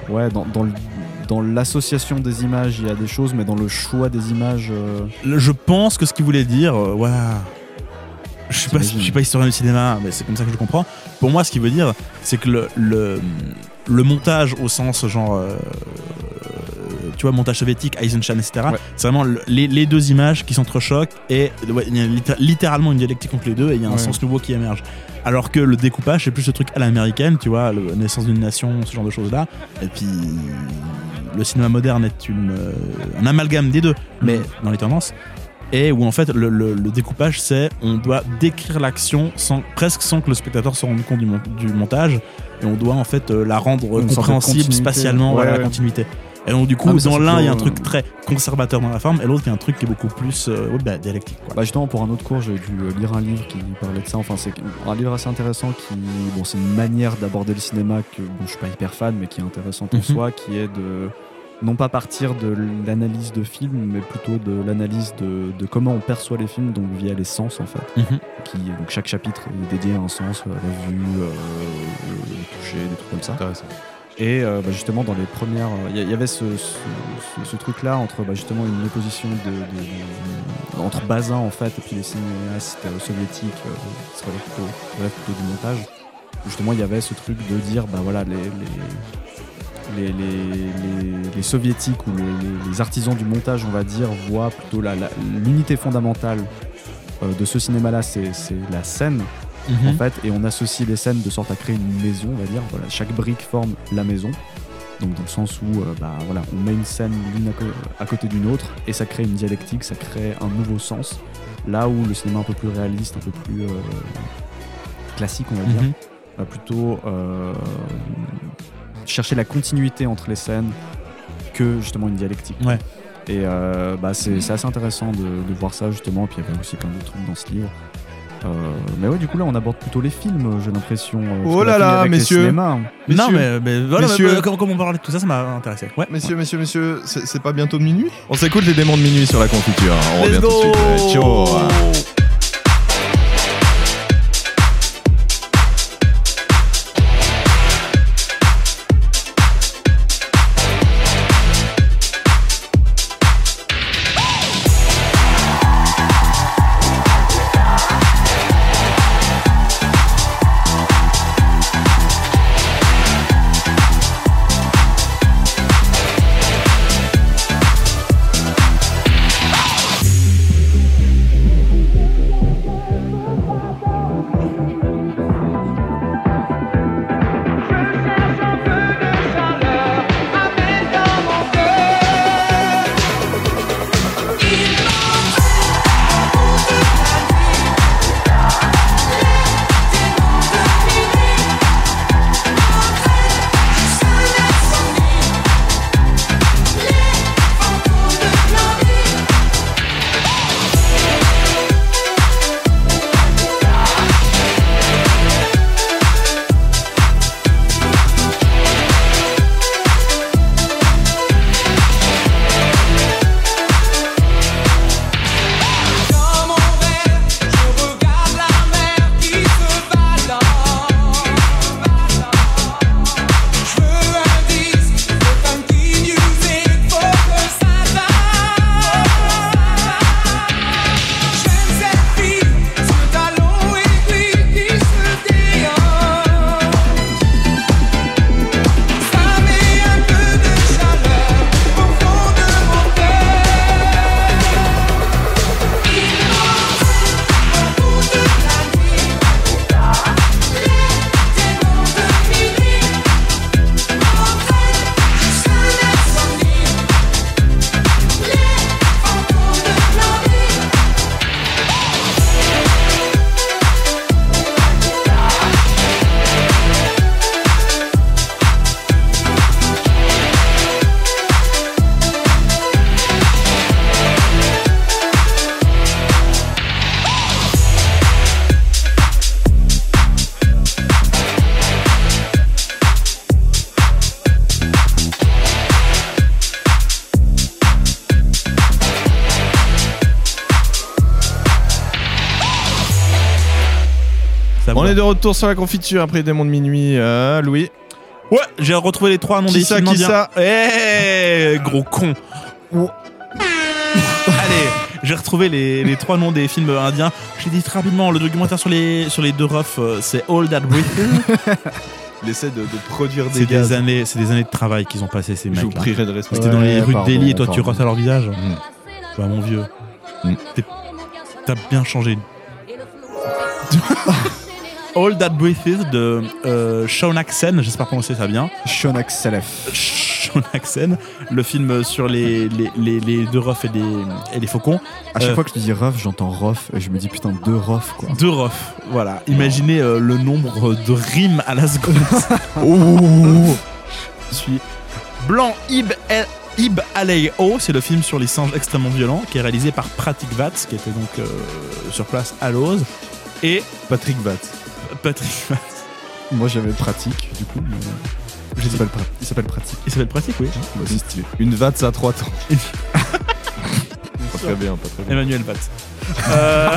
Speaker 7: Ouais, dans, dans, le- dans l'association des images, il y a des choses, mais dans le choix des images. euh,
Speaker 6: Le- Je pense que ce qu'il voulait dire, euh, voilà. Je suis, pas,
Speaker 7: T'imagines.
Speaker 6: je suis pas historien du cinéma, mais c'est comme ça que je comprends. Pour moi, ce qu'il veut dire, c'est que le, le, le montage au sens genre. euh, tu vois, montage soviétique, Eisenstein, etc.
Speaker 7: Ouais.
Speaker 6: C'est vraiment le- les, les deux images qui s'entrechoquent et ouais, il y a littér- littéralement une dialectique entre les deux et il y a un
Speaker 7: Ouais.
Speaker 6: sens nouveau qui émerge. Alors que le découpage, c'est plus ce truc à l'américaine, tu vois, la naissance d'une nation, ce genre de choses-là. Et puis,
Speaker 7: Mm.
Speaker 6: le cinéma moderne est une, euh, un amalgame des deux, mais dans les tendances. et où en fait le, le- le découpage c'est on doit décrire l'action sans, presque sans que le spectateur se rende compte du, mon- du montage et on doit en fait euh, la rendre
Speaker 7: sorte de
Speaker 6: compréhensible
Speaker 7: continuité.
Speaker 6: spatialement
Speaker 7: Ouais,
Speaker 6: voilà la
Speaker 7: ouais.
Speaker 6: continuité et donc du coup
Speaker 7: Ah, mais ça,
Speaker 6: dans
Speaker 7: c'est
Speaker 6: l'un il y a un
Speaker 7: plutôt,
Speaker 6: truc très conservateur dans la forme et l'autre il y a un truc qui est beaucoup plus euh, ouais, bah, dialectique quoi.
Speaker 7: Bah justement pour un autre cours j'ai dû euh, lire un livre qui parlait de ça, enfin c'est un livre assez intéressant qui bon c'est une manière d'aborder le cinéma que bon, je suis pas hyper fan mais qui est intéressante en
Speaker 6: Mhm.
Speaker 7: soi, qui est de non pas partir de l'analyse de films mais plutôt de l'analyse de, de comment on perçoit les films donc via les sens en fait.
Speaker 6: Mhm.
Speaker 7: Qui donc chaque chapitre est dédié à un sens, euh, la vue, euh, le toucher, des trucs comme ça.
Speaker 5: Intéressant.
Speaker 7: Et euh, bah, justement, dans les premières, euh, il y, avait ce, ce- ce- ce truc-là entre bah, justement une opposition de, de- de- entre Bazin en fait et puis les cinéastes euh, soviétiques euh, qui se relèvent plutôt, relèvent plutôt du montage. Justement, il y avait ce truc de dire bah voilà les les les, les- les- les soviétiques ou les, les- les artisans du montage, on va dire, voient plutôt la- la- l'unité fondamentale euh, de ce cinéma-là, c'est c'est la scène en fait, et on associe les scènes de sorte à créer une maison, on va dire. Voilà, chaque brique forme la maison. Donc dans le sens où euh, bah, voilà, on met une scène l'une à, co- à côté d'une autre et ça crée une dialectique, ça crée un nouveau sens. Là où le cinéma un peu plus réaliste, un peu plus euh, classique, on va dire,
Speaker 6: Mhm.
Speaker 7: va plutôt euh, chercher la continuité entre les scènes que justement une dialectique.
Speaker 6: Ouais.
Speaker 7: Et euh, bah, c'est c'est assez intéressant de, de voir ça justement. Puis il y avait aussi plein d'autres trucs dans ce livre. Euh, mais ouais, du coup là, on aborde plutôt les films, j'ai l'impression. euh, parce
Speaker 5: Oh
Speaker 7: que
Speaker 5: là
Speaker 7: la
Speaker 5: là,
Speaker 7: fille avec les
Speaker 5: messieurs.
Speaker 7: cinémas, hein.
Speaker 6: non
Speaker 5: Messieurs,
Speaker 6: mais, mais voilà
Speaker 5: Messieurs.
Speaker 6: mais- mais comme, comme on parlait de tout ça ça m'a intéressé ouais
Speaker 5: Messieurs, messieurs, messieurs, c'est c'est pas bientôt de minuit On s'écoute les démons de minuit sur la confiture. hein. On revient tout de suite. Allez, ciao.
Speaker 4: Dans mon rêve, je regarde la mer qui se balance. Je veux un disque de funky music, faut que ça danse. J'aime cette fille, son talon aiguille qui se déhanche. Ça met un peu de chaleur au fond de mon cœur.
Speaker 6: Ça
Speaker 5: On
Speaker 6: va.
Speaker 5: est de retour sur la confiture après les démons de minuit. Euh, Louis.
Speaker 6: ouais j'ai retrouvé les trois noms
Speaker 5: Qui
Speaker 6: des
Speaker 5: ça,
Speaker 6: films
Speaker 5: qui
Speaker 6: indiens.
Speaker 5: ça
Speaker 6: Eh, gros con. Allez, j'ai retrouvé les, les trois noms des films indiens. Je l'ai dit très rapidement, le documentaire sur les, sur les deux refs, euh, c'est All That Breathing.
Speaker 5: L'essai de, de produire
Speaker 6: C'est
Speaker 5: des gaz.
Speaker 6: des, années, c'est des années de travail qu'ils ont passé ces
Speaker 5: Je vous
Speaker 6: mecs.
Speaker 5: prierai de respecter.
Speaker 6: C'était dans les
Speaker 7: Ouais,
Speaker 6: rues de
Speaker 7: pardon,
Speaker 6: Delhi et toi tu
Speaker 7: pardon.
Speaker 6: rosses à leur visage. Bah mon vieux,
Speaker 5: Mm.
Speaker 6: T'es- t'as bien changé. All That Breathes de euh, Sean Axen, j'espère prononcer ça bien.
Speaker 7: Sean Axelef.
Speaker 6: Sh- Sean Axen, le film sur les, les, les, les deux refs et les, et les faucons.
Speaker 7: À chaque
Speaker 6: Euh,
Speaker 7: fois que je dis Rof, j'entends Rof et je me dis putain, deux Rof quoi.
Speaker 6: Deux refs, voilà. Imaginez euh, le nombre de rimes à la seconde. Je suis Blanc Ib, El- Ib Alei O, c'est le film sur les singes extrêmement violents qui est réalisé par Pratik Vats, qui était donc euh, sur place à Loz. Et
Speaker 5: Patrick Vat.
Speaker 6: Patrick Vats,
Speaker 7: Moi j'avais pratique du coup. mais- Il s'appelle Pra- il s'appelle pratique.
Speaker 6: il s'appelle Pratik, oui.
Speaker 5: Bah, c'est stylé. Une Vats à trois temps. pas très bien, pas très bien.
Speaker 6: Emmanuel Vats. Euh,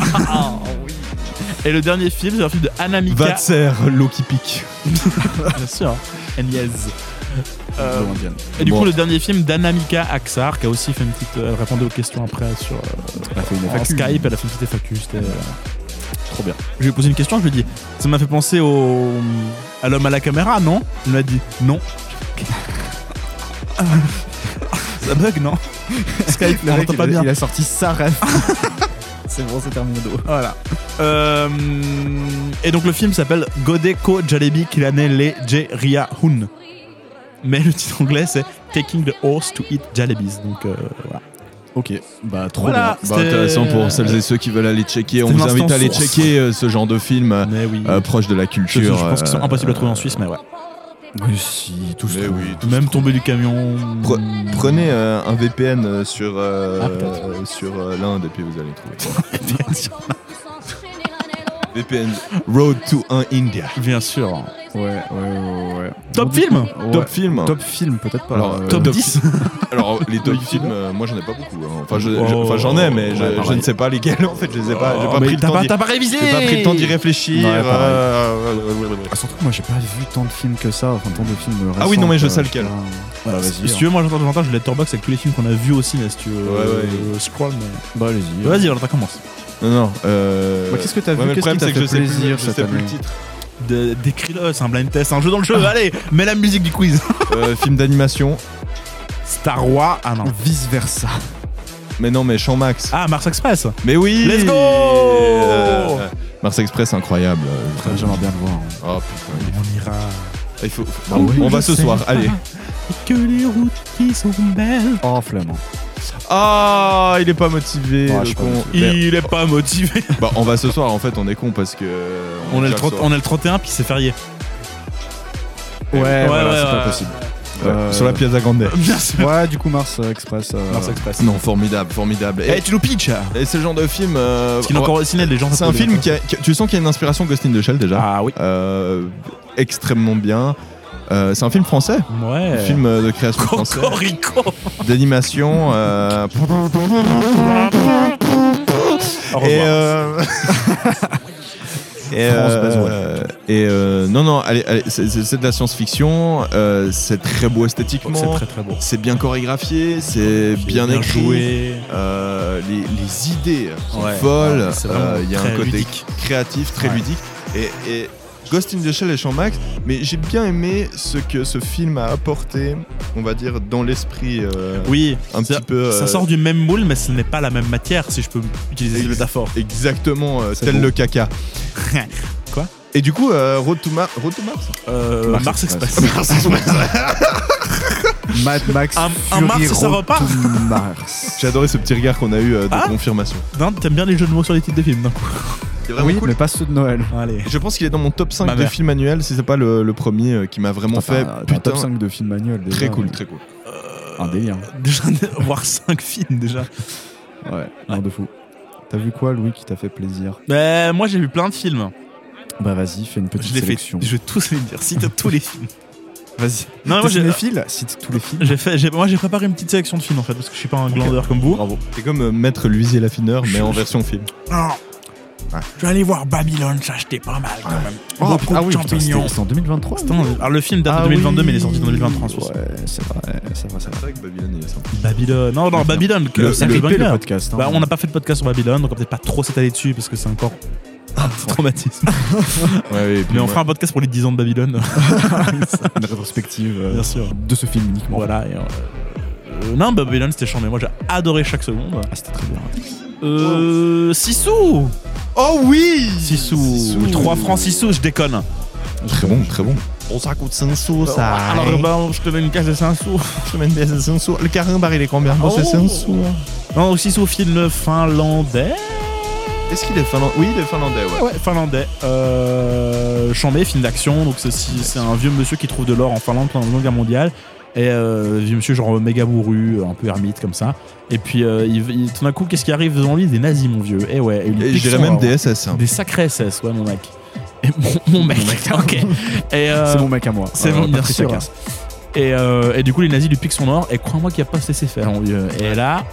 Speaker 6: Et le dernier film, c'est un film de Anna Mika.
Speaker 5: Vatser, l'eau qui pique.
Speaker 6: Bien sûr. Agnès. Euh,
Speaker 7: Bon, Indiana.
Speaker 6: et du
Speaker 5: Bon.
Speaker 6: coup, le dernier film d'Anamika Aksar, qui a aussi fait une petite. euh, Elle répondait aux questions après sur euh,
Speaker 7: Elle a fait une
Speaker 6: en
Speaker 7: FAQ.
Speaker 6: Skype, elle a fait une petite FAQ. C'était euh, trop bien. Je lui ai posé une question, je lui ai dit Ça m'a fait penser au. à l'homme à la caméra, non Il m'a dit Non. J'ai fait, Ok. Ça bug, non Skype,
Speaker 7: Le
Speaker 6: on
Speaker 7: mec,
Speaker 6: entend
Speaker 7: il
Speaker 6: pas
Speaker 7: a-
Speaker 6: bien.
Speaker 7: Il a sorti sa ref. c'est bon, c'est terminé.
Speaker 6: Voilà. Euh, et donc le film s'appelle Godeko Jalebi Kilanele Jeria Hun. Mais le titre anglais c'est Taking the Horse to Eat Jalebis. Donc euh, voilà.
Speaker 7: Ok, bah trop
Speaker 6: Voilà.
Speaker 7: bien.
Speaker 5: Bah,
Speaker 6: C'était-
Speaker 5: intéressant pour celles et ceux qui veulent aller checker. On
Speaker 6: C'était
Speaker 5: vous invite
Speaker 6: l'instant
Speaker 5: à aller
Speaker 6: source.
Speaker 5: checker euh, ce genre de film euh,
Speaker 6: Mais oui.
Speaker 5: euh, proche de la
Speaker 6: je,
Speaker 5: culture.
Speaker 6: je pense qu'ils sont
Speaker 5: euh,
Speaker 6: impossibles à trouver en Suisse, mais ouais.
Speaker 7: Mais si, tout se
Speaker 5: Mais
Speaker 7: trouve.
Speaker 5: oui, tout
Speaker 6: Même tomber du camion.
Speaker 5: Pre- prenez euh, un VPN euh, sur, euh,
Speaker 6: Ah, peut-être.
Speaker 5: euh, sur euh, l'Inde et puis vous allez trouver. VPN Road to un India.
Speaker 6: Bien sûr. euh,
Speaker 7: Ouais, ouais, ouais, ouais.
Speaker 6: Top
Speaker 7: Bon,
Speaker 6: film
Speaker 7: ouais.
Speaker 5: Top film.
Speaker 7: Top film, peut-être pas.
Speaker 5: Alors,
Speaker 7: euh,
Speaker 6: Top
Speaker 5: Top
Speaker 6: 10
Speaker 5: Alors les top films, euh, moi j'en ai pas beaucoup. hein. Enfin je- je-
Speaker 6: Oh.
Speaker 5: enfin, j'en ai mais je,
Speaker 6: Ouais,
Speaker 5: je
Speaker 6: pareil.
Speaker 5: ne sais pas lesquels en fait. Je les ai pas. J'ai
Speaker 6: Oh,
Speaker 5: pas
Speaker 6: mais
Speaker 5: pris le
Speaker 6: t'as
Speaker 5: temps.
Speaker 6: pas-
Speaker 5: d'y-
Speaker 6: T'as pas révisé
Speaker 5: J'ai pas pris le temps d'y réfléchir.
Speaker 7: Ouais, pareil.
Speaker 5: euh,
Speaker 7: Ah, surtout que moi j'ai pas vu tant de films que ça, enfin tant de films récents.
Speaker 5: oui, non, mais je
Speaker 7: quoi,
Speaker 5: sais lequel.
Speaker 7: putain.
Speaker 6: Ouais,
Speaker 7: Bah,
Speaker 6: si hein.
Speaker 7: vas-y.
Speaker 6: si tu veux, moi j'entends j'entends, j'ai Letterboxd avec tous les films qu'on a vus aussi, mais si tu veux.
Speaker 5: Ouais, ouais.
Speaker 6: euh, scroll, mais.
Speaker 7: Bah, allez-y.
Speaker 6: Vas-y, alors t'as commencé.
Speaker 5: Non non. euh,
Speaker 7: Bah, qu'est-ce que t'as
Speaker 5: ouais,
Speaker 7: vu
Speaker 5: mais le
Speaker 7: Qu'est-ce
Speaker 5: problème
Speaker 7: qui t'a
Speaker 5: c'est que je
Speaker 7: fait
Speaker 5: sais plus le-
Speaker 7: plaisir
Speaker 5: je sais
Speaker 7: cette
Speaker 5: plus
Speaker 7: année
Speaker 5: le titre.
Speaker 6: De- Décris-le, c'est un blind test, c'est un jeu dans le jeu. Allez, mets la musique du quiz.
Speaker 5: Euh, Film d'animation.
Speaker 6: Star Wars. Ah non.
Speaker 7: Vice versa.
Speaker 5: Mais non mais Champ Max.
Speaker 6: Ah, Mars Express.
Speaker 5: Mais oui.
Speaker 6: Let's go
Speaker 5: Euh, Mars Express incroyable. Euh,
Speaker 7: J'aimerais bien le voir. hein.
Speaker 5: Oh putain. il est-
Speaker 6: On ira.
Speaker 5: Il faut, faut-
Speaker 7: Ah oui,
Speaker 5: on
Speaker 7: je
Speaker 5: va ce
Speaker 7: sais.
Speaker 5: soir, allez.
Speaker 6: Et ah. que les routes qui sont belles.
Speaker 7: Oh, flamand.
Speaker 5: Ah, il est pas motivé.
Speaker 7: Ah,
Speaker 5: le
Speaker 7: je suis pas
Speaker 5: con.
Speaker 6: Il
Speaker 5: Mais-
Speaker 6: est pas motivé.
Speaker 5: bah, on va ce soir, en fait, on est con parce que. euh,
Speaker 6: On est, le
Speaker 5: déjà
Speaker 6: 30
Speaker 5: soir.
Speaker 6: on est le 31 puis c'est férié.
Speaker 7: Ouais, voilà,
Speaker 6: ouais,
Speaker 7: c'est
Speaker 6: ouais.
Speaker 7: pas possible.
Speaker 5: Ouais,
Speaker 7: Euh,
Speaker 5: Sur la Piazza Grande.
Speaker 6: Bien sûr.
Speaker 7: Ouais, du coup, Mars Express. euh,
Speaker 6: Mars Express.
Speaker 5: Non, formidable, formidable.
Speaker 6: Eh,
Speaker 5: Et,
Speaker 6: tu nous pitches Parce
Speaker 5: et ce genre de film. euh,
Speaker 6: qu'il est
Speaker 5: ouais,
Speaker 6: encore au ciné, les gens.
Speaker 5: C'est un film qui, a- qui- Tu sens qu'il y a une inspiration Ghost in the Shell déjà.
Speaker 6: Ah oui.
Speaker 5: Euh, extrêmement bien. Euh, c'est un film français,
Speaker 6: Ouais.
Speaker 5: un film euh, de création française,
Speaker 6: Cocorico.
Speaker 5: d'animation. euh,
Speaker 6: Au
Speaker 5: Et,
Speaker 6: revoir.
Speaker 5: euh, et,
Speaker 7: France
Speaker 5: euh,
Speaker 7: Bazois.
Speaker 5: euh, et euh, non, non, allez, allez, c'est c'est- c'est de la science-fiction, euh, c'est très beau
Speaker 6: C'est
Speaker 5: esthétiquement,
Speaker 6: très très beau.
Speaker 5: c'est bien chorégraphié, c'est bien, écrit,
Speaker 6: joué.
Speaker 5: euh, les, les idées sont
Speaker 6: Ouais,
Speaker 5: folles,
Speaker 6: ouais, c'est
Speaker 5: euh,
Speaker 6: vraiment
Speaker 5: il y a un
Speaker 6: très
Speaker 5: côté
Speaker 6: ludique.
Speaker 5: créatif, très
Speaker 6: Ouais.
Speaker 5: ludique. Et, et Ghost in the Shell et Champ Max, mais j'ai bien aimé ce que ce film a apporté, on va dire, dans l'esprit euh,
Speaker 6: Oui.
Speaker 5: un
Speaker 6: ça-
Speaker 5: petit peu. euh,
Speaker 6: Ça sort du même moule, mais ce n'est pas la même matière, si je peux utiliser cette
Speaker 5: Ex-
Speaker 6: métaphore.
Speaker 5: Exactement, euh,
Speaker 7: C'est
Speaker 5: tel
Speaker 7: beau.
Speaker 5: le caca.
Speaker 6: Quoi
Speaker 5: Et du coup, euh, Road, to Mar- Road to Mars
Speaker 6: Euh,
Speaker 7: Mars
Speaker 6: Mars
Speaker 7: Express.
Speaker 6: Express.
Speaker 5: Ah,
Speaker 7: Mad Max.
Speaker 6: Un- un
Speaker 7: Fury
Speaker 6: Mars, ça
Speaker 7: Road
Speaker 6: repart.
Speaker 7: to Mars.
Speaker 5: J'ai adoré ce petit regard qu'on a eu euh, de
Speaker 6: Ah
Speaker 5: confirmation.
Speaker 6: Non, t'aimes bien les jeux de mots sur les titres de films, non
Speaker 5: C'est
Speaker 6: Ah
Speaker 5: vraiment
Speaker 7: Oui,
Speaker 5: cool.
Speaker 7: mais pas ceux de Noël.
Speaker 6: Allez.
Speaker 5: Je pense qu'il est dans mon top 5
Speaker 6: Ma
Speaker 5: des
Speaker 6: mère.
Speaker 5: films annuels, si c'est pas le, le premier euh, qui m'a vraiment fait
Speaker 7: T'as- t'as un
Speaker 5: putain.
Speaker 7: top 5 de films manuels. déjà,
Speaker 5: très cool,
Speaker 7: mais-
Speaker 5: très cool.
Speaker 7: Un délire.
Speaker 6: Déjà, voir 5 films déjà.
Speaker 7: Ouais, non, de fou. T'as vu quoi, Louis, qui t'a fait plaisir
Speaker 6: Euh, moi j'ai vu plein de films.
Speaker 7: Bah, vas-y, fais une petite
Speaker 6: Je les fais.
Speaker 7: sélection.
Speaker 6: Je vais tous les dire. Si t'as tous les films.
Speaker 7: Vas-y.
Speaker 6: Non,
Speaker 7: T'es
Speaker 6: moi j'ai.
Speaker 7: cinéphile Cite tous les films.
Speaker 6: J'ai fait, j'ai- moi j'ai préparé une petite sélection de films en fait parce que je Oh, suis pas un glandeur comme vous.
Speaker 5: Bravo. C'est comme euh, Maître Luisier l'affineur, mais
Speaker 6: Je-
Speaker 5: en
Speaker 6: je-
Speaker 5: version film.
Speaker 6: Non.
Speaker 5: Ouais.
Speaker 6: Je vais aller voir Babylone, ça j'étais pas mal quand même. Beaucoup de
Speaker 7: Oh, ah putain,
Speaker 6: champignons.
Speaker 7: c'était- C'est en 2023.
Speaker 6: Putain, alors le film date
Speaker 7: Ah
Speaker 6: de 2022 mais il est
Speaker 7: oui.
Speaker 6: sorti en 2023 en Suisse.
Speaker 7: Ouais, c'est vrai, c'est vrai, c'est vrai.
Speaker 5: C'est vrai que Babylone, il est sympa.
Speaker 6: Babylone. Non, non, Babylone. que-
Speaker 7: Le,
Speaker 6: ça
Speaker 7: le,
Speaker 6: fait
Speaker 7: le,
Speaker 6: banger.
Speaker 7: podcast. hein.
Speaker 6: Bah, on n'a pas fait de podcast sur Babylone, donc on va peut-être pas trop s'étaler dessus parce que c'est encore un petit traumatisme.
Speaker 5: Ouais, oui, et puis
Speaker 6: Mais on
Speaker 5: moi-
Speaker 6: fera un podcast pour les 10 ans de Babylone,
Speaker 7: une rétrospective euh,
Speaker 6: bien sûr.
Speaker 7: de ce film uniquement.
Speaker 6: Voilà. et, euh, euh, non, Babylone c'était chiant, mais moi j'ai adoré chaque seconde.
Speaker 7: Ah, c'était très bien.
Speaker 6: Euh. Sissou
Speaker 5: Oh oui
Speaker 6: Sissou 3 francs Sissou, je déconne.
Speaker 5: Très bon, très bon. Oh, ça coûte 5 sous, ça.
Speaker 6: Alors,
Speaker 7: bah,
Speaker 6: ben, je te donne une caisse de 5 sous.
Speaker 5: Oh, je mets une baisse de 5 sous. Le carimbar, il est combien Bon, c'est 5
Speaker 6: Oh.
Speaker 5: sous. hein.
Speaker 6: Non, aussi Sophie le finlandais.
Speaker 5: Est-ce qu'il est finlandais Oui, il est finlandais, ouais.
Speaker 6: Ouais, ouais, finlandais. Euh, Chambé, film d'action. Donc, c'est, si- c'est un vieux monsieur qui trouve de l'or en Finlande pendant la Seconde Guerre mondiale. Et euh, vieux monsieur, genre méga bourru, euh, un peu ermite comme ça. Et puis, euh, il, il- tout d'un coup, qu'est-ce qui arrive devant lui Des nazis, mon vieux. Et ouais, il
Speaker 5: Et je dirais même des SS. hein.
Speaker 6: Des sacrés SS, ouais, mon mec. Et mon, mon mec, ok. Et, euh,
Speaker 7: C'est mon mec à moi.
Speaker 6: C'est
Speaker 7: Euh,
Speaker 6: bon, bien
Speaker 7: Patrick
Speaker 6: sûr.
Speaker 7: Sacas.
Speaker 6: Et, euh, et du coup, les nazis lui piquent son or. Et crois-moi qu'il a pas cessé faire, mon vieux. Et là,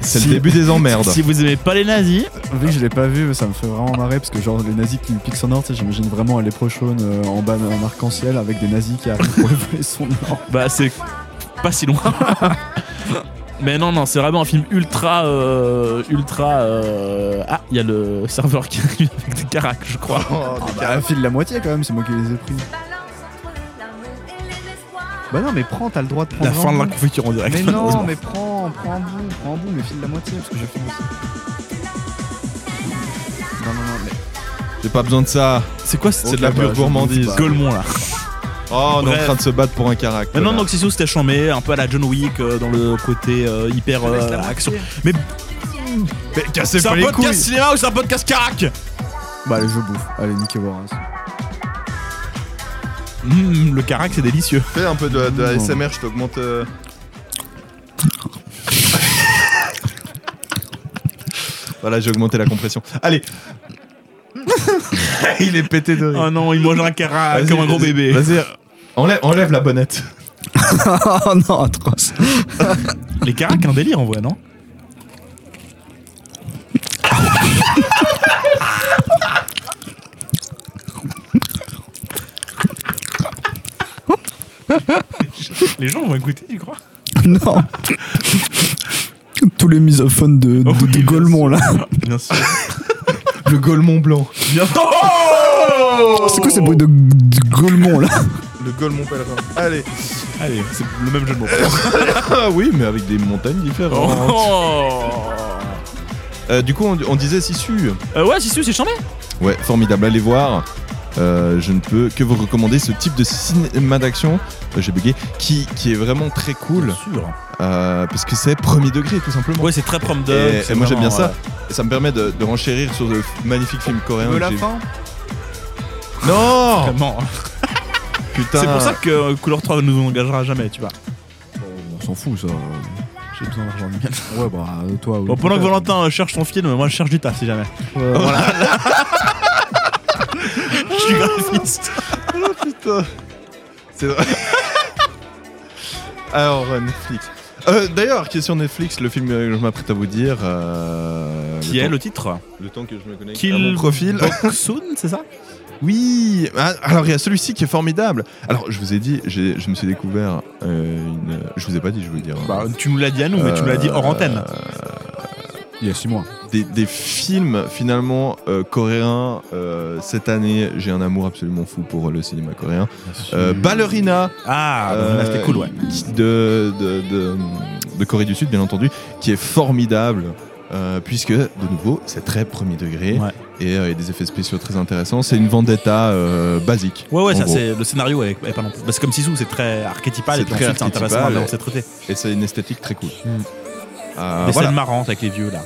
Speaker 5: C'est
Speaker 6: si-
Speaker 5: le début des emmerdes.
Speaker 6: Si vous aimez pas les nazis,
Speaker 7: Vu que je l'ai pas vu, mais ça me fait vraiment marrer parce que genre les nazis qui lui piquent son or, tu sais, j'imagine vraiment un léprochaune euh, en bas d'un arc-en-ciel avec des nazis qui arrivent pour lui voler son or.
Speaker 6: bah c'est pas si loin. Mais non, non, c'est vraiment un film ultra. euh, ultra. euh, Ah, il y a le serveur qui arrive avec des caracs, je crois.
Speaker 7: Ah bah, file la moitié quand même, c'est moi qui les ai pris. Bah non, mais prends, t'as le droit de prendre. un bout.
Speaker 6: confiture en direct.
Speaker 7: Mais non, mais prends, prends un bout, prends un bout, mais file la moitié parce que j'ai fini aussi. Non, non, non, mais.
Speaker 5: J'ai pas besoin de ça.
Speaker 6: C'est quoi cette
Speaker 5: C'est de la
Speaker 7: bah,
Speaker 5: pure
Speaker 7: je
Speaker 5: gourmandise.
Speaker 7: doute pas.
Speaker 6: Golemon là
Speaker 5: Oh, on est en
Speaker 6: Bref.
Speaker 5: train de se battre pour un carac.
Speaker 6: Mais non, donc Sissou c'était chambé, un peu à la John Wick, euh, dans le côté euh, hyper euh, action. Mais
Speaker 5: Mais cassez
Speaker 6: c'est
Speaker 5: pas
Speaker 6: un
Speaker 5: les couilles.
Speaker 6: podcast cinéma ou c'est un podcast carac
Speaker 7: Bah, allez, je bouffe. Allez, niquez voir.
Speaker 6: Mmh, Le carac c'est délicieux.
Speaker 5: Fais un peu de, de
Speaker 7: Non.
Speaker 5: ASMR, je t'augmente. euh, voilà, j'ai augmenté la compression. Allez Il est pété de rire.
Speaker 6: Oh non, il mange un carac
Speaker 5: Vas-y,
Speaker 6: comme un gros
Speaker 5: vas-y,
Speaker 6: bébé.
Speaker 5: Vas-y, enlève, enlève la bonnette.
Speaker 7: oh non, atroce.
Speaker 6: Les caracs un délire en vrai, non Les gens vont écouter, tu crois
Speaker 7: Non. Tous les misophones de,
Speaker 6: Oh oui, bien
Speaker 7: Golemont là.
Speaker 6: Bien sûr.
Speaker 5: Le Golemont blanc.
Speaker 6: Bien
Speaker 7: C'est quoi ces bruits de, de Golemont là
Speaker 5: Le Golemont pèlerin. Allez.
Speaker 6: Allez, c'est le même jeu de mots.
Speaker 5: Ah oui, mais avec des montagnes différentes.
Speaker 6: Oh.
Speaker 5: Euh, du coup, on, on disait Sissu.
Speaker 6: Euh, ouais, si, si, c'est chambé.
Speaker 5: Ouais, formidable, allez voir. Euh, je ne peux que vous recommander ce type de cinéma d'action, euh, j'ai bugué, qui, qui est vraiment très cool,
Speaker 6: sûr.
Speaker 5: euh, parce que c'est premier degré tout simplement.
Speaker 6: Ouais, c'est euh, très prom
Speaker 5: Et,
Speaker 6: dog.
Speaker 5: et moi j'aime bien ça. Et ça me permet de, de renchérir sur le magnifique film coréen. que j'ai vu. Non
Speaker 6: Vraiment.
Speaker 5: Putain
Speaker 6: Oh, C'est pour ça que euh, Couleur 3 ne nous engagera jamais, tu vois.
Speaker 7: On s'en fout ça.
Speaker 6: J'ai besoin d'argent.
Speaker 7: Ouais, bah euh, toi. oui.
Speaker 6: Bon, pendant que Valentin euh, cherche son film, moi je cherche du taf si jamais.
Speaker 7: Euh,
Speaker 6: Je suis graphiste.
Speaker 5: Putain. C'est vrai. Alors, euh, Netflix. Euh, D'ailleurs, question Netflix, le film que je m'apprête à vous dire. euh,
Speaker 6: Qui
Speaker 5: le
Speaker 6: est
Speaker 5: temps-
Speaker 6: le titre
Speaker 5: le temps que je me connecte
Speaker 6: Kill
Speaker 5: à mon profil.
Speaker 6: Bok Soon, c'est ça
Speaker 5: Oui, ah, alors il y a celui-ci qui est formidable. Alors je vous ai dit, j'ai- je me suis découvert euh, une. Je vous ai pas dit, je veux dire. hein.
Speaker 6: Bah, tu nous l'as dit à nous, mais tu nous l'as dit hors antenne.
Speaker 7: Il y a 6 mois.
Speaker 5: Des, des films finalement euh, coréens. euh, cette année, j'ai un amour absolument fou pour le cinéma coréen. Euh, Ballerina,
Speaker 6: Ah,
Speaker 5: euh,
Speaker 6: bah, c'était cool, ouais.
Speaker 5: qui- de, de, de- de Corée du Sud, bien entendu, qui est formidable. euh, puisque de nouveau c'est très premier degré
Speaker 6: Ouais.
Speaker 5: et euh, il y a des effets spéciaux très intéressants c'est une vendetta euh, basique
Speaker 6: Ouais, ouais,
Speaker 5: en
Speaker 6: ça
Speaker 5: gros.
Speaker 6: c'est le scénario est, est pas non plus. Parce que comme Sisou, c'est très Bah, archétypal
Speaker 5: C'est
Speaker 6: et puis
Speaker 5: très
Speaker 6: ensuite c'est intéressant à
Speaker 5: archétypal,
Speaker 6: c'est traité.
Speaker 5: et c'est une esthétique très cool
Speaker 6: Mm.
Speaker 5: Euh,
Speaker 6: Des
Speaker 5: voilà.
Speaker 6: scènes marrantes avec les vieux là.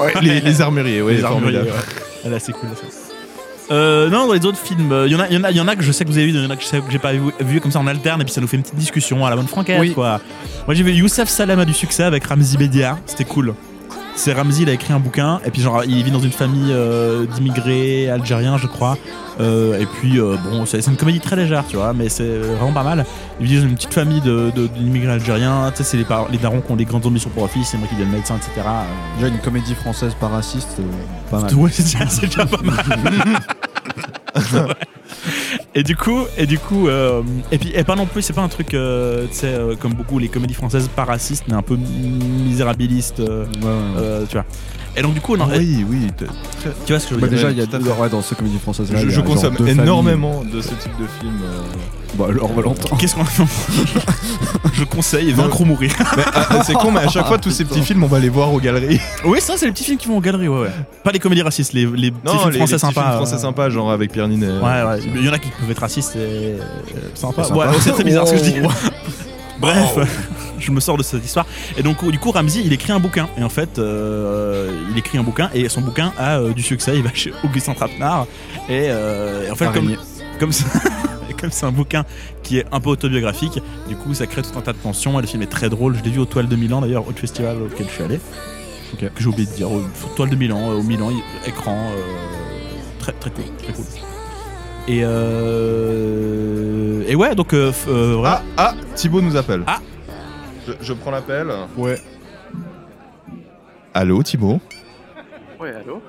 Speaker 5: Ouais, les, les armuriers, ouais,
Speaker 6: les armuriers.
Speaker 5: formidable.
Speaker 6: ouais. Ah, Là, c'est cool. là, ça. Euh, non, dans les autres films, il y, en a- y, en a- y en a que je sais que vous avez vu, il y en a que je sais que j'ai pas vu, vu, comme ça on alterne et puis ça nous fait une petite discussion à la bonne franquette
Speaker 7: Oui.
Speaker 6: quoi. Moi j'ai vu Youssef Salem a du succès avec Ramzi Bedia, c'était cool. C'est Ramzi, il a écrit un bouquin et puis genre il vit dans une famille euh, d'immigrés algériens je crois. Euh, et puis euh, bon, c'est c'est une comédie très légère tu vois, mais c'est vraiment pas mal. Il vit dans une petite famille de- de- d'immigrés algériens, tu sais c'est les, par- les darons qui ont des grandes ambitions pour leur fils, c'est moi qui deviens médecin etc. Euh,
Speaker 7: Déjà une comédie française pas raciste, euh, pas mal.
Speaker 6: Ouais, c'est déjà, c'est déjà pas mal. Et du coup, et du coup, euh, et puis, et pas non plus, c'est pas un truc, euh, tu sais, euh, comme beaucoup les comédies françaises, pas racistes, mais un peu misérabilistes, euh,
Speaker 7: Ouais, ouais, ouais.
Speaker 6: euh, tu vois. Et donc, du coup, on en-
Speaker 5: Ah Oui, oui. t-
Speaker 6: tu vois ce que je veux
Speaker 7: Bah
Speaker 6: dire
Speaker 7: déjà, il y a
Speaker 5: tout à
Speaker 7: deux- ouais, dans ces comédies françaises là.
Speaker 5: Je,
Speaker 7: il y a
Speaker 5: je
Speaker 7: genre
Speaker 5: consomme
Speaker 7: deux familles.
Speaker 5: énormément de ce type de film. euh.
Speaker 7: Bah alors, on va l'entendre.
Speaker 6: Qu'est-ce qu'on Je conseille Vaincre ou mourir.
Speaker 5: Mais, ah, c'est con, mais à chaque fois, tous ces petits films, on va les voir aux galeries.
Speaker 6: oui, ça, c'est les petits films qui vont en galerie, ouais, ouais. Pas les comédies racistes, les, les petits
Speaker 5: Non,
Speaker 6: films
Speaker 5: les, les
Speaker 6: français
Speaker 5: petits
Speaker 6: sympas.
Speaker 5: films
Speaker 6: euh,
Speaker 5: français sympas, genre avec Pierre Ninet.
Speaker 6: Ouais, ouais. Il y en a qui peuvent être racistes et. euh, sympa.
Speaker 7: sympa.
Speaker 6: Ouais, c'est très bizarre ce que je dis. Bref, je me sors de cette histoire. Et donc, du coup, Ramsey, il écrit un bouquin. Et en fait, euh, il écrit un bouquin et son bouquin a euh, du succès. Il va chez Augustin Trapenard. Et, euh, et en fait, comme,
Speaker 7: Araignée.
Speaker 6: comme ça. et Comme c'est un bouquin qui est un peu autobiographique, du coup ça crée tout un tas de tensions. Et le film est très drôle. Je l'ai vu au Toile de Milan d'ailleurs, autre festival auquel je suis allé.
Speaker 7: Ok.
Speaker 6: Que j'ai oublié de dire, au au Toile de Milan, euh, au Milan, il- écran. euh, très, très cool, très cool. Et euh. Et ouais, donc. Euh, f- euh, voilà.
Speaker 5: Ah, ah, Thibaut nous appelle.
Speaker 6: Ah.
Speaker 5: Je, je prends l'appel.
Speaker 7: Ouais.
Speaker 5: Allô, Thibaut
Speaker 11: Ouais, allô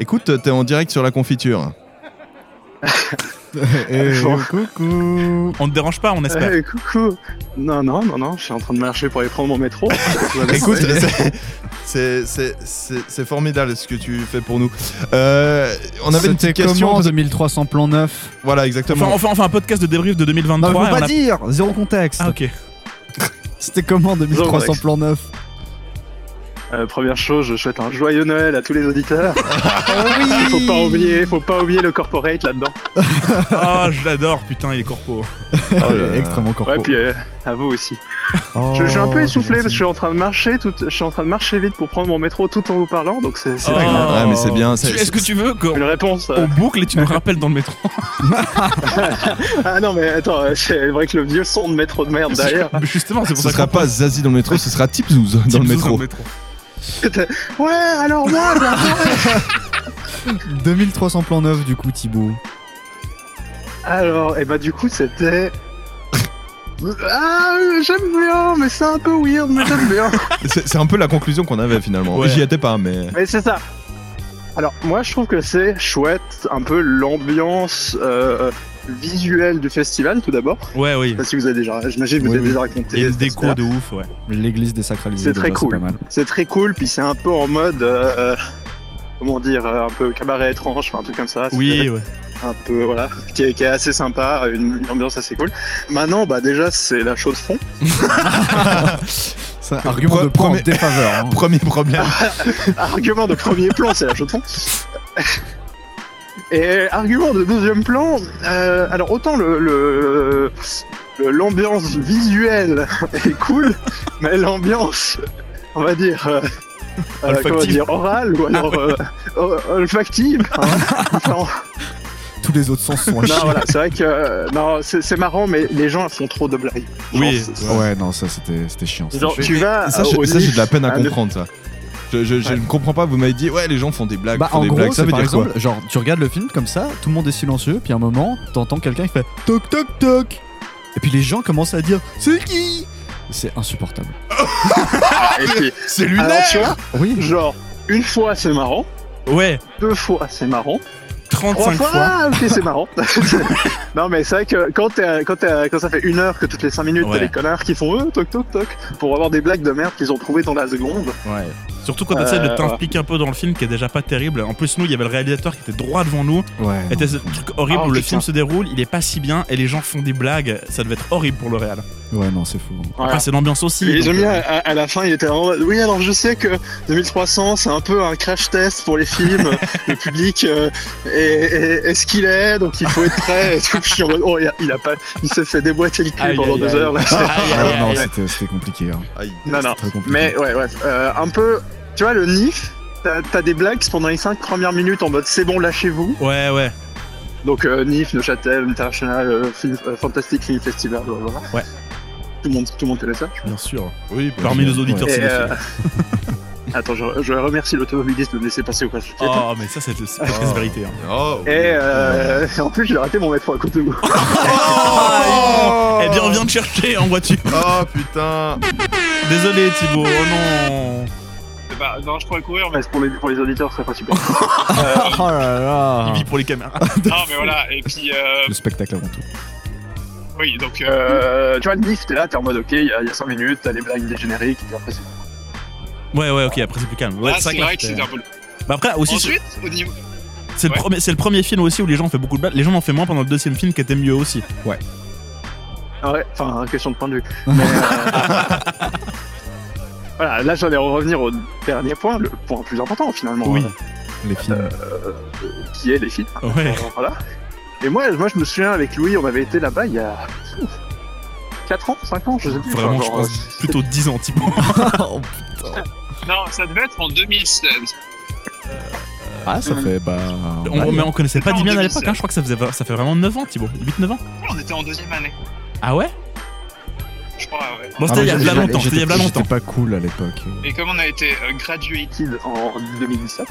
Speaker 5: Écoute, t'es en direct sur la confiture.
Speaker 7: Et
Speaker 11: Bonjour.
Speaker 7: coucou.
Speaker 6: On te dérange pas, on espère.
Speaker 11: Euh, Coucou Non, non, non, non, je suis en train de marcher pour aller prendre mon métro. Tout va bien.
Speaker 5: Écoute, c'est- c'est- c'est c'est- c'est formidable ce que tu fais pour nous. Euh, on avait une
Speaker 7: C'était
Speaker 5: petite question.
Speaker 7: comment
Speaker 5: parce-
Speaker 7: 2300 plan 9
Speaker 5: Voilà,
Speaker 6: Enfin,
Speaker 5: exactement.
Speaker 6: on fait, on fait un podcast de débrief de 2023.
Speaker 7: Non, faut
Speaker 6: et on
Speaker 7: pas
Speaker 6: a-
Speaker 7: dire Zéro contexte
Speaker 6: Ah, ok.
Speaker 7: C'était comment 2300
Speaker 11: contexte.
Speaker 7: plan 9
Speaker 11: Euh, première chose, je souhaite un joyeux Noël à tous les auditeurs. Ah
Speaker 7: Ah,
Speaker 11: faut pas oublier, faut pas oublier le corporate là-dedans.
Speaker 6: Ah, je l'adore, putain, il est corpo.
Speaker 7: Ah,
Speaker 5: Oh là là.
Speaker 7: Extrêmement corpo. Oh,
Speaker 11: Ouais, puis euh, à vous aussi. Je, je suis un peu essoufflé parce que je suis en train de marcher, tout, je suis en train de marcher vite pour prendre mon métro tout en vous parlant, donc c'est c'est
Speaker 6: Oh.
Speaker 11: pas grave.
Speaker 5: Ouais, mais c'est bien,
Speaker 6: Tu-
Speaker 5: c'est-
Speaker 6: Est-ce que tu veux qu'on
Speaker 11: Une réponse. euh,
Speaker 6: on boucle et tu nous rappelles dans le métro
Speaker 11: Ah non, mais attends, euh, c'est vrai que le vieux son de métro de merde derrière.
Speaker 6: Justement, c'est pour
Speaker 5: Ce
Speaker 6: ça
Speaker 5: sera
Speaker 6: qu'on
Speaker 5: pas Zazie dans le métro, ce sera Tipzouz dans le métro.
Speaker 11: Ouais, alors moi, ben,
Speaker 7: 2300 plan 9 du coup Thibaut.
Speaker 11: Alors, et bah du coup c'était. Ah, j'aime bien, mais c'est un peu weird, mais j'aime bien.
Speaker 5: C'est c'est un peu la conclusion qu'on avait finalement.
Speaker 6: Ouais.
Speaker 5: J'y étais pas, mais.
Speaker 11: mais c'est ça. Alors, moi je trouve que c'est chouette, un peu l'ambiance euh, visuelle du festival tout d'abord.
Speaker 6: Ouais, oui.
Speaker 11: Je sais pas si vous avez déjà, j'imagine que vous
Speaker 7: Oui,
Speaker 11: avez
Speaker 7: oui.
Speaker 11: déjà raconté.
Speaker 6: Et le
Speaker 11: cet
Speaker 6: déco
Speaker 11: aspect-là.
Speaker 6: de ouf, ouais.
Speaker 7: L'église désacralisée.
Speaker 11: C'est très
Speaker 7: déjà,
Speaker 11: cool.
Speaker 7: Pas mal.
Speaker 11: C'est très cool, puis c'est un peu en mode. euh, euh, comment dire, euh, un peu cabaret étrange, enfin, un truc comme ça.
Speaker 7: Ah,
Speaker 6: Oui, ouais.
Speaker 11: un peu voilà, qui est, qui est assez sympa, une, une ambiance assez cool. Maintenant, bah déjà c'est la chose de fond.
Speaker 7: C'est un argument de point
Speaker 5: premier-
Speaker 7: en défaveur. hein.
Speaker 5: Premier problème.
Speaker 11: Argument de premier plan, c'est la chose de fond. Et argument de deuxième plan, euh, alors autant le, le- le- l'ambiance visuelle est cool, mais l'ambiance, on va dire. euh, euh, comment
Speaker 6: Olfactive.
Speaker 11: dire, orale ou alors
Speaker 7: Ah
Speaker 11: euh, o- olfactive. hein. Enfin,
Speaker 7: Tous les autres sens sont à
Speaker 11: non,
Speaker 7: chier.
Speaker 11: voilà, c'est vrai que euh, non, c'est, c'est marrant, mais les gens font trop de blagues. Genre,
Speaker 6: Oui,
Speaker 11: c'est-
Speaker 7: Ouais, non, ça c'était c'était chiant. c'était
Speaker 11: Genre,
Speaker 7: chiant.
Speaker 11: tu vas
Speaker 5: Ça,
Speaker 11: au
Speaker 5: je- ça, j'ai de la peine à
Speaker 11: Ah, le-
Speaker 5: comprendre ça. Je, je- je ne comprends pas, vous m'avez dit, ouais, les gens font des blagues.
Speaker 7: Bah
Speaker 5: font
Speaker 7: en
Speaker 5: Ah, des
Speaker 7: gros,
Speaker 5: blagues.
Speaker 7: ça
Speaker 5: ça veut
Speaker 7: par
Speaker 5: dire quoi
Speaker 7: exemple, genre tu regardes le film comme ça, tout le monde est silencieux, puis à un moment, t'entends quelqu'un qui fait toc toc toc, et puis les gens commencent à dire c'est qui C'est insupportable.
Speaker 11: Ah, Et puis,
Speaker 5: C'est
Speaker 11: alors, tu vois,
Speaker 7: Oui.
Speaker 11: genre, une fois c'est marrant,
Speaker 6: ouais.
Speaker 11: deux fois c'est marrant, trois
Speaker 6: 35
Speaker 11: fois,
Speaker 6: fois.
Speaker 11: ah, ok c'est marrant. non mais c'est vrai que quand, t'es à- quand, t'es à- quand ça fait une heure que toutes les cinq minutes
Speaker 6: Ouais.
Speaker 11: t'as les connards qui font euh, toc toc toc pour avoir des blagues de merde qu'ils ont trouvées dans la seconde.
Speaker 6: Ouais. Surtout quand t'essaies de
Speaker 11: Euh,
Speaker 6: t'impliquer un peu dans le film qui est déjà pas terrible. En plus, nous, il y avait le réalisateur qui était droit devant nous.
Speaker 7: Ouais.
Speaker 6: Et t'as ce truc horrible
Speaker 7: Ah,
Speaker 11: Oh,
Speaker 6: où le
Speaker 11: putain.
Speaker 6: film se déroule, il est pas si bien et les gens font des blagues. Ça devait être horrible pour le réal.
Speaker 7: Ouais, non, c'est fou.
Speaker 11: Voilà.
Speaker 6: Après, c'est l'ambiance aussi.
Speaker 11: Et
Speaker 6: donc,
Speaker 11: j'aime bien,
Speaker 6: euh,
Speaker 11: à, à la fin, il était vraiment... Oui, alors je sais que 2300, c'est un peu un crash test pour les films, le public euh, est, est- est ce qu'il est, donc il faut être prêt. Et tout. Puis je suis en mode, oh, il a, il a pas... Il s'est fait déboîter le cul
Speaker 6: Aïe,
Speaker 11: pendant
Speaker 6: aïe,
Speaker 11: deux
Speaker 6: aïe.
Speaker 11: heures, là.
Speaker 6: Aïe,
Speaker 7: Ah,
Speaker 6: aïe,
Speaker 7: non,
Speaker 6: aïe, aïe.
Speaker 7: c'était c'était compliqué. hein.
Speaker 5: Aïe.
Speaker 11: Non, non.
Speaker 7: C'était très compliqué.
Speaker 11: Mais ouais, ouais. euh, un peu... Tu vois, le NIF, t'as t'as des blagues pendant les cinq premières minutes en mode, c'est bon, lâchez-vous.
Speaker 6: ah. Ouais, ouais.
Speaker 11: Donc euh, NIF, Neuchâtel, International, euh, Film- euh, Fantastic Film Festival, blablabla.
Speaker 6: Ouais.
Speaker 11: Tout le monde, tout le monde connaît ça.
Speaker 6: Bien sûr.
Speaker 5: Oui,
Speaker 6: bah, Parmi nos auditeurs,
Speaker 11: Et,
Speaker 6: c'est le
Speaker 11: euh,
Speaker 6: film.
Speaker 11: Attends, je, je remercie l'automobiliste de me laisser passer au passage.
Speaker 6: Oh, mais ça, c'est le- c'est la triste vérité. hein.
Speaker 5: Oh.
Speaker 11: Et euh, en plus, j'ai raté mon métro à côté de vous.
Speaker 6: Eh bien, on vient te chercher en voiture.
Speaker 5: Oh putain.
Speaker 6: Désolé, Thibaut. Oh non.
Speaker 11: bah, non, je pourrais courir, mais pour les, pour les auditeurs, c'est pas super.
Speaker 7: Oh là là
Speaker 6: Il vit pour les caméras.
Speaker 11: non, mais voilà, et puis, euh,
Speaker 7: Le spectacle avant tout.
Speaker 11: oui, donc, euh, tu vois, le NIF, t'es là, t'es en mode, ok, il y, a- il y a 5 minutes, t'as les blagues des génériques, et puis après, c'est
Speaker 6: Ouais, ouais, ok, après c'est plus calme. Ouais,
Speaker 12: Là, Ah,
Speaker 6: ça
Speaker 12: c'est
Speaker 6: claque,
Speaker 12: vrai que c'est
Speaker 6: euh.
Speaker 12: un peu. le-
Speaker 6: Bah après, aussi, c'est-
Speaker 12: Ensuite, au niveau.
Speaker 6: c'est le,
Speaker 12: Ouais.
Speaker 6: premier- c'est le premier film aussi où les gens ont fait beaucoup de blagues. Les gens en ont fait moins pendant le deuxième film qui était mieux aussi. Ouais.
Speaker 11: Ah Ouais, enfin, question de point de vue. Mais, euh, voilà, là j'allais revenir au dernier point, le point le plus important finalement.
Speaker 7: Oui.
Speaker 11: euh,
Speaker 7: Les films.
Speaker 11: qui est les films. hein,
Speaker 7: Ouais.
Speaker 11: Voilà. Et moi, moi, je me souviens avec Louis, on avait été là-bas il y a 4 ans, 5 ans, je sais plus.
Speaker 6: Vraiment,
Speaker 11: Enfin,
Speaker 6: je
Speaker 11: genre, euh,
Speaker 6: pense plutôt 10 ans, type.
Speaker 12: Non, ça devait être en 2016.
Speaker 7: Ah,
Speaker 11: hum.
Speaker 7: ça fait. Bah.
Speaker 6: On-
Speaker 7: bah,
Speaker 6: mais on connaissait pas
Speaker 12: Non,
Speaker 6: Dimian à
Speaker 12: 2007.
Speaker 6: l'époque, hein, je crois que ça, faisait, ça fait vraiment 9 ans, Thibaut. 8-9 ans
Speaker 12: Ouais, On était en deuxième année,
Speaker 6: Ah ouais
Speaker 12: je crois, ouais.
Speaker 6: Bon, c'était il y a
Speaker 7: Ah, j'étais-
Speaker 6: bien longtemps,
Speaker 7: j'étais-
Speaker 6: c'était il y a bien
Speaker 7: j'étais
Speaker 6: longtemps.
Speaker 7: pas cool à l'époque.
Speaker 12: Et comme on a été euh, graduated
Speaker 11: en 2017,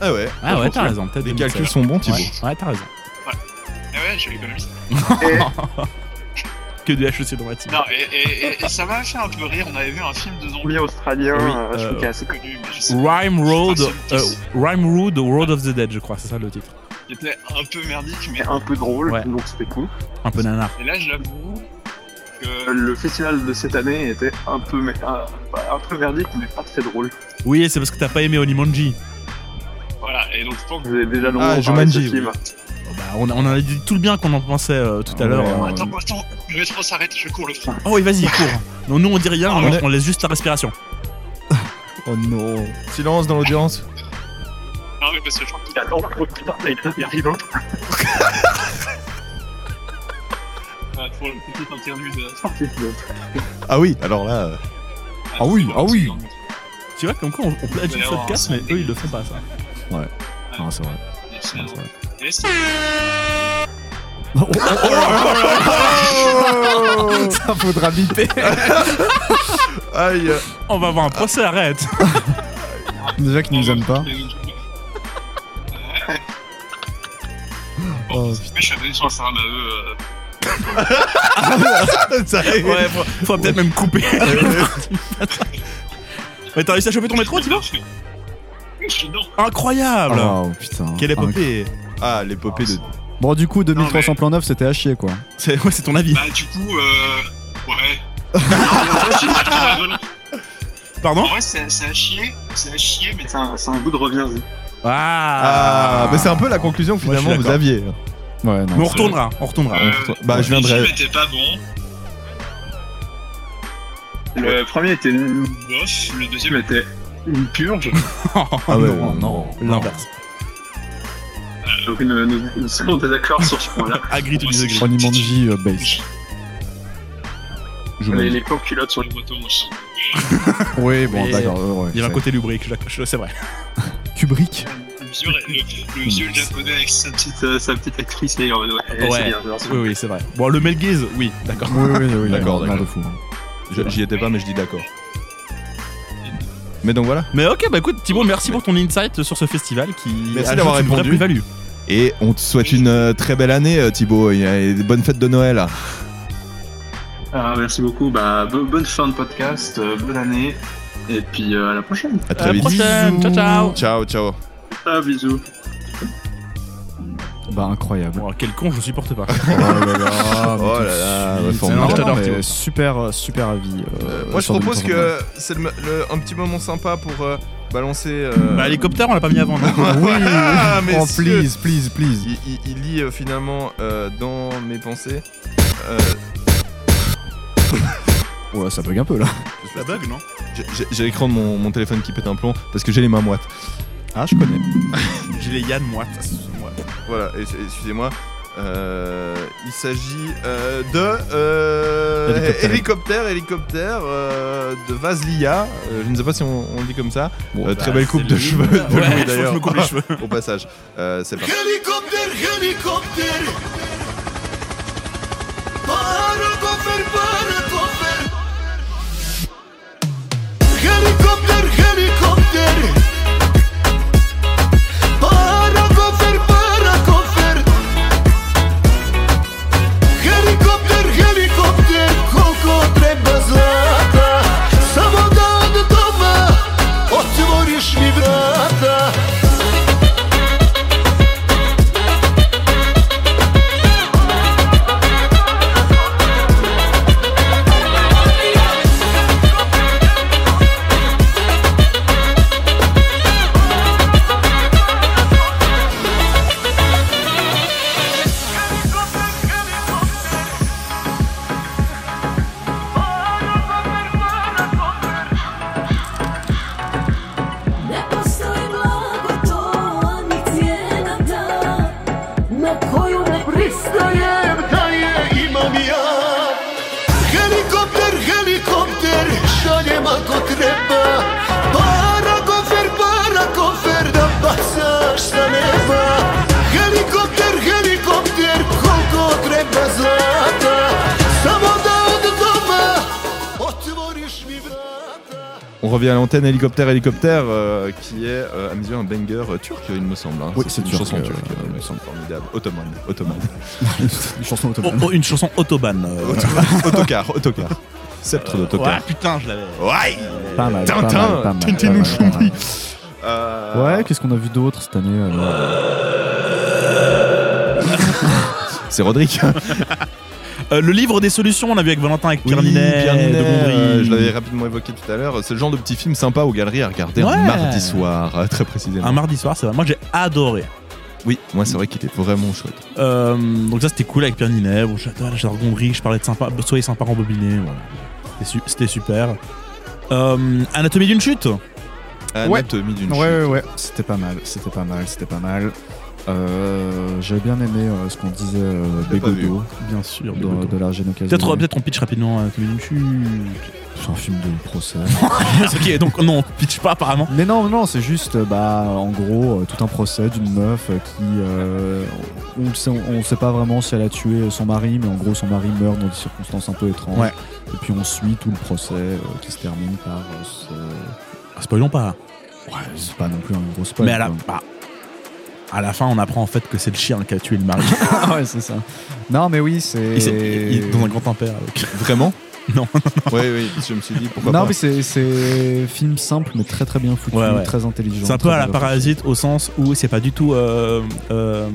Speaker 5: Ah ouais.
Speaker 6: Ah ouais, t'as raison, peut-être
Speaker 5: Les
Speaker 6: 2007.
Speaker 5: calculs sont bons, Thibaut.
Speaker 6: Ouais, ouais, t'as raison.
Speaker 12: Ah ouais, je suis économiste.
Speaker 6: que du HEC dans ma team.
Speaker 12: Non, et, et- et- et ça m'a fait un peu rire. On avait vu un film de zombies
Speaker 11: Louis australien,
Speaker 6: Oui,
Speaker 11: euh,
Speaker 6: euh,
Speaker 11: je crois qu'il est assez connu,
Speaker 12: connu, mais je sais pas.
Speaker 6: Rhyme Road,
Speaker 12: Je sais pas si-
Speaker 6: euh, Rhyme Road, Road of the Dead, je crois, c'est ça le titre.
Speaker 12: qui était un peu merdique, mais.
Speaker 11: mais un peu drôle,
Speaker 6: Ouais.
Speaker 11: donc c'était cool.
Speaker 6: Un peu nanar.
Speaker 12: Et là, je l'avoue que.
Speaker 11: Le festival de cette année était un peu, mer- un, un peu merdique, mais pas très drôle.
Speaker 6: Oui, c'est parce que t'as pas aimé Onimanji.
Speaker 12: Voilà, et donc, je pense que.
Speaker 11: Vous avez déjà longuement
Speaker 5: Ah,
Speaker 11: parlé de ce
Speaker 5: Jumanji,
Speaker 11: film.
Speaker 6: Oh, bah, on, on en a dit tout le bien qu'on en pensait euh, tout à
Speaker 7: Ouais,
Speaker 6: l'heure.
Speaker 7: ouais.
Speaker 6: euh.
Speaker 12: Attends, attends, je vais trop s'arrêter, je cours le front.
Speaker 6: Oh oui, vas-y, cours. Non, nous on dit rien, on,
Speaker 7: ouais.
Speaker 6: on laisse juste la respiration.
Speaker 7: Oh non.
Speaker 5: Silence dans l'audience.
Speaker 12: Non, mais parce que je crois qu'il
Speaker 11: Il y a l'encre qui part, il y a rigolo.
Speaker 12: a pour le petit interlude. euh,
Speaker 5: Ah oui, alors là. euh, Ah oui, ah oui.
Speaker 6: Tu vois, comme quoi on, on plagie le podcast, mais eux ils le font pas ça. Ah,
Speaker 7: Non, c'est vrai. Non, c'est vrai.
Speaker 12: Et c'est-
Speaker 5: Oh.
Speaker 7: ça faudra biper.
Speaker 5: Aïe.
Speaker 6: On va avoir un procès, arrête
Speaker 7: Déjà qu'ils nous aiment pas.
Speaker 12: euh, Bon, mais je suis allé sur un salam à eux. euh,
Speaker 5: Ça arrive.
Speaker 6: Ouais, faut, faut peut-être même couper. mais t'as réussi à choper ton métro, Thibaut
Speaker 12: Je suis dedans.
Speaker 6: Incroyable
Speaker 7: Oh putain.
Speaker 6: Quelle
Speaker 7: Inc-
Speaker 6: épopée
Speaker 5: Ah, l'épopée de.
Speaker 7: Bon, du coup, 2300 plans neufs, c'était à chier quoi.
Speaker 6: C'est- Ouais, c'est ton avis.
Speaker 12: Bah, du coup, euh. Ouais. en
Speaker 6: Pardon
Speaker 12: vrai, c'est c'est à chier, c'est à chier, mais
Speaker 11: C'est un, c'est un goût de reviens
Speaker 5: Ah, mais c'est un peu la conclusion que
Speaker 7: Moi, je suis
Speaker 5: finalement vous aviez.
Speaker 7: Ouais,
Speaker 6: Mais on
Speaker 7: non.
Speaker 6: retournera, on retournera.
Speaker 12: Euh,
Speaker 5: Bah, je
Speaker 12: Le
Speaker 5: viendrai.
Speaker 12: film était pas bon,
Speaker 11: Le premier était une
Speaker 12: Mm, bof, le deuxième
Speaker 11: film était une purge,
Speaker 5: Ah ouais,
Speaker 7: non, non.
Speaker 6: L'inverse.
Speaker 11: donc nous, nous, nous serons désaccords sur ce point-là.
Speaker 6: Agri to disagree.
Speaker 7: Onimanji euh, base. Je
Speaker 11: Les,
Speaker 7: me-
Speaker 11: les plans culottes sur
Speaker 12: pour
Speaker 11: les
Speaker 12: les motos, moi, je-
Speaker 7: Oui, bon,
Speaker 6: Mais-
Speaker 7: d'accord. euh, ouais,
Speaker 6: Il y avait un
Speaker 7: c'est-
Speaker 6: côté lubrique, je- je- c'est vrai.
Speaker 7: Kubrick.
Speaker 12: le vieux, le, le vieux japonais avec sa petite.
Speaker 11: petites, euh, sa petite actrice et ouais,
Speaker 6: Ouais.
Speaker 11: ouais, c'est bien, c'est bien.
Speaker 6: Oui, oui, c'est vrai. Bon, le Mel Gaze, oui, d'accord.
Speaker 7: Oui, oui, oui, oui.
Speaker 5: D'accord,
Speaker 7: rien de fou. hein.
Speaker 5: Je- J'y étais pas, mais je dis d'accord. Mais donc voilà.
Speaker 6: Mais ok, bah écoute, Thibaut, merci pour ton insight sur ce festival qui.
Speaker 5: Merci
Speaker 6: ajoute
Speaker 5: d'avoir
Speaker 6: une vraie
Speaker 5: répondu.
Speaker 6: plus-value.
Speaker 5: Et on te souhaite une euh, très belle année, euh, Thibaut. Et, euh, et bonne fête de Noël.
Speaker 11: Ah, merci beaucoup, bah, bo- bonne fin de podcast, euh, bonne année, et puis euh, à la prochaine.
Speaker 5: À
Speaker 6: À
Speaker 5: très
Speaker 6: la
Speaker 5: vite.
Speaker 6: prochaine, ciao ciao
Speaker 5: Ciao, ciao.
Speaker 11: Ah, bisous.
Speaker 7: Bah, incroyable.
Speaker 6: Bon, ah, quel con, je supporte pas.
Speaker 7: Oh là là.
Speaker 5: Oh là là,
Speaker 7: mais tout de
Speaker 5: ouais,
Speaker 7: suite.
Speaker 5: formidable.
Speaker 7: Non,
Speaker 6: Je t'adore,
Speaker 7: mais
Speaker 6: Thibaut.
Speaker 7: Super, euh, super avis. euh,
Speaker 5: Moi, je
Speaker 7: sur
Speaker 5: propose
Speaker 7: 2300
Speaker 5: que c'est le- le- un petit moment sympa pour euh, balancer. euh,
Speaker 6: Bah, l'hélicoptère, on l'a pas mis avant, non
Speaker 7: Oui,
Speaker 5: Ah,
Speaker 7: oui. Oh,
Speaker 5: messieurs.
Speaker 7: please, please, please.
Speaker 5: Il, il- il lit euh, finalement euh, dans mes pensées. Euh,
Speaker 7: Ouais, ça bug un peu là.
Speaker 6: La bug, non
Speaker 5: j'ai- j'ai- j'ai l'écran de mon, mon téléphone qui pète un plomb parce que j'ai les mains moites.
Speaker 7: Ah, je connais.
Speaker 6: J'ai les Yann, moi.
Speaker 5: Voilà, et- et- excusez-moi. Euh, il s'agit euh, de euh,
Speaker 7: Hélicoptère.
Speaker 5: hélicoptère, hélicoptère euh, de Vaslia. Euh, je ne sais pas si on, on dit comme ça.
Speaker 7: Bon,
Speaker 5: Euh, très belle coupe de cheveux de Louis,
Speaker 6: Bah, Ouais, je
Speaker 5: d'ailleurs.
Speaker 6: me coupe les cheveux.
Speaker 5: Au passage, Euh, c'est parti.
Speaker 4: Helicopter, helicopter. Para cofer, para cofer. Helicopter, helicopter. Para cofer, para cofer. Helicopter, helikopter, koliko treba zlata Samo da od doma otvoriš mi vrata
Speaker 5: On revient à l'antenne Hélicoptère Hélicoptère, euh, qui est euh, à mes yeux un banger euh, turc, il me semble. hein.
Speaker 7: Oui, c'est
Speaker 5: une
Speaker 7: turc,
Speaker 5: chanson
Speaker 7: euh,
Speaker 5: turque, euh, il me semble formidable. Ottoman, Ottoman.
Speaker 7: une chanson ottomane.
Speaker 6: Oh, oh, une chanson autobahn. euh.
Speaker 5: Ottoman. autocar, autocar. Euh, Sceptre d'autocar.
Speaker 6: Ouais, putain, je l'avais.
Speaker 5: Ouais.
Speaker 7: Pas mal, pas mal, pas
Speaker 5: Euh, Tintin,
Speaker 7: mal, pas
Speaker 5: Tintin nous
Speaker 7: mal, pas mal.
Speaker 5: chompit. Euh,
Speaker 7: Ouais, qu'est-ce qu'on a vu d'autre cette année
Speaker 5: Ah, C'est Rodrigue.
Speaker 6: Euh, le livre des solutions, on a vu avec Valentin, avec Pierre
Speaker 5: Oui,
Speaker 6: Ninet,
Speaker 5: Pierre Ninet,
Speaker 6: de Gondry.
Speaker 5: euh, je l'avais rapidement évoqué tout à l'heure. C'est le genre de petit film sympa aux galeries à regarder un
Speaker 6: Ouais.
Speaker 5: mardi soir, euh, très précisément.
Speaker 6: Un mardi soir, c'est vrai. Moi, j'ai adoré.
Speaker 5: Oui, moi c'est vrai qu'il était vraiment chouette.
Speaker 6: Euh, donc ça, c'était cool avec Pierre Ninet. Bon, j'adore, j'adore Gondry. Je parlais de sympa, soyez sympa en bobiné. Voilà. C'était su- C'était super. Euh, Anatomie d'une chute.
Speaker 5: Anatomie d'une
Speaker 7: ouais,
Speaker 5: chute.
Speaker 7: ouais, ouais. C'était pas mal, c'était pas mal, c'était pas mal. Euh, J'avais bien aimé euh, ce qu'on disait euh,
Speaker 5: l'ai pas
Speaker 7: Bégodeau, bien sûr, de,
Speaker 6: Bégodeau.
Speaker 7: de la Génocasie.
Speaker 6: Peut-être peut on pitch rapidement euh, Anatomie d'une chute.
Speaker 7: C'est un film de procès.
Speaker 6: ok, donc non, on pitch pas apparemment.
Speaker 7: Mais non, non, c'est juste, euh, bah, en gros, euh, tout un procès d'une meuf euh, qui, euh, on, on sait, on sait pas vraiment si elle a tué euh, son mari, mais en gros, son mari meurt dans des circonstances un peu étranges.
Speaker 6: Ouais.
Speaker 7: Et puis on suit tout le procès euh, qui se termine par euh, ce-
Speaker 6: Ah, Spoilons pas.
Speaker 7: Ouais, c'est pas non plus un gros spoil.
Speaker 6: Mais à la,
Speaker 7: quoi.
Speaker 6: bah, à la fin, on apprend en fait que c'est le chien qui a tué le mari.
Speaker 7: Ah ouais, c'est ça. Non, mais oui,
Speaker 6: Et c'est-
Speaker 7: c'est.
Speaker 6: il est dans un grand impair. avec-
Speaker 5: Vraiment
Speaker 6: Non.
Speaker 5: Oui, oui, je me suis dit pourquoi
Speaker 7: Non,
Speaker 5: pas.
Speaker 7: mais c'est- c'est film simple, mais très très bien foutu,
Speaker 6: Ouais, ouais.
Speaker 7: très intelligent.
Speaker 6: C'est un peu
Speaker 7: très
Speaker 6: à la
Speaker 7: bien
Speaker 6: parasite au sens où c'est pas du tout. euh, euh,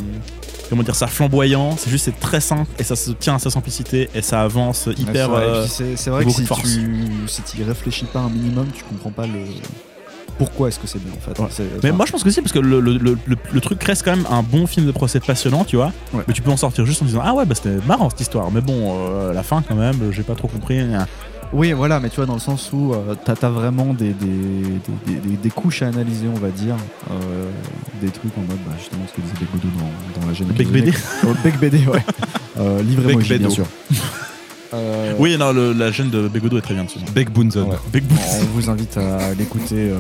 Speaker 6: comment dire ça flamboyant, c'est juste c'est très simple et ça se tient à sa simplicité et ça avance
Speaker 7: foutu.
Speaker 6: hyper.
Speaker 7: Ouais, c'est vrai. Et
Speaker 6: euh,
Speaker 7: puis C'est c'est vrai que
Speaker 6: beaucoup
Speaker 7: si
Speaker 6: de force.
Speaker 7: tu si t'y réfléchis pas un minimum, tu comprends pas le. Pourquoi est-ce que c'est bien en fait.
Speaker 6: Ouais.
Speaker 7: C'est-
Speaker 6: Mais
Speaker 7: enfin,
Speaker 6: moi je pense que si parce que le, le- le- le- le truc reste quand même un bon film de procès passionnant, tu vois.
Speaker 7: Ouais.
Speaker 6: Mais tu peux en sortir juste en disant ah ouais bah c'était marrant cette histoire, mais bon euh, la fin quand même j'ai pas trop compris. hein,
Speaker 7: Oui, voilà, mais tu vois, dans le sens où euh, t'as t'as vraiment des, des, des, des- des- des couches à analyser, on va dire. euh, des trucs en mode, bah, justement, ce que disait Big Boudou dans, dans la jeune
Speaker 6: Bec
Speaker 7: Académie.
Speaker 6: BD.
Speaker 7: Oh, Bec BD, ouais. Euh, Livrez-moi,
Speaker 5: Bec
Speaker 7: J, bien
Speaker 5: Bédo.
Speaker 7: sûr. Euh,
Speaker 6: Oui non le- la chaîne de Begodo est très bien dessus.
Speaker 5: Beck Bunzon.
Speaker 6: Big
Speaker 7: On vous invite à l'écouter, euh,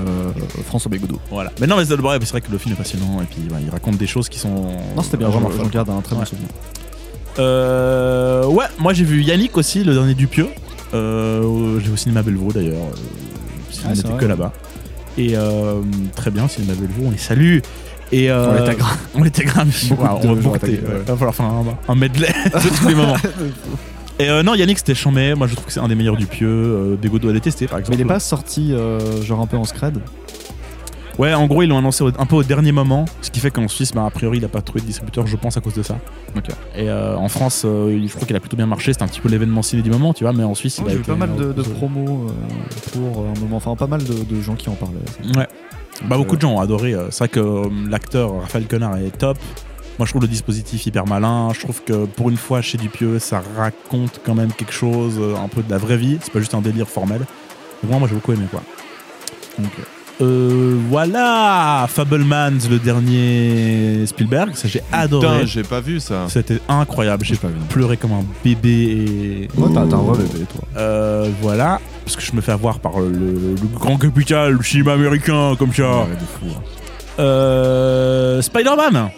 Speaker 7: François Bégodeau.
Speaker 6: Voilà. Mais non mais c'est ouais, c'est vrai que le film est passionnant et puis ouais, il raconte des choses qui sont.
Speaker 7: Non, c'était bien,
Speaker 6: vraiment
Speaker 7: je, je
Speaker 6: folles.
Speaker 7: garde un très bon
Speaker 6: Ouais.
Speaker 7: souvenir.
Speaker 6: Euh, ouais, moi j'ai vu Yannick aussi, le dernier Dupieux. Euh, j'ai vu au cinéma Bellevaux d'ailleurs. Euh, si
Speaker 7: Ah,
Speaker 6: on
Speaker 7: c'est
Speaker 6: n'était
Speaker 7: vrai.
Speaker 6: que là-bas. Et euh, très bien, au cinéma Bellevaux, on les salue. Et euh,
Speaker 7: On les taguera.
Speaker 6: On les taguera, mais
Speaker 7: Beaucoup
Speaker 6: Waouh,
Speaker 7: de
Speaker 6: on va
Speaker 7: gens
Speaker 6: beaucoup
Speaker 7: à taguer,
Speaker 6: taguer,
Speaker 7: ouais.
Speaker 6: ouais. Va falloir faire un, un medley de tous les moments. Et euh, non, Yannick c'était chambé. Moi je trouve que c'est un des meilleurs Dupieux. Euh, Bégaud doit détester par
Speaker 7: Mais
Speaker 6: exemple.
Speaker 7: il est pas sorti, euh, genre, un peu en scred
Speaker 6: Ouais, en gros, ils l'ont annoncé au- un peu au dernier moment, ce qui fait qu'en Suisse, bah, a priori, il n'a pas trouvé de distributeur, je pense, à cause de ça.
Speaker 7: Ok.
Speaker 6: Et euh, en France, euh, il- je crois qu'il a plutôt bien marché, c'était un petit peu l'événement ciné du moment, tu vois, mais en Suisse, il a
Speaker 7: J'ai vu
Speaker 6: été,
Speaker 7: pas mal de,
Speaker 6: euh,
Speaker 7: de promos euh, pour euh, un moment, enfin, pas mal de, de gens qui en parlaient.
Speaker 5: Mmh.
Speaker 6: Ouais. Bah, beaucoup de gens ont adoré. euh, C'est vrai que euh, l'acteur Raphaël Connard est top. Moi, je trouve le dispositif hyper malin. Je trouve que pour une fois, chez Dupieux, ça raconte quand même quelque chose, euh, un peu de la vraie vie. C'est pas juste un délire formel. Donc, moi, moi, j'ai beaucoup aimé, quoi.
Speaker 7: Donc,
Speaker 6: Euh, voilà Fablemans, le dernier Spielberg. Ça, j'ai adoré.
Speaker 5: Putain, j'ai pas vu ça.
Speaker 6: C'était incroyable. J'ai
Speaker 7: pas vu.
Speaker 6: pleuré comme un bébé et.
Speaker 7: Moi, t'as t'as un vrai bébé, toi.
Speaker 6: Euh, voilà. Parce que je me fais avoir par le, le grand capital, le cinéma américain, comme ça.
Speaker 7: Ouais, de fou, hein.
Speaker 6: Euh, Spider-Man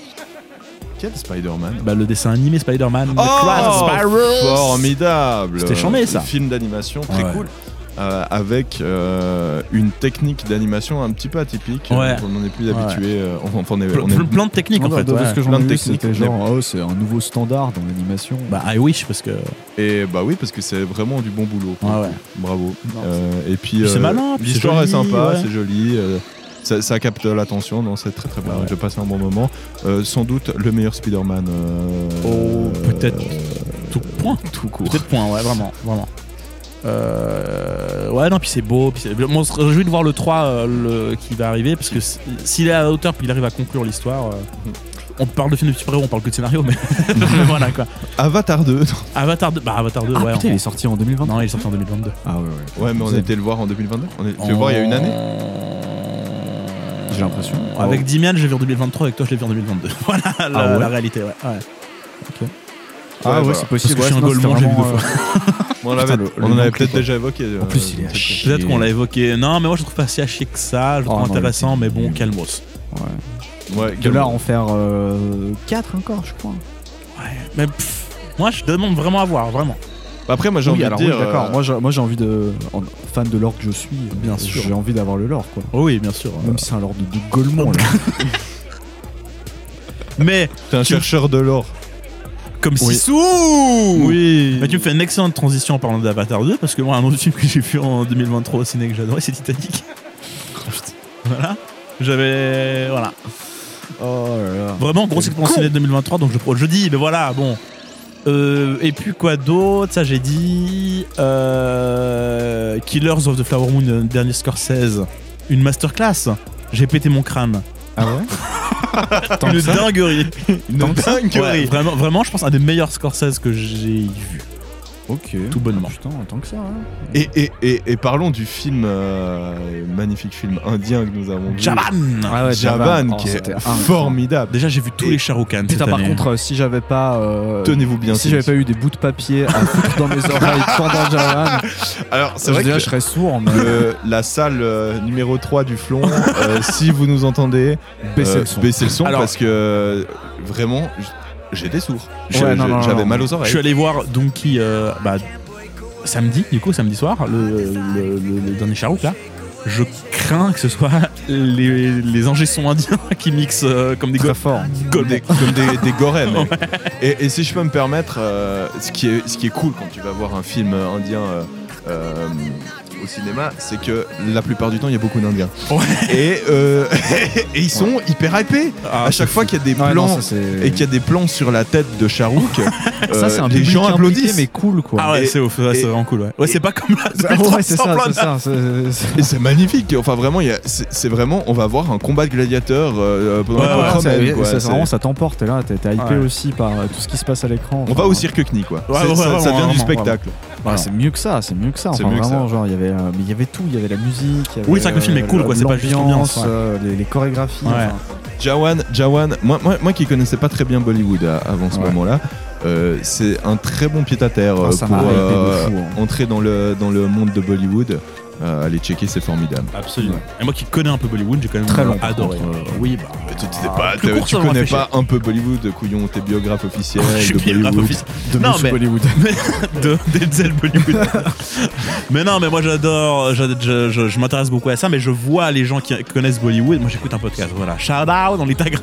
Speaker 5: Quel Spider-Man
Speaker 6: Bah, le dessin animé Spider-Man.
Speaker 5: Oh,
Speaker 6: The Crash Spirals.
Speaker 5: Formidable
Speaker 6: C'était chambé, ça.
Speaker 5: Film d'animation très
Speaker 6: Ouais.
Speaker 5: cool. euh, avec euh, une technique d'animation un petit peu atypique. euh,
Speaker 6: Ouais.
Speaker 5: On n'en est plus habitué. euh, enfin, on est,
Speaker 6: Ple-
Speaker 5: on est-
Speaker 6: ple- Plein de techniques, en
Speaker 7: Non,
Speaker 6: fait.
Speaker 7: hein, de, de
Speaker 6: ouais.
Speaker 7: ce que j'en
Speaker 5: plein
Speaker 7: ai
Speaker 5: de
Speaker 7: vu,
Speaker 5: techniques,
Speaker 7: c'était
Speaker 5: mais-
Speaker 7: genre, oh, c'est un nouveau standard dans l'animation.
Speaker 6: Bah, I wish, parce que.
Speaker 5: Et bah oui, parce que c'est vraiment du bon boulot. quoi.
Speaker 6: Ah Ouais, ouais.
Speaker 5: Bravo.
Speaker 7: Non,
Speaker 5: Euh, et puis
Speaker 6: Puis c'est malin, puis c'est
Speaker 5: l'histoire est
Speaker 6: joli,
Speaker 5: sympa,
Speaker 6: ouais.
Speaker 5: c'est joli. euh, ça, ça capte l'attention, non, c'est très très bien.
Speaker 6: Ouais.
Speaker 5: J'ai passé un bon moment. Euh, sans doute le meilleur Spider-Man. euh,
Speaker 6: Oh, peut-être Tout point.
Speaker 5: tout court.
Speaker 6: Peut-être point, ouais, vraiment, vraiment. Euh, ouais, non, puis c'est beau. Puis c'est- bon, on se réjouit de voir le 3 euh, le- qui va arriver, parce que si- s'il est à la hauteur, puis il arrive à conclure l'histoire. euh, on parle de film de super-héros, on parle que de scénario, mais, mais voilà quoi.
Speaker 5: Avatar 2.
Speaker 6: Avatar 2, bah Avatar 2,
Speaker 7: Ah,
Speaker 6: ouais.
Speaker 7: putain,
Speaker 6: on-
Speaker 7: il est sorti en 2020.
Speaker 6: Non, il est sorti en 2022.
Speaker 7: Ah ouais, ouais.
Speaker 5: Ouais, mais on
Speaker 7: C'est-
Speaker 5: était le voir en 2022. On est... Tu
Speaker 6: Oh.
Speaker 5: veux voir il y a une année
Speaker 7: J'ai l'impression.
Speaker 6: Avec Dimian, je l'ai vu en 2023, avec toi, je l'ai vu en 2022. voilà la,
Speaker 7: Ah ouais
Speaker 6: la réalité, ouais. ouais.
Speaker 7: Ah ouais,
Speaker 5: voilà.
Speaker 7: c'est possible.
Speaker 6: Parce que je
Speaker 7: ouais,
Speaker 6: suis un
Speaker 7: sinon,
Speaker 6: Golemont,
Speaker 7: c'était
Speaker 6: j'ai vu deux
Speaker 7: vraiment, euh,
Speaker 5: On,
Speaker 7: Putain,
Speaker 5: l'avait-
Speaker 7: le-
Speaker 5: on
Speaker 7: le
Speaker 5: en avait
Speaker 7: manque,
Speaker 5: peut-être
Speaker 7: quoi.
Speaker 5: déjà évoqué. euh,
Speaker 7: En plus, il est à
Speaker 5: peut-être.
Speaker 7: chier.
Speaker 6: Peut-être qu'on l'a évoqué. Non, mais moi, je le trouve pas si à chier que ça. Je le
Speaker 7: Oh,
Speaker 6: trouve
Speaker 7: non,
Speaker 6: intéressant,
Speaker 7: il
Speaker 6: mais
Speaker 7: était
Speaker 6: bon,
Speaker 7: nul.
Speaker 6: calmos.
Speaker 7: ouais.
Speaker 5: Ouais,
Speaker 7: De
Speaker 5: quel-
Speaker 7: là, en faire 4 encore, je crois.
Speaker 6: Ouais. Mais pff, moi, je demande vraiment à voir, vraiment.
Speaker 5: Bah, Après, moi j'ai
Speaker 7: Oui,
Speaker 5: envie
Speaker 7: alors
Speaker 5: de
Speaker 7: oui,
Speaker 5: dire.
Speaker 7: d'accord.
Speaker 5: euh,
Speaker 7: Moi, j'ai- moi, j'ai envie de. en- fan de l'or que je suis, bien
Speaker 5: sûr.
Speaker 7: J'ai envie d'avoir le lore, quoi.
Speaker 6: oui, bien sûr.
Speaker 7: Même si c'est un lore de, de Golemont, là.
Speaker 6: Mm. Mais.
Speaker 5: T'es un chercheur de l'or.
Speaker 6: Comme
Speaker 5: Oui.
Speaker 6: Sissou
Speaker 5: Oui
Speaker 6: Mais tu me fais une excellente transition en parlant d'Avatar 2 parce que moi, un autre film que j'ai vu en 2023 au ciné que j'adorais, c'est Titanic. voilà. J'avais. Voilà.
Speaker 7: Oh là là.
Speaker 6: Vraiment, grosse
Speaker 7: Quel
Speaker 6: expansion
Speaker 7: con.
Speaker 6: de 2023, donc je prends le jeudi, mais voilà, bon. Euh, et puis quoi d'autre Ça, j'ai dit. euh, Killers of the Flower Moon, euh, dernier Scorsese. Une masterclass. J'ai pété mon crâne.
Speaker 7: Ah ouais
Speaker 6: Une dinguerie. Une
Speaker 5: Tant que ça
Speaker 6: Ouais, vraiment, vraiment, je pense, un des meilleurs Scorsese que j'ai vu.
Speaker 7: Ok.
Speaker 6: Tout bonnement.
Speaker 7: Putain, tant que ça, hein.
Speaker 5: Et, et, et, et parlons du film, euh, magnifique film indien que nous avons vu.
Speaker 6: Javan
Speaker 7: Ah
Speaker 5: Javan,
Speaker 7: Javan. Oh,
Speaker 5: qui
Speaker 7: c'était
Speaker 5: est
Speaker 7: incroyable.
Speaker 5: formidable.
Speaker 6: Déjà, j'ai vu tous
Speaker 5: Et-
Speaker 6: les Charoukan cette
Speaker 7: Putain, par
Speaker 6: année.
Speaker 7: contre, euh, si j'avais pas. euh,
Speaker 5: Tenez-vous bien.
Speaker 7: Si j'avais
Speaker 5: Céline.
Speaker 7: pas eu des bouts de papier à foutre dans mes oreilles pendant Javan,
Speaker 5: Alors, c'est
Speaker 7: je
Speaker 5: vrai que
Speaker 7: dirais, je serais sourd, mais
Speaker 5: le- la salle euh, numéro 3 du Flon, euh, si vous nous entendez,
Speaker 7: baisser
Speaker 5: euh,
Speaker 7: le son.
Speaker 5: baissez le son
Speaker 6: Alors-
Speaker 5: parce que euh, vraiment, j- j'étais sourd. J'ai-
Speaker 7: Ouais, non, non,
Speaker 5: j'ai- J'avais
Speaker 7: non.
Speaker 5: mal aux
Speaker 6: Je
Speaker 5: oreilles.
Speaker 6: suis allé voir Donkey euh, bah, samedi, du coup, samedi soir, le, le- le- le dernier Charouk là. Je crains que ce soit les, les ingé sons indiens qui mixent euh, comme des
Speaker 7: Très
Speaker 6: gosses.
Speaker 7: fort.
Speaker 5: Comme des, comme des, des gorées, mec. Et, et si je peux me permettre, euh, ce, qui est, ce qui est cool quand tu vas voir un film euh, indien euh, euh, au cinéma, c'est que la plupart du temps, il y a beaucoup d'Indiens.
Speaker 6: Ouais.
Speaker 5: Et, euh, et ils sont hyper hypés.
Speaker 6: Ah,
Speaker 5: à chaque fois qu'il y a des
Speaker 7: Ouais,
Speaker 5: plans.
Speaker 7: non, ça, c'est-
Speaker 5: et qu'il y a des plans sur la tête de Charouk,
Speaker 7: Ça, c'est un
Speaker 5: les
Speaker 7: public
Speaker 5: gens
Speaker 7: impliqué,
Speaker 5: applaudissent.
Speaker 7: mais cool, quoi.
Speaker 6: Ah ouais,
Speaker 5: Et-
Speaker 6: c'est ouf, ouais,
Speaker 5: et-
Speaker 6: c'est vraiment cool. Ouais, ouais c'est pas comme la.
Speaker 7: Ah ouais, c'est ça,
Speaker 6: 1300
Speaker 7: c'est ça. c'est- c'est-
Speaker 5: Et c'est magnifique. Enfin, vraiment, il y a- c'est c'est vraiment, on va voir un combat de gladiateurs euh, pendant
Speaker 6: Ouais,
Speaker 5: la
Speaker 6: ouais,
Speaker 5: promenade,
Speaker 7: ça,
Speaker 5: quoi.
Speaker 7: ça,
Speaker 5: C'est-
Speaker 7: vraiment, ça t'emporte. T'es là, t'es t'es hypé
Speaker 6: Ouais.
Speaker 7: aussi par euh, tout ce qui se passe à l'écran.
Speaker 5: On
Speaker 7: Enfin,
Speaker 5: va au cirque Kni, quoi.
Speaker 6: Ouais,
Speaker 5: C'est-
Speaker 6: ouais,
Speaker 5: ça,
Speaker 6: ouais,
Speaker 5: ça vient
Speaker 6: vraiment,
Speaker 5: du spectacle.
Speaker 7: ouais, c'est mieux que ça, c'est mieux que ça.
Speaker 5: C'est
Speaker 7: Enfin,
Speaker 5: mieux que
Speaker 7: vraiment, genre, il y avait, euh, mais il y avait tout. Il y avait la musique. il y
Speaker 6: Oui,
Speaker 7: avait,
Speaker 6: c'est vrai que le film est
Speaker 7: euh,
Speaker 6: cool, quoi, c'est pas juste l'ambiance, ouais.
Speaker 7: euh, les, les chorégraphies.
Speaker 6: Ouais.
Speaker 7: enfin.
Speaker 5: Jawan, Jawan, moi, moi, moi qui connaissais pas très bien Bollywood à- avant ce
Speaker 7: Ouais.
Speaker 5: moment-là, euh, c'est un très bon pied à terre
Speaker 7: Ah,
Speaker 5: euh,
Speaker 7: ça
Speaker 5: pour
Speaker 7: m'a hypé de
Speaker 5: euh,
Speaker 7: fou, hein.
Speaker 5: entrer dans le, dans le monde de Bollywood. Euh, allez checker, c'est formidable.
Speaker 6: Absolument. Et moi qui connais un peu Bollywood, j'ai quand même
Speaker 7: Très long, par
Speaker 6: adoré.
Speaker 7: contre,
Speaker 6: Euh, oui, bah.
Speaker 5: Tu, tu sais pas,
Speaker 6: plus
Speaker 5: tu-
Speaker 6: court,
Speaker 5: tu
Speaker 6: ça m'aura
Speaker 5: connais
Speaker 6: fait
Speaker 5: pas un peu Bollywood, couillon, t'es biographe officiel
Speaker 6: Je suis
Speaker 5: de
Speaker 6: biographe
Speaker 5: Bollywood.
Speaker 6: officiel.
Speaker 7: De
Speaker 6: Non,
Speaker 7: Monsieur
Speaker 6: mais-
Speaker 7: Bollywood.
Speaker 6: de d'Enzel Bollywood. mais non, mais moi j'adore, j'ad- je, je- je m'intéresse beaucoup à ça, mais je vois les gens qui connaissent Bollywood. Moi j'écoute un podcast, voilà. Shout out, on les taguera,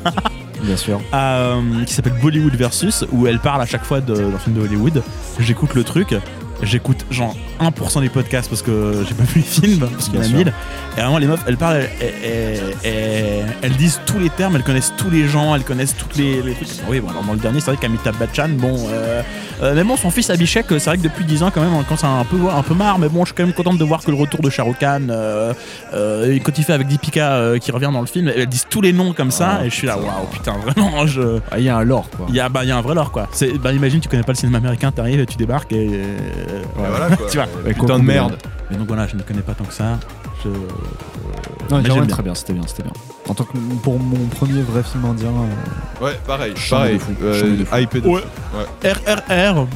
Speaker 7: Bien sûr.
Speaker 6: euh, qui s'appelle Bollywood Versus, où elle parle à chaque fois de- d'un film de Hollywood. J'écoute le truc, j'écoute genre 1% des podcasts parce que j'ai pas vu les films, parce qu'il y en a
Speaker 7: Bien sûr.
Speaker 6: mille. Et vraiment, les meufs, elles parlent, elles, elles- elles- elles disent tous les termes, elles connaissent tous les gens, elles connaissent toutes les, les trucs. Oui, bon, alors dans le dernier, c'est vrai qu'Amitabh Bachchan, bon. euh, euh, mais bon, son fils Abhishek, euh, c'est vrai que depuis 10 ans, quand même, on commence à un peu, voir- un peu marre. Mais bon, je suis quand même contente de voir que le retour de Shah Rukh Khan, euh, euh, et quand il fait avec Deepika euh, qui revient dans le film, elles disent tous les noms comme ça.
Speaker 7: Ah,
Speaker 6: et je suis là, waouh, putain, vraiment, je.
Speaker 7: Ah, Il y a un lore, quoi.
Speaker 6: Il y, a, bah, il y a un vrai lore quoi. C'est- Bah, imagine, tu connais pas le cinéma américain, t'arrives, tu débarques et. euh,
Speaker 5: Et voilà, quoi.
Speaker 6: tu vois.
Speaker 7: Avec
Speaker 5: Putain
Speaker 7: Coco
Speaker 5: de merde.
Speaker 6: Mais donc voilà, je ne connais pas tant que ça. Je...
Speaker 7: Non,
Speaker 6: Mais j'aime
Speaker 7: Jawan,
Speaker 6: bien.
Speaker 7: très bien, c'était bien, c'était bien. En tant que pour mon premier vrai film indien, euh,
Speaker 5: Ouais, pareil,
Speaker 7: Chambé
Speaker 5: pareil.
Speaker 7: de fou,
Speaker 5: euh,
Speaker 7: chambé de fou.
Speaker 5: hypé de
Speaker 6: Ouais.
Speaker 5: fou.
Speaker 6: RRR,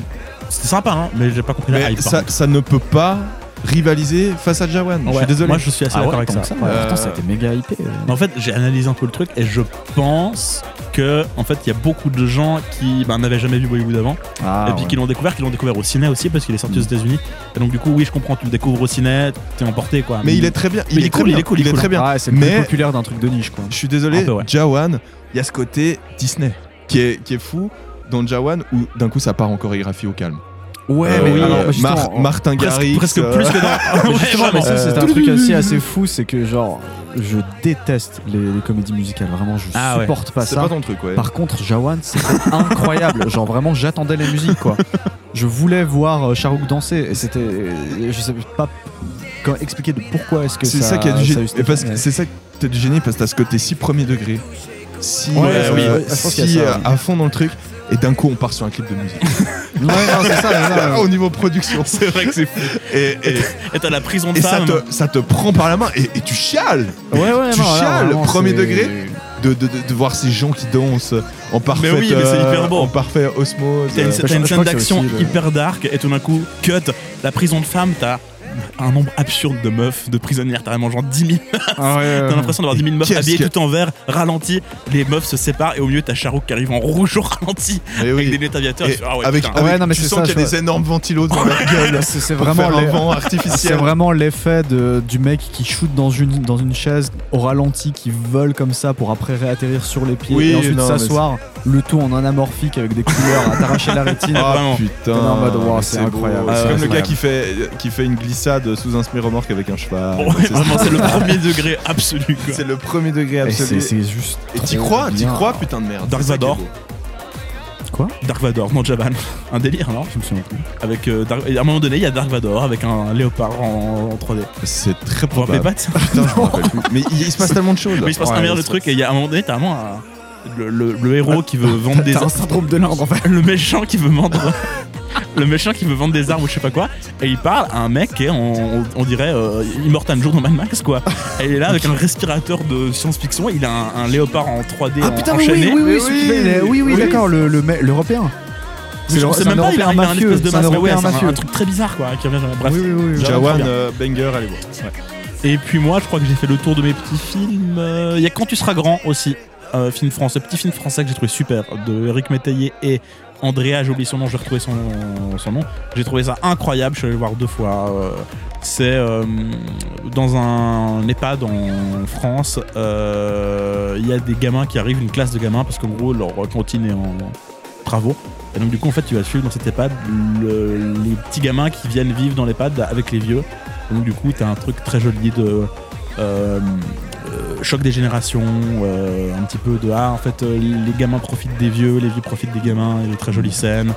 Speaker 6: c'était sympa, hein, mais j'ai pas compris la
Speaker 5: Mais
Speaker 6: hype. hein. par
Speaker 5: ça,
Speaker 6: contre.
Speaker 5: ça ne peut pas rivaliser face à Jawan. Je
Speaker 6: Ouais,
Speaker 5: suis désolé.
Speaker 6: Moi, je suis assez
Speaker 7: ah ouais,
Speaker 6: d'accord avec
Speaker 7: tant
Speaker 6: ça.
Speaker 7: que ouais,
Speaker 5: Euh,
Speaker 7: Pourtant, ça a été méga hypé. euh.
Speaker 6: Mais En fait, j'ai analysé un peu le truc et je pense que en fait, il y a beaucoup de gens qui ben, n'avaient jamais vu Bollywood avant
Speaker 7: Ah,
Speaker 6: et puis
Speaker 7: ouais.
Speaker 6: qui l'ont découvert, qui l'ont découvert au ciné aussi parce qu'il est sorti
Speaker 5: Mm.
Speaker 6: aux États-Unis. Et donc du coup, oui, je comprends, tu le découvres au ciné, t'es emporté quoi.
Speaker 5: mais il est très bien.
Speaker 6: il est cool,
Speaker 5: très
Speaker 6: il est
Speaker 5: bien,
Speaker 6: cool, il est cool.
Speaker 5: très bien.
Speaker 7: Ah, c'est le plus
Speaker 5: Mais-
Speaker 7: populaire d'un truc de niche, quoi.
Speaker 5: Je suis désolé,
Speaker 6: Un peu, ouais.
Speaker 5: Jawan, il y a ce côté Disney qui est, qui est fou dans Jawan où d'un coup ça part en chorégraphie au calme.
Speaker 7: Ouais,
Speaker 5: Euh,
Speaker 7: mais
Speaker 5: euh,
Speaker 7: alors, bah, justement,
Speaker 5: Mar-
Speaker 7: en-
Speaker 5: Martin
Speaker 6: presque,
Speaker 5: Garrix.
Speaker 6: presque
Speaker 5: euh,
Speaker 6: plus que dans. Ouais,
Speaker 7: Justement, mais
Speaker 6: vraiment.
Speaker 7: ça, c'est un
Speaker 5: Euh,
Speaker 7: truc aussi assez fou, c'est que genre, je déteste les, les comédies musicales, vraiment, je
Speaker 6: Ah ouais.
Speaker 7: supporte pas
Speaker 5: c'est
Speaker 7: ça.
Speaker 5: pas ton truc, ouais.
Speaker 7: Par contre, Jawan, c'était incroyable. Genre, vraiment, j'attendais la musique, quoi. Je voulais voir euh, Charouk danser, et c'était. euh, Je savais pas quand- expliquer de pourquoi est-ce que
Speaker 5: C'est
Speaker 7: ça.
Speaker 5: ça qui est du
Speaker 7: ça a eu
Speaker 5: génie.
Speaker 7: cet
Speaker 5: et parce que
Speaker 7: effet,
Speaker 5: C'est ça que t'es du génie parce que t'as ce côté si premier degré. Si,
Speaker 7: Ouais,
Speaker 5: euh,
Speaker 7: oui, ouais, je pense qu'il y a
Speaker 5: si
Speaker 7: ça,
Speaker 5: euh,
Speaker 7: ouais.
Speaker 5: à fond dans le truc, et d'un coup on part sur un clip de musique.
Speaker 7: mais- Ouais, non, c'est ça, mais non,
Speaker 5: Au niveau production.
Speaker 6: C'est vrai que c'est fou.
Speaker 5: Et, et-
Speaker 6: Et t'as la prison de
Speaker 5: et ça,
Speaker 6: femmes.
Speaker 5: te, ça te prend par la main et, et tu chiales.
Speaker 7: Ouais, ouais, non,
Speaker 5: Oh, tu
Speaker 7: là,
Speaker 5: chiales,
Speaker 7: vraiment,
Speaker 5: premier
Speaker 7: c'est-
Speaker 5: degré. de, de- de- de voir ces gens qui dansent en parfait,
Speaker 6: Mais oui, mais c'est hyper beau.
Speaker 5: en parfait osmose.
Speaker 6: T'as une,
Speaker 7: je
Speaker 6: t'as
Speaker 7: crois
Speaker 6: une scène
Speaker 7: que c'est
Speaker 6: d'action
Speaker 7: aussi le-
Speaker 6: hyper dark et tout d'un coup, cut, la prison de femmes, t'as un nombre absurde de meufs, de prisonnières, carrément genre 10 000 meufs.
Speaker 7: Ah ouais,
Speaker 6: t'as l'impression d'avoir
Speaker 7: ouais.
Speaker 6: 10 000 meufs
Speaker 7: Qu'est-ce
Speaker 6: habillées
Speaker 7: que-
Speaker 6: tout en vert, ralenti. Les meufs se séparent et au milieu t'as Charo qui arrive en rouge au ralenti
Speaker 7: Eh
Speaker 6: avec des lunettes aviateurs.
Speaker 5: Et
Speaker 6: Et tu fais, ah ouais,
Speaker 5: avec,
Speaker 6: putain.
Speaker 5: avec-
Speaker 7: Ouais, non, mais
Speaker 5: tu
Speaker 7: c'est
Speaker 5: sens
Speaker 7: ça,
Speaker 5: qu'il y
Speaker 7: je
Speaker 5: a
Speaker 7: vois.
Speaker 5: des énormes ventilos devant leur gueule.
Speaker 7: C'est c'est vraiment
Speaker 5: pour faire
Speaker 7: l'e-
Speaker 5: un vent artificiel.
Speaker 7: C'est vraiment l'effet de- du mec qui shoot dans une, dans une chaise au ralenti, qui vole comme ça pour après réatterrir sur les pieds
Speaker 5: Oui,
Speaker 7: et ensuite
Speaker 5: non, mais
Speaker 7: s'asseoir, le tout en anamorphique avec des couleurs à t'arracher la rétine.
Speaker 5: Ah,
Speaker 6: Vraiment. Ah,
Speaker 5: putain,
Speaker 7: T'es en mode, wow,
Speaker 5: mais
Speaker 7: c'est
Speaker 5: beau.
Speaker 7: incroyable,
Speaker 5: C'est
Speaker 7: c'est
Speaker 5: comme le gars
Speaker 7: incroyable.
Speaker 5: qui fait, qui fait une glissade sous un semi-remorque avec un cheval.
Speaker 6: Bon, ouais,
Speaker 5: C'est-
Speaker 6: vraiment, c'est le premier degré absolu. quoi.
Speaker 5: C'est le premier degré
Speaker 7: Et c'est
Speaker 5: absolu.
Speaker 7: c'est juste.
Speaker 5: Et t'y
Speaker 7: trop
Speaker 5: crois, t'y
Speaker 7: bien.
Speaker 5: crois, putain de merde.
Speaker 6: Dark
Speaker 5: C'est ça qui est
Speaker 6: Vador.
Speaker 5: beau.
Speaker 6: Dark Vador, non Javan. Un délire, non
Speaker 7: Je me souviens plus.
Speaker 6: Avec euh, Dark- et à un moment donné, il y a Dark Vador avec un léopard en, en 3D.
Speaker 5: C'est très
Speaker 6: Vous vous rappelez
Speaker 5: probable.
Speaker 6: pas de ça
Speaker 5: Putain, je me rappelle plus. Mais il, il se passe tellement de choses.
Speaker 6: Mais il se passe un meilleur le truc et il y a un moment donné, t'as vraiment un- le, le- le héros qui veut vendre des
Speaker 7: Ah, T'as un syndrome de l'Inde en fait.
Speaker 6: le méchant qui veut vendre le méchant qui veut vendre des armes ou je sais pas quoi et il parle à un mec qui est en- on, on dirait euh, Immortan Jour dans Mad Max quoi et il est là avec un respirateur de science-fiction il a un, un léopard en 3D
Speaker 7: Ah,
Speaker 6: en- enchaîné
Speaker 5: Ah, oui, celui qui fait les- oui, oui, d'accord,
Speaker 7: d'accord, l'européen.
Speaker 6: Mais je sais même pas il a, il a un espèce de
Speaker 7: c'est un
Speaker 6: masque mais ouais,
Speaker 7: européen
Speaker 6: c'est un,
Speaker 7: mafieux.
Speaker 6: un truc très bizarre quoi qui revient jamais. bref
Speaker 7: Oui, oui, oui, oui.
Speaker 6: Javan,
Speaker 5: Jawan
Speaker 6: très bien.
Speaker 5: euh, Banger, allez voir.
Speaker 6: et puis moi je crois que j'ai fait le tour de mes petits films Euh, il y a Quand tu seras grand aussi euh, film français petit film français que j'ai trouvé super de Eric Métayer et Andrea, j'ai oublié son nom, j'ai retrouvé son, son nom. J'ai trouvé ça incroyable, je suis allé le voir deux fois. euh, c'est euh, dans un EHPAD en France, euh, il y a des gamins qui arrivent, une classe de gamins, parce qu'en gros, leur cantine est en travaux. Et donc, du coup, en fait, tu vas suivre dans cet EHPAD le- les petits gamins qui viennent vivre dans l'EHPAD avec les vieux. Et donc, du coup, t'as un truc très joli de. euh, euh, choc des générations, euh, un petit peu de ah en fait euh, les gamins profitent des vieux, les vieux profitent des gamins, il y a des très jolies scènes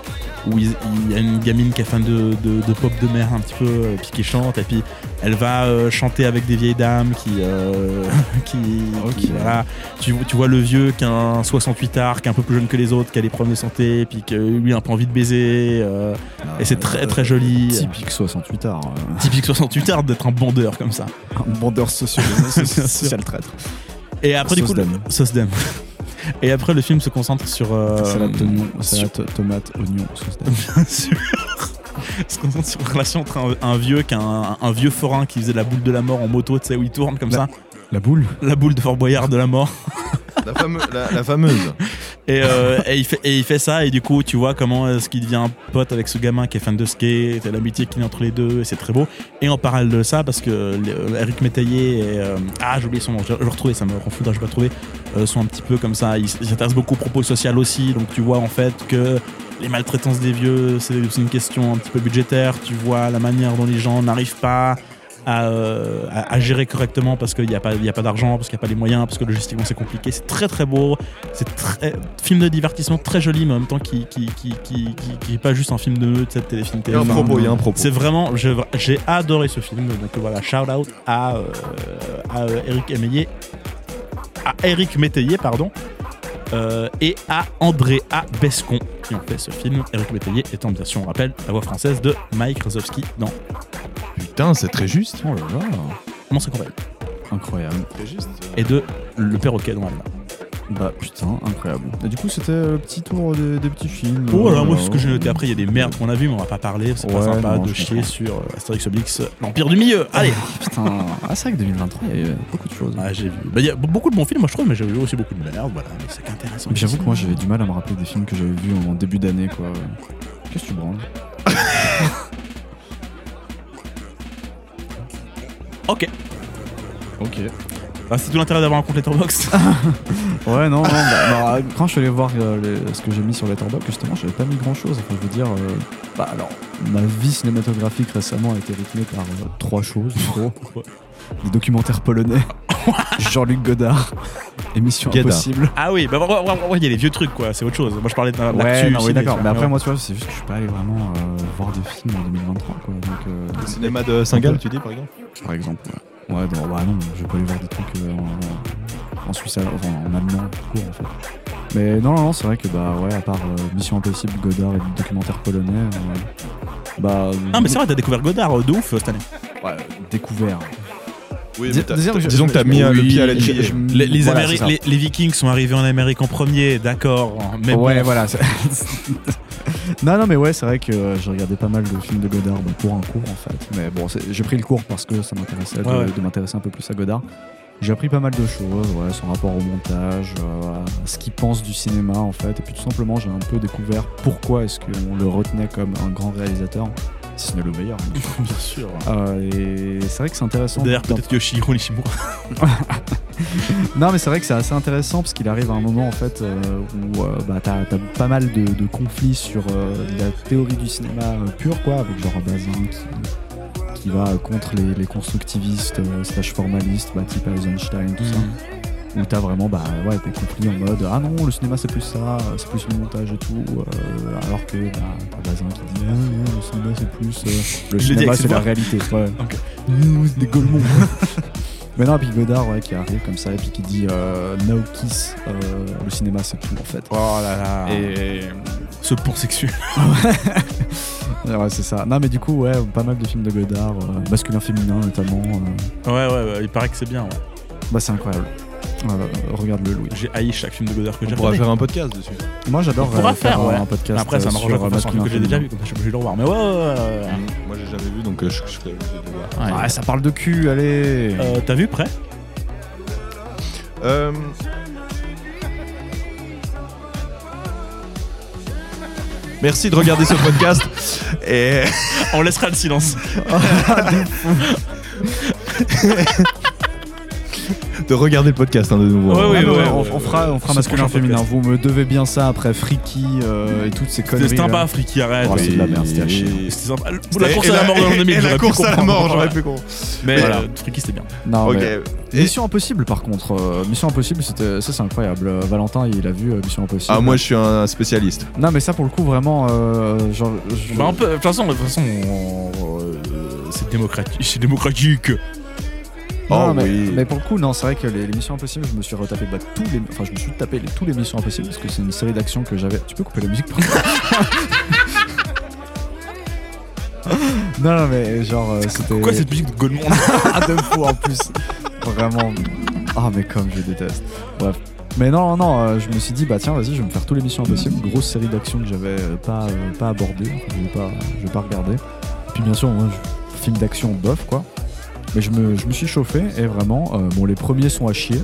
Speaker 6: où ils- il y a une gamine qui a faim de, de, de pop de mer un petit peu, euh, puis qui chante, et puis elle va euh, chanter avec des vieilles dames qui... euh, qui, qui-
Speaker 7: Ok.
Speaker 6: voilà. tu, tu vois le vieux qui a un 68 art, qui est un peu plus jeune que les autres, qui a des problèmes de santé, puis que lui a un peu envie de baiser, euh, et c'est très très joli.
Speaker 7: Euh, Typique 68 art.
Speaker 6: Typique 68 art d'être un bandeur comme ça.
Speaker 7: Un bandeur social,
Speaker 6: sûr.
Speaker 7: social traître.
Speaker 6: Et après du
Speaker 7: Sauce
Speaker 6: coup... le-
Speaker 7: d'âme.
Speaker 6: Sauce d'âme. Et après le film se concentre sur... euh,
Speaker 7: Salade d'oignon,
Speaker 6: sur-
Speaker 7: salade tomate, oignon, sauce d'âme.
Speaker 6: sur, se concentre sur la relation entre un, un vieux qui a un, un vieux forain qui faisait la boule de la mort en moto, tu sais, où il tourne comme
Speaker 7: Bah.
Speaker 6: ça,
Speaker 7: La boule
Speaker 6: la boule de Fort Boyard de la mort.
Speaker 5: La, fameux- la- la fameuse.
Speaker 6: Et, euh, et, il fait, et il fait ça, et du coup, tu vois comment est-ce qu'il devient un pote avec ce gamin qui est fan de skate, et l'amitié qu'il y a entre les deux, et c'est très beau. Et en parallèle de ça, parce que euh, Eric Métayer et. euh, ah, j'ai oublié son nom, je je vais retrouver, ça me rend fou, je vais pas trouver. euh, sont un petit peu comme ça, ils ils s'intéressent beaucoup aux propos sociaux aussi, donc tu vois en fait que. Les maltraitances des vieux, c'est c'est une question un petit peu budgétaire. Tu vois la manière dont les gens n'arrivent pas à, euh, à- à gérer correctement parce qu'il n'y a pas, il y a pas d'argent, parce qu'il n'y a pas les moyens, parce que logistiquement c'est compliqué. C'est très très beau. C'est très euh, film de divertissement très joli, mais en même temps qui qui qui qui, qui- qui est pas juste un film de meute, cette téléfilm
Speaker 5: Il y a un
Speaker 6: téléfilm.
Speaker 5: propos, il y a un propos.
Speaker 6: C'est vraiment, je- j'ai adoré ce film. Donc voilà, shout out à, euh, à euh, Eric Métayer, à Eric Métayer pardon, euh, et à Andrea Bescon qui ont fait ce film. Eric Métayer étant bien sûr, on rappelle, la voix française de Mike Rosowski dans
Speaker 5: Putain, c'est très juste.
Speaker 7: Oh là là
Speaker 6: Comment c'est qu'on va
Speaker 7: Incroyable.
Speaker 6: et de Le perroquet dans Alma.
Speaker 7: Bah putain, incroyable. Et du coup, c'était le petit tour des, des petits films.
Speaker 6: Oh là, moi,
Speaker 7: Euh,
Speaker 6: c'est ce que j'ai noté. Après, il y a des merdes qu'on a vues, mais on va pas parler. C'est pas
Speaker 7: Ouais,
Speaker 6: sympa
Speaker 7: non,
Speaker 6: de
Speaker 7: je
Speaker 6: chier
Speaker 7: comprends.
Speaker 6: sur euh, Astérix Oblix, euh, l'Empire du Milieu. Allez
Speaker 7: Putain, ah, c'est vrai que 2023, il y a eu beaucoup de choses.
Speaker 6: Ah, j'ai vu. Bah, Il y a beaucoup de bons films, moi, je trouve, mais j'ai vu aussi beaucoup de merdes. Voilà, mais c'est intéressant.
Speaker 7: Mais J'avoue que moi, j'avais du mal à me rappeler des films que j'avais vus en début d'année, quoi. Qu'est-ce que tu branles
Speaker 6: Ok.
Speaker 7: Ok.
Speaker 6: Ah, c'est tout l'intérêt d'avoir un compte Letterboxd.
Speaker 7: Ouais, non, non, bah, alors, euh, quand je suis allé voir euh, les- ce que j'ai mis sur Letterboxd, justement, j'avais pas mis grand chose. Enfin, je veux dire, euh, bah alors, ma vie cinématographique récemment a été rythmée par euh, trois choses, en gros. Des documentaires polonais, Jean-Luc Godard, Émission
Speaker 5: Godard.
Speaker 7: Impossible.
Speaker 6: ah oui, bah, ouais, ouais, ouais, ouais, il y a les vieux trucs, quoi. C'est autre chose. Moi, je parlais de la- l'actu.
Speaker 7: Ouais, non, oui,
Speaker 6: ciné,
Speaker 7: d'accord.
Speaker 6: Ah, bah, tu vois.
Speaker 7: Mais après,
Speaker 6: Ouais.
Speaker 7: moi, tu vois, c'est juste que je suis pas allé vraiment euh, voir des films en 2023, quoi. Donc, euh,
Speaker 5: Le cinéma de Saint-Gall, tu dis par exemple
Speaker 7: par exemple, ouais. Ouais, bon, bah non, je vais pas aller voir des trucs euh, en, en suisse, enfin, en allemand, tout court, en fait. Mais non, non, non, c'est vrai que, bah ouais, à part euh, Mission Impossible, Godard et le documentaire polonais, euh, bah.
Speaker 6: Ah, mais c'est vrai, t'as découvert Godard euh, de ouf euh, cette année.
Speaker 7: ouais, découvert.
Speaker 5: Oui,
Speaker 7: Dis-
Speaker 5: mais t'as-
Speaker 7: disons que
Speaker 5: t'as-
Speaker 7: je-
Speaker 5: disons que t'as
Speaker 7: je-
Speaker 5: mis euh, le
Speaker 7: oui,
Speaker 5: pied à
Speaker 7: je-
Speaker 5: l'étrier.
Speaker 7: je-
Speaker 6: Les, les
Speaker 7: voilà,
Speaker 6: Améri-
Speaker 7: c'est ça.
Speaker 6: les- les Vikings sont arrivés en Amérique en premier, d'accord. Mais bon,
Speaker 7: ouais, voilà. c'est- Non, non, mais ouais, c'est vrai que euh, j'ai regardé pas mal de films de Godard bah, pour un cours en fait. Mais bon, c'est- j'ai pris le cours parce que ça m'intéressait de,
Speaker 6: Ouais, ouais.
Speaker 7: de m'intéresser un peu plus à Godard. J'ai appris pas mal de choses, ouais, son rapport au montage, euh, à ce qu'il pense du cinéma en fait. Et puis tout simplement, j'ai un peu découvert pourquoi est-ce qu'on le retenait comme un grand réalisateur, si ce n'est le meilleur.
Speaker 6: Bien sûr.
Speaker 7: Euh, et c'est vrai que c'est intéressant.
Speaker 6: D'ailleurs,
Speaker 7: d'un-
Speaker 6: peut-être que Shihiro Nishimura.
Speaker 7: non mais c'est vrai que c'est assez intéressant parce qu'il arrive à un moment en fait euh, où euh, bah, t'as t'as pas mal de, de conflits sur euh, la théorie du cinéma euh, pur quoi avec genre Bazin qui, qui va euh, contre les, les constructivistes euh, slash formalistes bah, type Eisenstein
Speaker 6: Mm.
Speaker 7: tout ça où t'as vraiment bah ouais des conflits en mode ah non le cinéma c'est plus ça euh, c'est plus le montage et tout euh, alors que bah, t'as Bazin qui dit ah non le cinéma c'est plus euh, le
Speaker 6: Il le
Speaker 7: cinéma
Speaker 6: dit avec ses
Speaker 7: c'est la
Speaker 6: voix.
Speaker 7: réalité ouais.
Speaker 6: Ok.
Speaker 7: Nous, c'est des Golemons. Mais non, puis Godard ouais, qui arrive comme ça et puis qui dit euh, No Kiss, euh, le cinéma c'est tout en fait.
Speaker 6: Oh là là.
Speaker 7: Et.
Speaker 6: Ce pont sexuel.
Speaker 7: Ouais, ouais, c'est ça. Non, mais du coup, ouais, pas mal de films de Godard, euh, masculin, féminin notamment. euh,
Speaker 6: Ouais, ouais, ouais, il paraît que c'est bien. ouais.
Speaker 7: bah, c'est incroyable. Voilà, regarde-le, Louis.
Speaker 6: J'ai haï chaque film de Godard que j'ai
Speaker 5: On pourra
Speaker 6: regardé.
Speaker 5: faire un podcast dessus.
Speaker 7: Moi, j'adore
Speaker 6: On pourra
Speaker 7: euh,
Speaker 6: faire,
Speaker 7: faire un-
Speaker 6: ouais.
Speaker 7: un podcast,
Speaker 6: Après, ça
Speaker 7: euh,
Speaker 6: m'arrange
Speaker 7: sur,
Speaker 6: pas de
Speaker 7: euh,
Speaker 6: façon que j'ai
Speaker 7: masculin,
Speaker 6: déjà
Speaker 7: féminin.
Speaker 6: vu, comme ça je suis obligé de le revoir. Mais ouais, ouais, ouais, ouais.
Speaker 5: Moi, j'ai jamais vu, donc euh, je je serais obligé de le voir.
Speaker 6: Ouais.
Speaker 7: Ah, ça parle de cul, allez
Speaker 6: Euh, T'as vu près
Speaker 5: Euh, Merci de regarder ce podcast. Et
Speaker 6: On laissera le silence.
Speaker 5: de regarder le podcast hein, de nouveau.
Speaker 6: Ouais, ouais,
Speaker 7: Ah,
Speaker 6: ouais,
Speaker 7: mais
Speaker 6: ouais,
Speaker 7: on,
Speaker 6: ouais,
Speaker 7: on fera, on fera
Speaker 6: Ce
Speaker 7: masculin,
Speaker 6: prochain
Speaker 7: féminin.
Speaker 6: podcast.
Speaker 7: Vous me devez bien ça après Freaky euh, et toutes ces conneries.
Speaker 6: C'était sympa,
Speaker 7: là.
Speaker 6: Friki, arrête.
Speaker 7: Oh, c'est de la merde, c'était à chier.
Speaker 5: Et-
Speaker 6: hein. C'était sympa. Le-
Speaker 5: C'était-
Speaker 6: La course
Speaker 5: et
Speaker 6: à la mort dans
Speaker 5: et-
Speaker 6: le 2000.
Speaker 5: et la
Speaker 6: j'aurais pu
Speaker 5: course à la
Speaker 6: comprendre.
Speaker 5: mort, j'aurais
Speaker 6: Voilà.
Speaker 5: pu comprendre.
Speaker 6: Mais
Speaker 5: Voilà.
Speaker 6: euh, Friki, c'était bien.
Speaker 7: Non,
Speaker 5: Ok. Ah,
Speaker 7: mais-
Speaker 5: Et-
Speaker 7: Mission Impossible par contre, euh, Mission Impossible c'était ça c'est incroyable. Euh, Valentin il a vu euh, Mission Impossible.
Speaker 5: Ah, moi, je suis un spécialiste.
Speaker 7: Non mais ça pour le coup vraiment euh, genre je-
Speaker 6: Bah, un peu, de toute façon, de toute façon on- euh, c'est démocratique. C'est démocratique.
Speaker 7: Non,
Speaker 5: Oh,
Speaker 7: mais,
Speaker 5: oui.
Speaker 7: mais pour le coup non c'est vrai que les, les Missions Impossibles je me suis retapé bah, tous les enfin je me suis tapé les- tous les Missions Impossibles parce que c'est une série d'actions que j'avais. Tu peux couper la musique par contre Non non mais genre euh, c'était
Speaker 6: Pourquoi cette musique de Golemon
Speaker 7: Ah, de fou en plus. Vraiment. Ah, mais comme je déteste. Bref. Mais non, non, euh, je me suis dit, bah tiens, vas-y, je vais me faire tous les missions impossibles. Grosse série d'actions que j'avais euh, pas, euh, pas abordées, que je vais pas, je vais pas regarder. Puis bien sûr, moi, je- film d'action bof, quoi. Mais je me, je me suis chauffé et vraiment, euh, bon, les premiers sont à chier.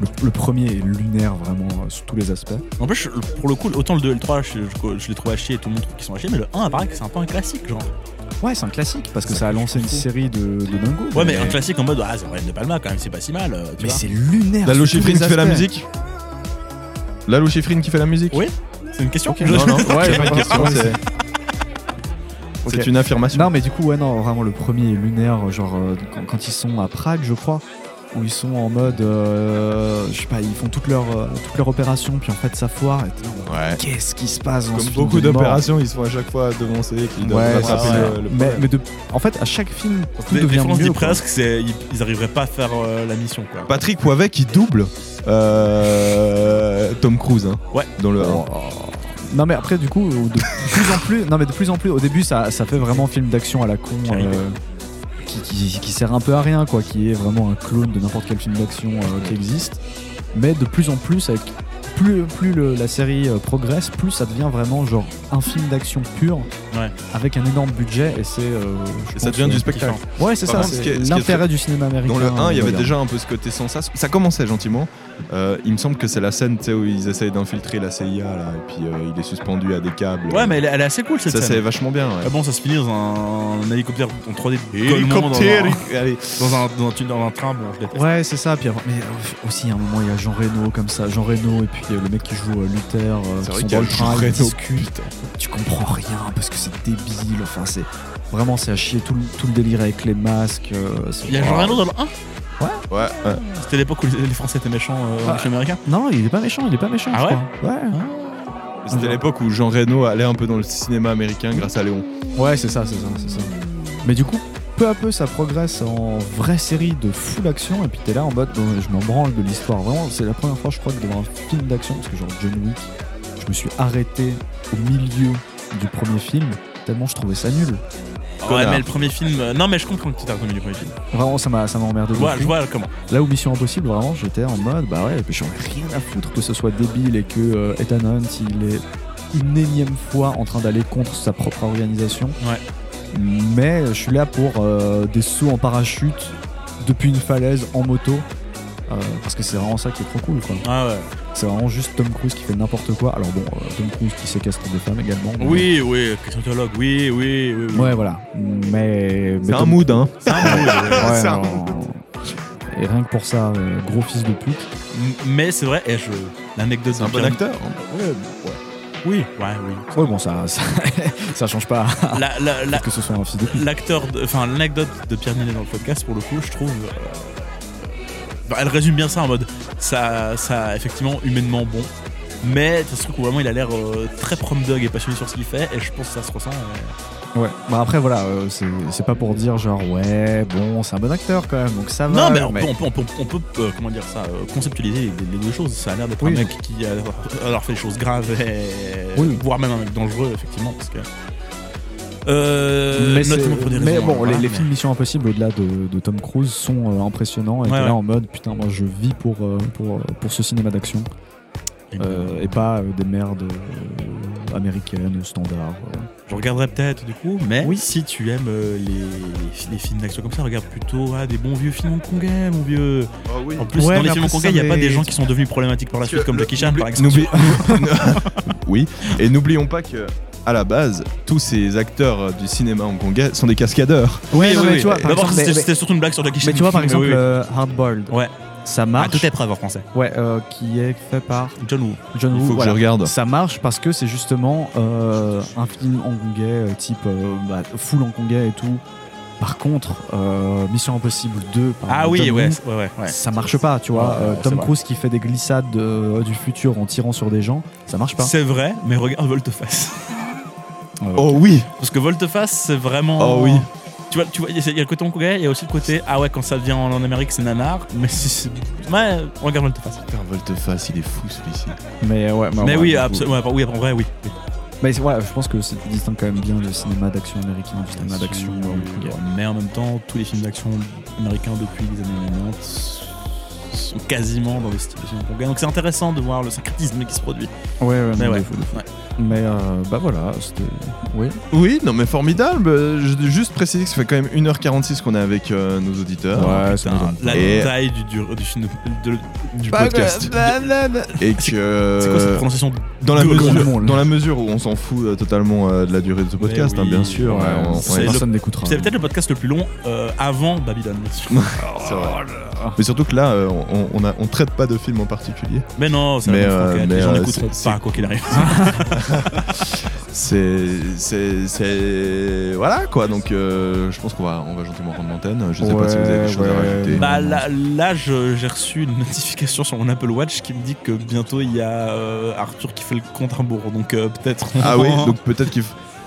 Speaker 7: Le, le premier est lunaire vraiment euh, sous tous les aspects.
Speaker 6: En plus, je- pour le coup, autant le 2 et le 3, je, je- je les trouve à chier et tout le monde trouve qu'ils sont à chier, mais le 1 apparaît que c'est un peu un classique, genre.
Speaker 7: Ouais, c'est un classique parce que
Speaker 6: Ça
Speaker 7: ça a
Speaker 6: fait
Speaker 7: lancé une
Speaker 6: fou.
Speaker 7: série de, de dingos.
Speaker 6: Ouais, mais un classique en mode, ah, c'est Brian De Palma quand même, c'est pas si mal. euh, Tu
Speaker 7: mais
Speaker 6: vois.
Speaker 7: Ah, c'est lunaire.
Speaker 5: Lalo
Speaker 7: sous tous
Speaker 5: Schifrin
Speaker 7: les
Speaker 5: qui fait la
Speaker 7: aspects.
Speaker 5: musique Lalo Schifrin qui fait la musique
Speaker 6: Oui. C'est une question
Speaker 7: Ok,
Speaker 6: Je-
Speaker 7: non, non, ouais,
Speaker 6: Ok.
Speaker 7: j'ai pas de question,
Speaker 5: Ouais, c'est-
Speaker 7: Ok.
Speaker 5: C'est une affirmation.
Speaker 7: Non, mais du coup, ouais, non, vraiment le premier est lunaire, genre euh, quand, quand ils sont à Prague, je crois, où ils sont en mode, euh, je sais pas, ils font toute leur, euh, toute leur opération, puis en fait ça foire. et t'es là,
Speaker 5: Ouais.
Speaker 7: Qu'est-ce qui se passe dans ce
Speaker 5: Comme
Speaker 7: film
Speaker 5: beaucoup
Speaker 7: de mort
Speaker 5: d'opérations, ils se font à chaque fois devancer et qu'ils doivent
Speaker 7: Ouais,
Speaker 5: rattraper
Speaker 7: c'est
Speaker 5: le-
Speaker 7: ça.
Speaker 5: le,
Speaker 7: mais,
Speaker 5: problème.
Speaker 7: mais de- en fait, à chaque film, tout
Speaker 6: Des, des
Speaker 7: devient
Speaker 6: fois, on se dit
Speaker 7: mieux. quoi.
Speaker 6: presque, c'est, ils, ils arriveraient pas à faire euh, la mission, quoi.
Speaker 5: Patrick Poivet qui double euh, Tom Cruise hein,
Speaker 6: Ouais.
Speaker 5: dans le 1.
Speaker 7: Euh, Non, mais après, du coup, euh, de plus en plus, non, mais de plus en plus, au début, ça, ça fait vraiment film d'action à la con.
Speaker 6: Carrément.
Speaker 7: euh, qui, qui- qui sert un peu à rien, quoi, qui est vraiment un clone de n'importe quel film d'action euh, qui existe. Mais de plus en plus, avec plus, plus le- la série euh, progresse, plus ça devient vraiment genre un film d'action pur,
Speaker 6: Ouais.
Speaker 5: Ouais.
Speaker 7: avec un énorme budget, et c'est. euh, je
Speaker 5: Et ça
Speaker 7: pense,
Speaker 5: devient
Speaker 7: euh,
Speaker 5: du spectacle.
Speaker 7: Ouais, c'est
Speaker 5: Par
Speaker 7: ça,
Speaker 5: contre, ce
Speaker 7: c'est
Speaker 5: qui est- ce qui est
Speaker 7: l'intérêt du cinéma américain.
Speaker 5: Dans le 1, il y
Speaker 7: euh,
Speaker 5: avait
Speaker 7: moderne.
Speaker 5: déjà un peu ce côté sensation. Ça commençait gentiment. Euh, il me semble que c'est la scène tu sais, où ils essayent d'infiltrer la CIA là, et puis euh, il est suspendu à des câbles.
Speaker 6: Ouais, mais elle, est- elle est assez cool cette
Speaker 5: ça c'est
Speaker 6: scène.
Speaker 5: vachement bien.
Speaker 6: Ah bah,
Speaker 5: Ouais.
Speaker 6: bon, ça se finit dans un, un hélicoptère en 3D de Golemont dans un-
Speaker 5: Allez.
Speaker 6: dans un, dans un, tu- dans un train, bon, je déteste.
Speaker 7: Ouais, c'est ça. Puis avant- mais euh, aussi, à un moment, il y a Jean Reno comme ça. Jean Reno et puis euh, le mec qui joue euh, Luther. euh,
Speaker 5: C'est
Speaker 7: qui
Speaker 5: vrai
Speaker 7: sont
Speaker 5: qu'il y a
Speaker 7: dans le train,
Speaker 5: Jean
Speaker 7: ils
Speaker 5: Reno,
Speaker 7: discutent. Tu comprends rien parce que c'est débile. Enfin, c'est vraiment c'est à chier tout le, tout le délire avec les masques. euh, c'est-
Speaker 6: Il y a Jean Reno dans le 1
Speaker 5: Ouais, ouais.
Speaker 6: C'était l'époque où les les Français étaient méchants euh,
Speaker 7: Ah.
Speaker 6: chez les Américains.
Speaker 7: Non, il est pas méchant. Il est pas méchant.
Speaker 6: Ah
Speaker 7: je
Speaker 6: ouais
Speaker 7: crois. Ouais.
Speaker 5: C'était l'époque où Jean Reno allait un peu dans le cinéma américain grâce à Léon.
Speaker 7: Ouais, c'est ça, c'est ça, c'est ça. Mais du coup, peu à peu, ça progresse en vraie série de full action. Et puis t'es là en mode, bon, je m'en branle de l'histoire. Vraiment, c'est la première fois, je crois, que devant un film d'action, parce que genre John Wick, je me suis arrêté au milieu du premier film. Tellement je trouvais ça nul.
Speaker 6: Ouais,
Speaker 5: Connard.
Speaker 6: mais le premier film. euh, Non, mais je comprends que tu t'es reconnu du premier film.
Speaker 7: Vraiment, ça m'a, ça m'a emmerdé.
Speaker 6: Je
Speaker 7: de
Speaker 6: vois,
Speaker 7: fou.
Speaker 6: je vois comment.
Speaker 7: Là où Mission Impossible, vraiment, j'étais en mode, bah ouais, j'en ai rien à foutre que ce soit débile et que euh, Ethan Hunt, il est une énième fois en train d'aller contre sa propre organisation.
Speaker 6: Ouais.
Speaker 7: Mais je suis là pour euh, des sauts en parachute depuis une falaise en moto. euh, parce que c'est vraiment ça qui est trop cool quoi.
Speaker 6: Ah
Speaker 7: C'est vraiment juste Tom Cruise qui fait n'importe quoi. Alors bon, euh, Tom Cruise qui séquestre des femmes également. mais-
Speaker 6: Oui, oui, question dialogue, oui, oui, oui. oui.
Speaker 7: Ouais, voilà. Mais. mais
Speaker 5: un
Speaker 7: Tom-
Speaker 5: mood, hein.
Speaker 6: C'est un mood, ouais.
Speaker 7: Ouais,
Speaker 6: C'est un
Speaker 7: non. Et rien que pour ça, euh, gros fils de pute.
Speaker 6: M- Mais c'est vrai, et je. L'anecdote
Speaker 7: un bon acteur,
Speaker 6: Oui, ouais, oui.
Speaker 7: Ouais, bon, ça, ça, ça change pas. hein,
Speaker 6: La- la- la-
Speaker 7: que ce soit un fils de pute.
Speaker 6: L'acteur, de- enfin l'anecdote de Pierre Ninet dans le podcast, pour le coup, je trouve, euh, bah, elle résume bien ça en mode, ça, ça, effectivement, humainement bon, mais ça se trouve que vraiment il a l'air euh, très prom dog et passionné sur ce qu'il fait, et je pense que ça se ressent. euh,
Speaker 7: Ouais, bah après, voilà, euh, c'est c'est pas pour dire genre, ouais, bon, c'est un bon acteur quand même, donc ça va.
Speaker 6: non, mais on peut, on peut, on peut, on peut, euh, comment dire ça, euh, conceptualiser les, les deux choses. Ça a l'air d'être
Speaker 7: Oui.
Speaker 6: un mec qui a alors fait des choses graves, et,
Speaker 7: Oui.
Speaker 6: voire même un mec dangereux, effectivement, parce que. Euh,
Speaker 7: mais, c'est-
Speaker 6: notamment pour des
Speaker 7: mais
Speaker 6: raisons,
Speaker 7: bon,
Speaker 6: voilà,
Speaker 7: les, les
Speaker 6: hein, mais-
Speaker 7: films Mission Impossible au-delà de, de Tom Cruise sont euh, impressionnants et
Speaker 6: Ouais,
Speaker 7: t'es
Speaker 6: ouais.
Speaker 7: là en mode putain, moi je vis pour, euh, pour, euh, pour ce cinéma d'action Euh, et pas euh, des merdes euh, américaines standards. euh.
Speaker 6: Je regarderai peut-être du coup, mais si tu aimes euh, les, les- les films d'action comme ça, regarde plutôt ah, des bons vieux films hongkongais, mon vieux. En plus,
Speaker 5: Ouais,
Speaker 6: dans les
Speaker 5: mais
Speaker 6: films
Speaker 5: après,
Speaker 6: hongkongais, il
Speaker 5: ça,
Speaker 6: n'y a pas
Speaker 5: mais-
Speaker 6: des gens qui sont devenus problématiques par la
Speaker 5: Ah Parce
Speaker 6: suite,
Speaker 5: que
Speaker 6: comme
Speaker 5: le-
Speaker 6: Jackie Chan
Speaker 5: n'oublie-
Speaker 6: par exemple.
Speaker 5: n'oublie- oui, hein. et n'oublions pas que à la base, tous ces acteurs euh, du cinéma hongkongais sont des cascadeurs.
Speaker 7: Ouais, non, mais tu vois, par
Speaker 6: D'abord,
Speaker 7: exemple,
Speaker 6: c'était
Speaker 7: mais-
Speaker 6: c'était
Speaker 7: mais-
Speaker 6: surtout une blague sur Jackie Chan.
Speaker 7: Mais tu vois, par
Speaker 6: mais
Speaker 7: exemple,
Speaker 6: oui, oui.
Speaker 7: euh, Hardboiled.
Speaker 6: Ouais.
Speaker 7: Ça marche.
Speaker 6: Ah, tout est prêt en français.
Speaker 7: Ouais, euh, qui est fait par
Speaker 6: John Woo.
Speaker 7: John
Speaker 5: Il
Speaker 7: Woo,
Speaker 5: faut que
Speaker 7: voilà.
Speaker 5: je regarde.
Speaker 7: Ça marche parce que c'est justement euh, un film hongkongais euh, type euh, bah, full hongkongais et tout. Par contre, euh, Mission Impossible 2, par
Speaker 6: Ah
Speaker 7: John
Speaker 6: oui,
Speaker 7: Woo,
Speaker 6: ouais, ouais, ouais, ouais.
Speaker 7: ça marche pas, tu vois.
Speaker 6: Ouais,
Speaker 7: Euh,
Speaker 6: ouais, c'est
Speaker 7: Tom
Speaker 6: vrai.
Speaker 7: Cruise qui fait des glissades euh, du futur en tirant sur des gens, ça marche pas.
Speaker 6: C'est vrai, mais regarde Volteface.
Speaker 5: Oh oui
Speaker 6: Parce que Volteface, c'est vraiment.
Speaker 7: Ah
Speaker 5: Oh oui.
Speaker 6: Tu vois, tu vois, il y a- il y a le côté hongkongais, il y a aussi le côté ah ouais quand ça devient en, en Amérique c'est nanar, mais c'est c'est- ouais regarde Volteface.
Speaker 5: Putain, Volteface, il est fou celui-ci.
Speaker 7: Mais ouais, bah
Speaker 6: Mais
Speaker 7: ouais,
Speaker 6: oui,
Speaker 7: du coup.
Speaker 6: absolument. ouais, Oui, en vrai, oui. oui.
Speaker 7: Mais c'est- voilà, je pense que c'est tu distingues quand même bien le cinéma d'action américain du cinéma d'action euh, hongkongais.
Speaker 6: Mais en même temps, tous les films d'action américains depuis les années 90 sont quasiment dans le style de film hongkongais. Donc c'est intéressant de voir le syncrétisme qui se produit.
Speaker 5: Ah,
Speaker 7: Ouais, ouais,
Speaker 6: Mais
Speaker 7: non,
Speaker 6: ouais.
Speaker 7: de fou, de fou.
Speaker 6: Ouais.
Speaker 7: Mais euh, bah voilà, c'était. Oui.
Speaker 5: Oui, non mais formidable. Euh, Je veux juste préciser que ça fait quand même 1h46 qu'on est avec euh, nos auditeurs.
Speaker 7: Ouais, c'est
Speaker 6: Putain, la
Speaker 5: Et-
Speaker 6: taille du, du, du film de, de- du
Speaker 5: Pas
Speaker 6: podcast.
Speaker 5: Et que euh,
Speaker 6: C'est quoi cette prononciation
Speaker 5: dans la,
Speaker 6: de-
Speaker 5: mesure,
Speaker 7: de-
Speaker 5: dans la mesure où on s'en fout euh, totalement euh, de la durée de ce podcast,
Speaker 6: oui.
Speaker 5: hein, bien sûr.
Speaker 7: Ouais,
Speaker 5: on- on-
Speaker 6: c'est le-
Speaker 7: personne n'écoutera.
Speaker 6: C'est peut-être le podcast le plus long euh, avant Babylone.
Speaker 5: c'est vrai. Mais surtout que là, euh, on, on, a- on traite pas de film en particulier.
Speaker 6: Mais non, ça va
Speaker 5: Mais,
Speaker 6: être
Speaker 5: euh,
Speaker 6: franquette,
Speaker 5: mais,
Speaker 6: les gens
Speaker 5: euh,
Speaker 6: n'écouteront
Speaker 5: c'est-
Speaker 6: pas quoi qu'il arrive.
Speaker 5: C'est, c'est, c'est- voilà quoi. Donc, euh, je pense qu'on va, on va gentiment rendre l'antenne. Je sais pas si vous avez des choses
Speaker 7: Ouais,
Speaker 5: à
Speaker 7: ouais.
Speaker 5: rajouter.
Speaker 6: Bah là, là, je- j'ai reçu une notification sur mon Apple Watch qui me dit que bientôt il y a euh, Arthur qui fait le compte à rebours. Donc euh, peut-être.
Speaker 5: Ah oui, donc peut-être qu'il f-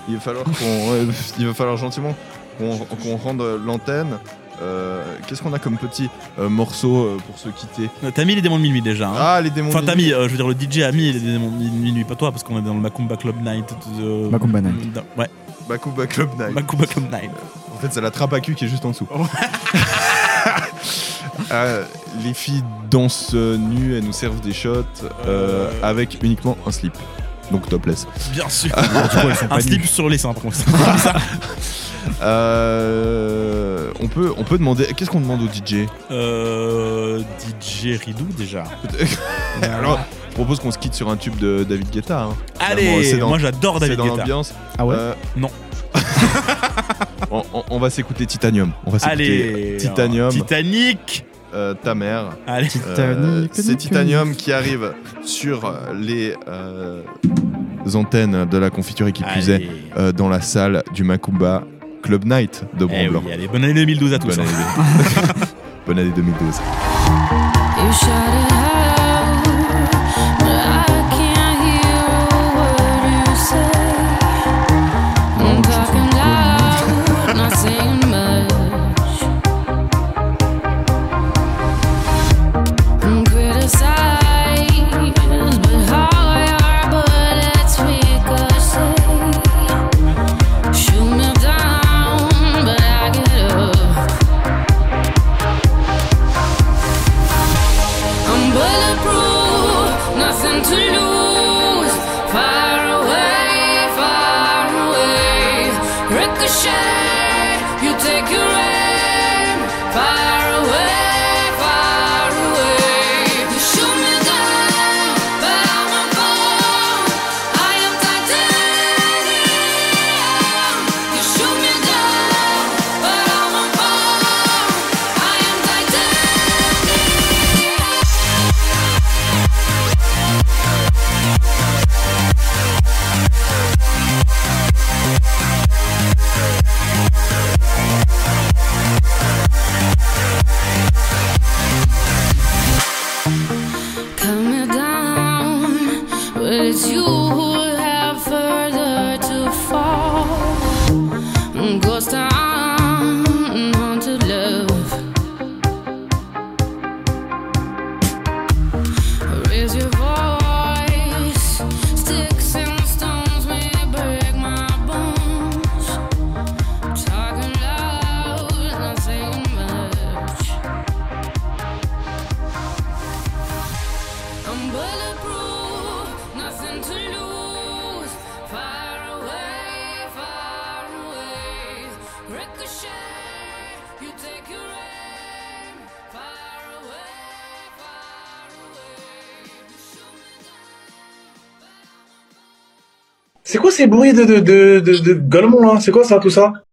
Speaker 5: il va falloir qu'on, ouais, il va falloir gentiment qu'on, qu'on rende l'antenne. Euh, qu'est-ce qu'on a comme petit euh, morceau euh, pour se quitter
Speaker 6: T'as mis les démons de minuit déjà. hein.
Speaker 5: Ah, les démons.
Speaker 6: enfin,
Speaker 5: de
Speaker 6: t'as
Speaker 5: minuit.
Speaker 6: mis, euh, je veux dire, le DJ a mis les démons de minuit, pas toi, parce qu'on est dans le Macumba Club Night. de-
Speaker 7: Macumba Night.
Speaker 6: Non, Ouais,
Speaker 5: Bakuba Club Night.
Speaker 6: Macumba Club Night.
Speaker 5: En fait, c'est la trappe à cul qui est juste en dessous. Euh, les filles dansent euh, nues, elles nous servent des shots euh,
Speaker 6: Euh.
Speaker 5: avec uniquement un slip. Donc topless.
Speaker 6: Bien sûr.
Speaker 7: Ah, elles sont
Speaker 6: Un
Speaker 7: pas
Speaker 6: slip
Speaker 7: nues.
Speaker 6: sur les seins, par contre. Ça,
Speaker 5: Euh, on, peut, on peut demander. Qu'est-ce qu'on demande au DJ
Speaker 6: euh, DJ Ridou déjà.
Speaker 5: Alors, je propose qu'on se quitte sur un tube de David Guetta. hein. Finalement,
Speaker 6: Allez,
Speaker 5: c'est dans-
Speaker 6: moi j'adore
Speaker 5: C'est
Speaker 6: Oh, David
Speaker 5: dans
Speaker 6: Guetta.
Speaker 5: l'ambiance.
Speaker 7: Ah ouais
Speaker 5: Euh,
Speaker 6: Non.
Speaker 5: on, on- on va s'écouter Titanium. On va s'écouter
Speaker 6: Allez,
Speaker 5: Titanium,
Speaker 6: Titanic.
Speaker 5: euh, ta mère.
Speaker 6: Allez,
Speaker 5: Euh,
Speaker 7: Titanic,
Speaker 5: c'est Titanium qui arrive sur euh, les euh, antennes de la confiture et qui plus est
Speaker 6: allez.
Speaker 5: euh, dans la salle du Macumba Club Night de
Speaker 6: Eh
Speaker 5: Mont-Blanc.
Speaker 6: oui, allez, bonne année 2012 à tous.
Speaker 5: Bonne année. Bonne année 2012.
Speaker 8: You shout it out, but I can't hear a word you say. I'm talking loud, not saying much. I'm criticized, but how I are bullets ricochet. Shoot me down, but I get up. I'm bulletproof, nothing to lose. Fire away. shame, you take your aim far away, far away. You shoot me down, but I'm a bone. I am titanium. You shoot me down, but I'm a bone. I am titanium. Calm me down. Well, it's you who have further to fall. Ghost town, haunted love. Raise your voice. Sticks and stones may break my bones. Talking loud, not saying much. I'm bulletproof, nothing to lose. Far away, far away. Ricochet, you take your aim. Far away, far
Speaker 13: C'est quoi ces bruits de, de, de, de, de gueulements, là C'est quoi ça, tout ça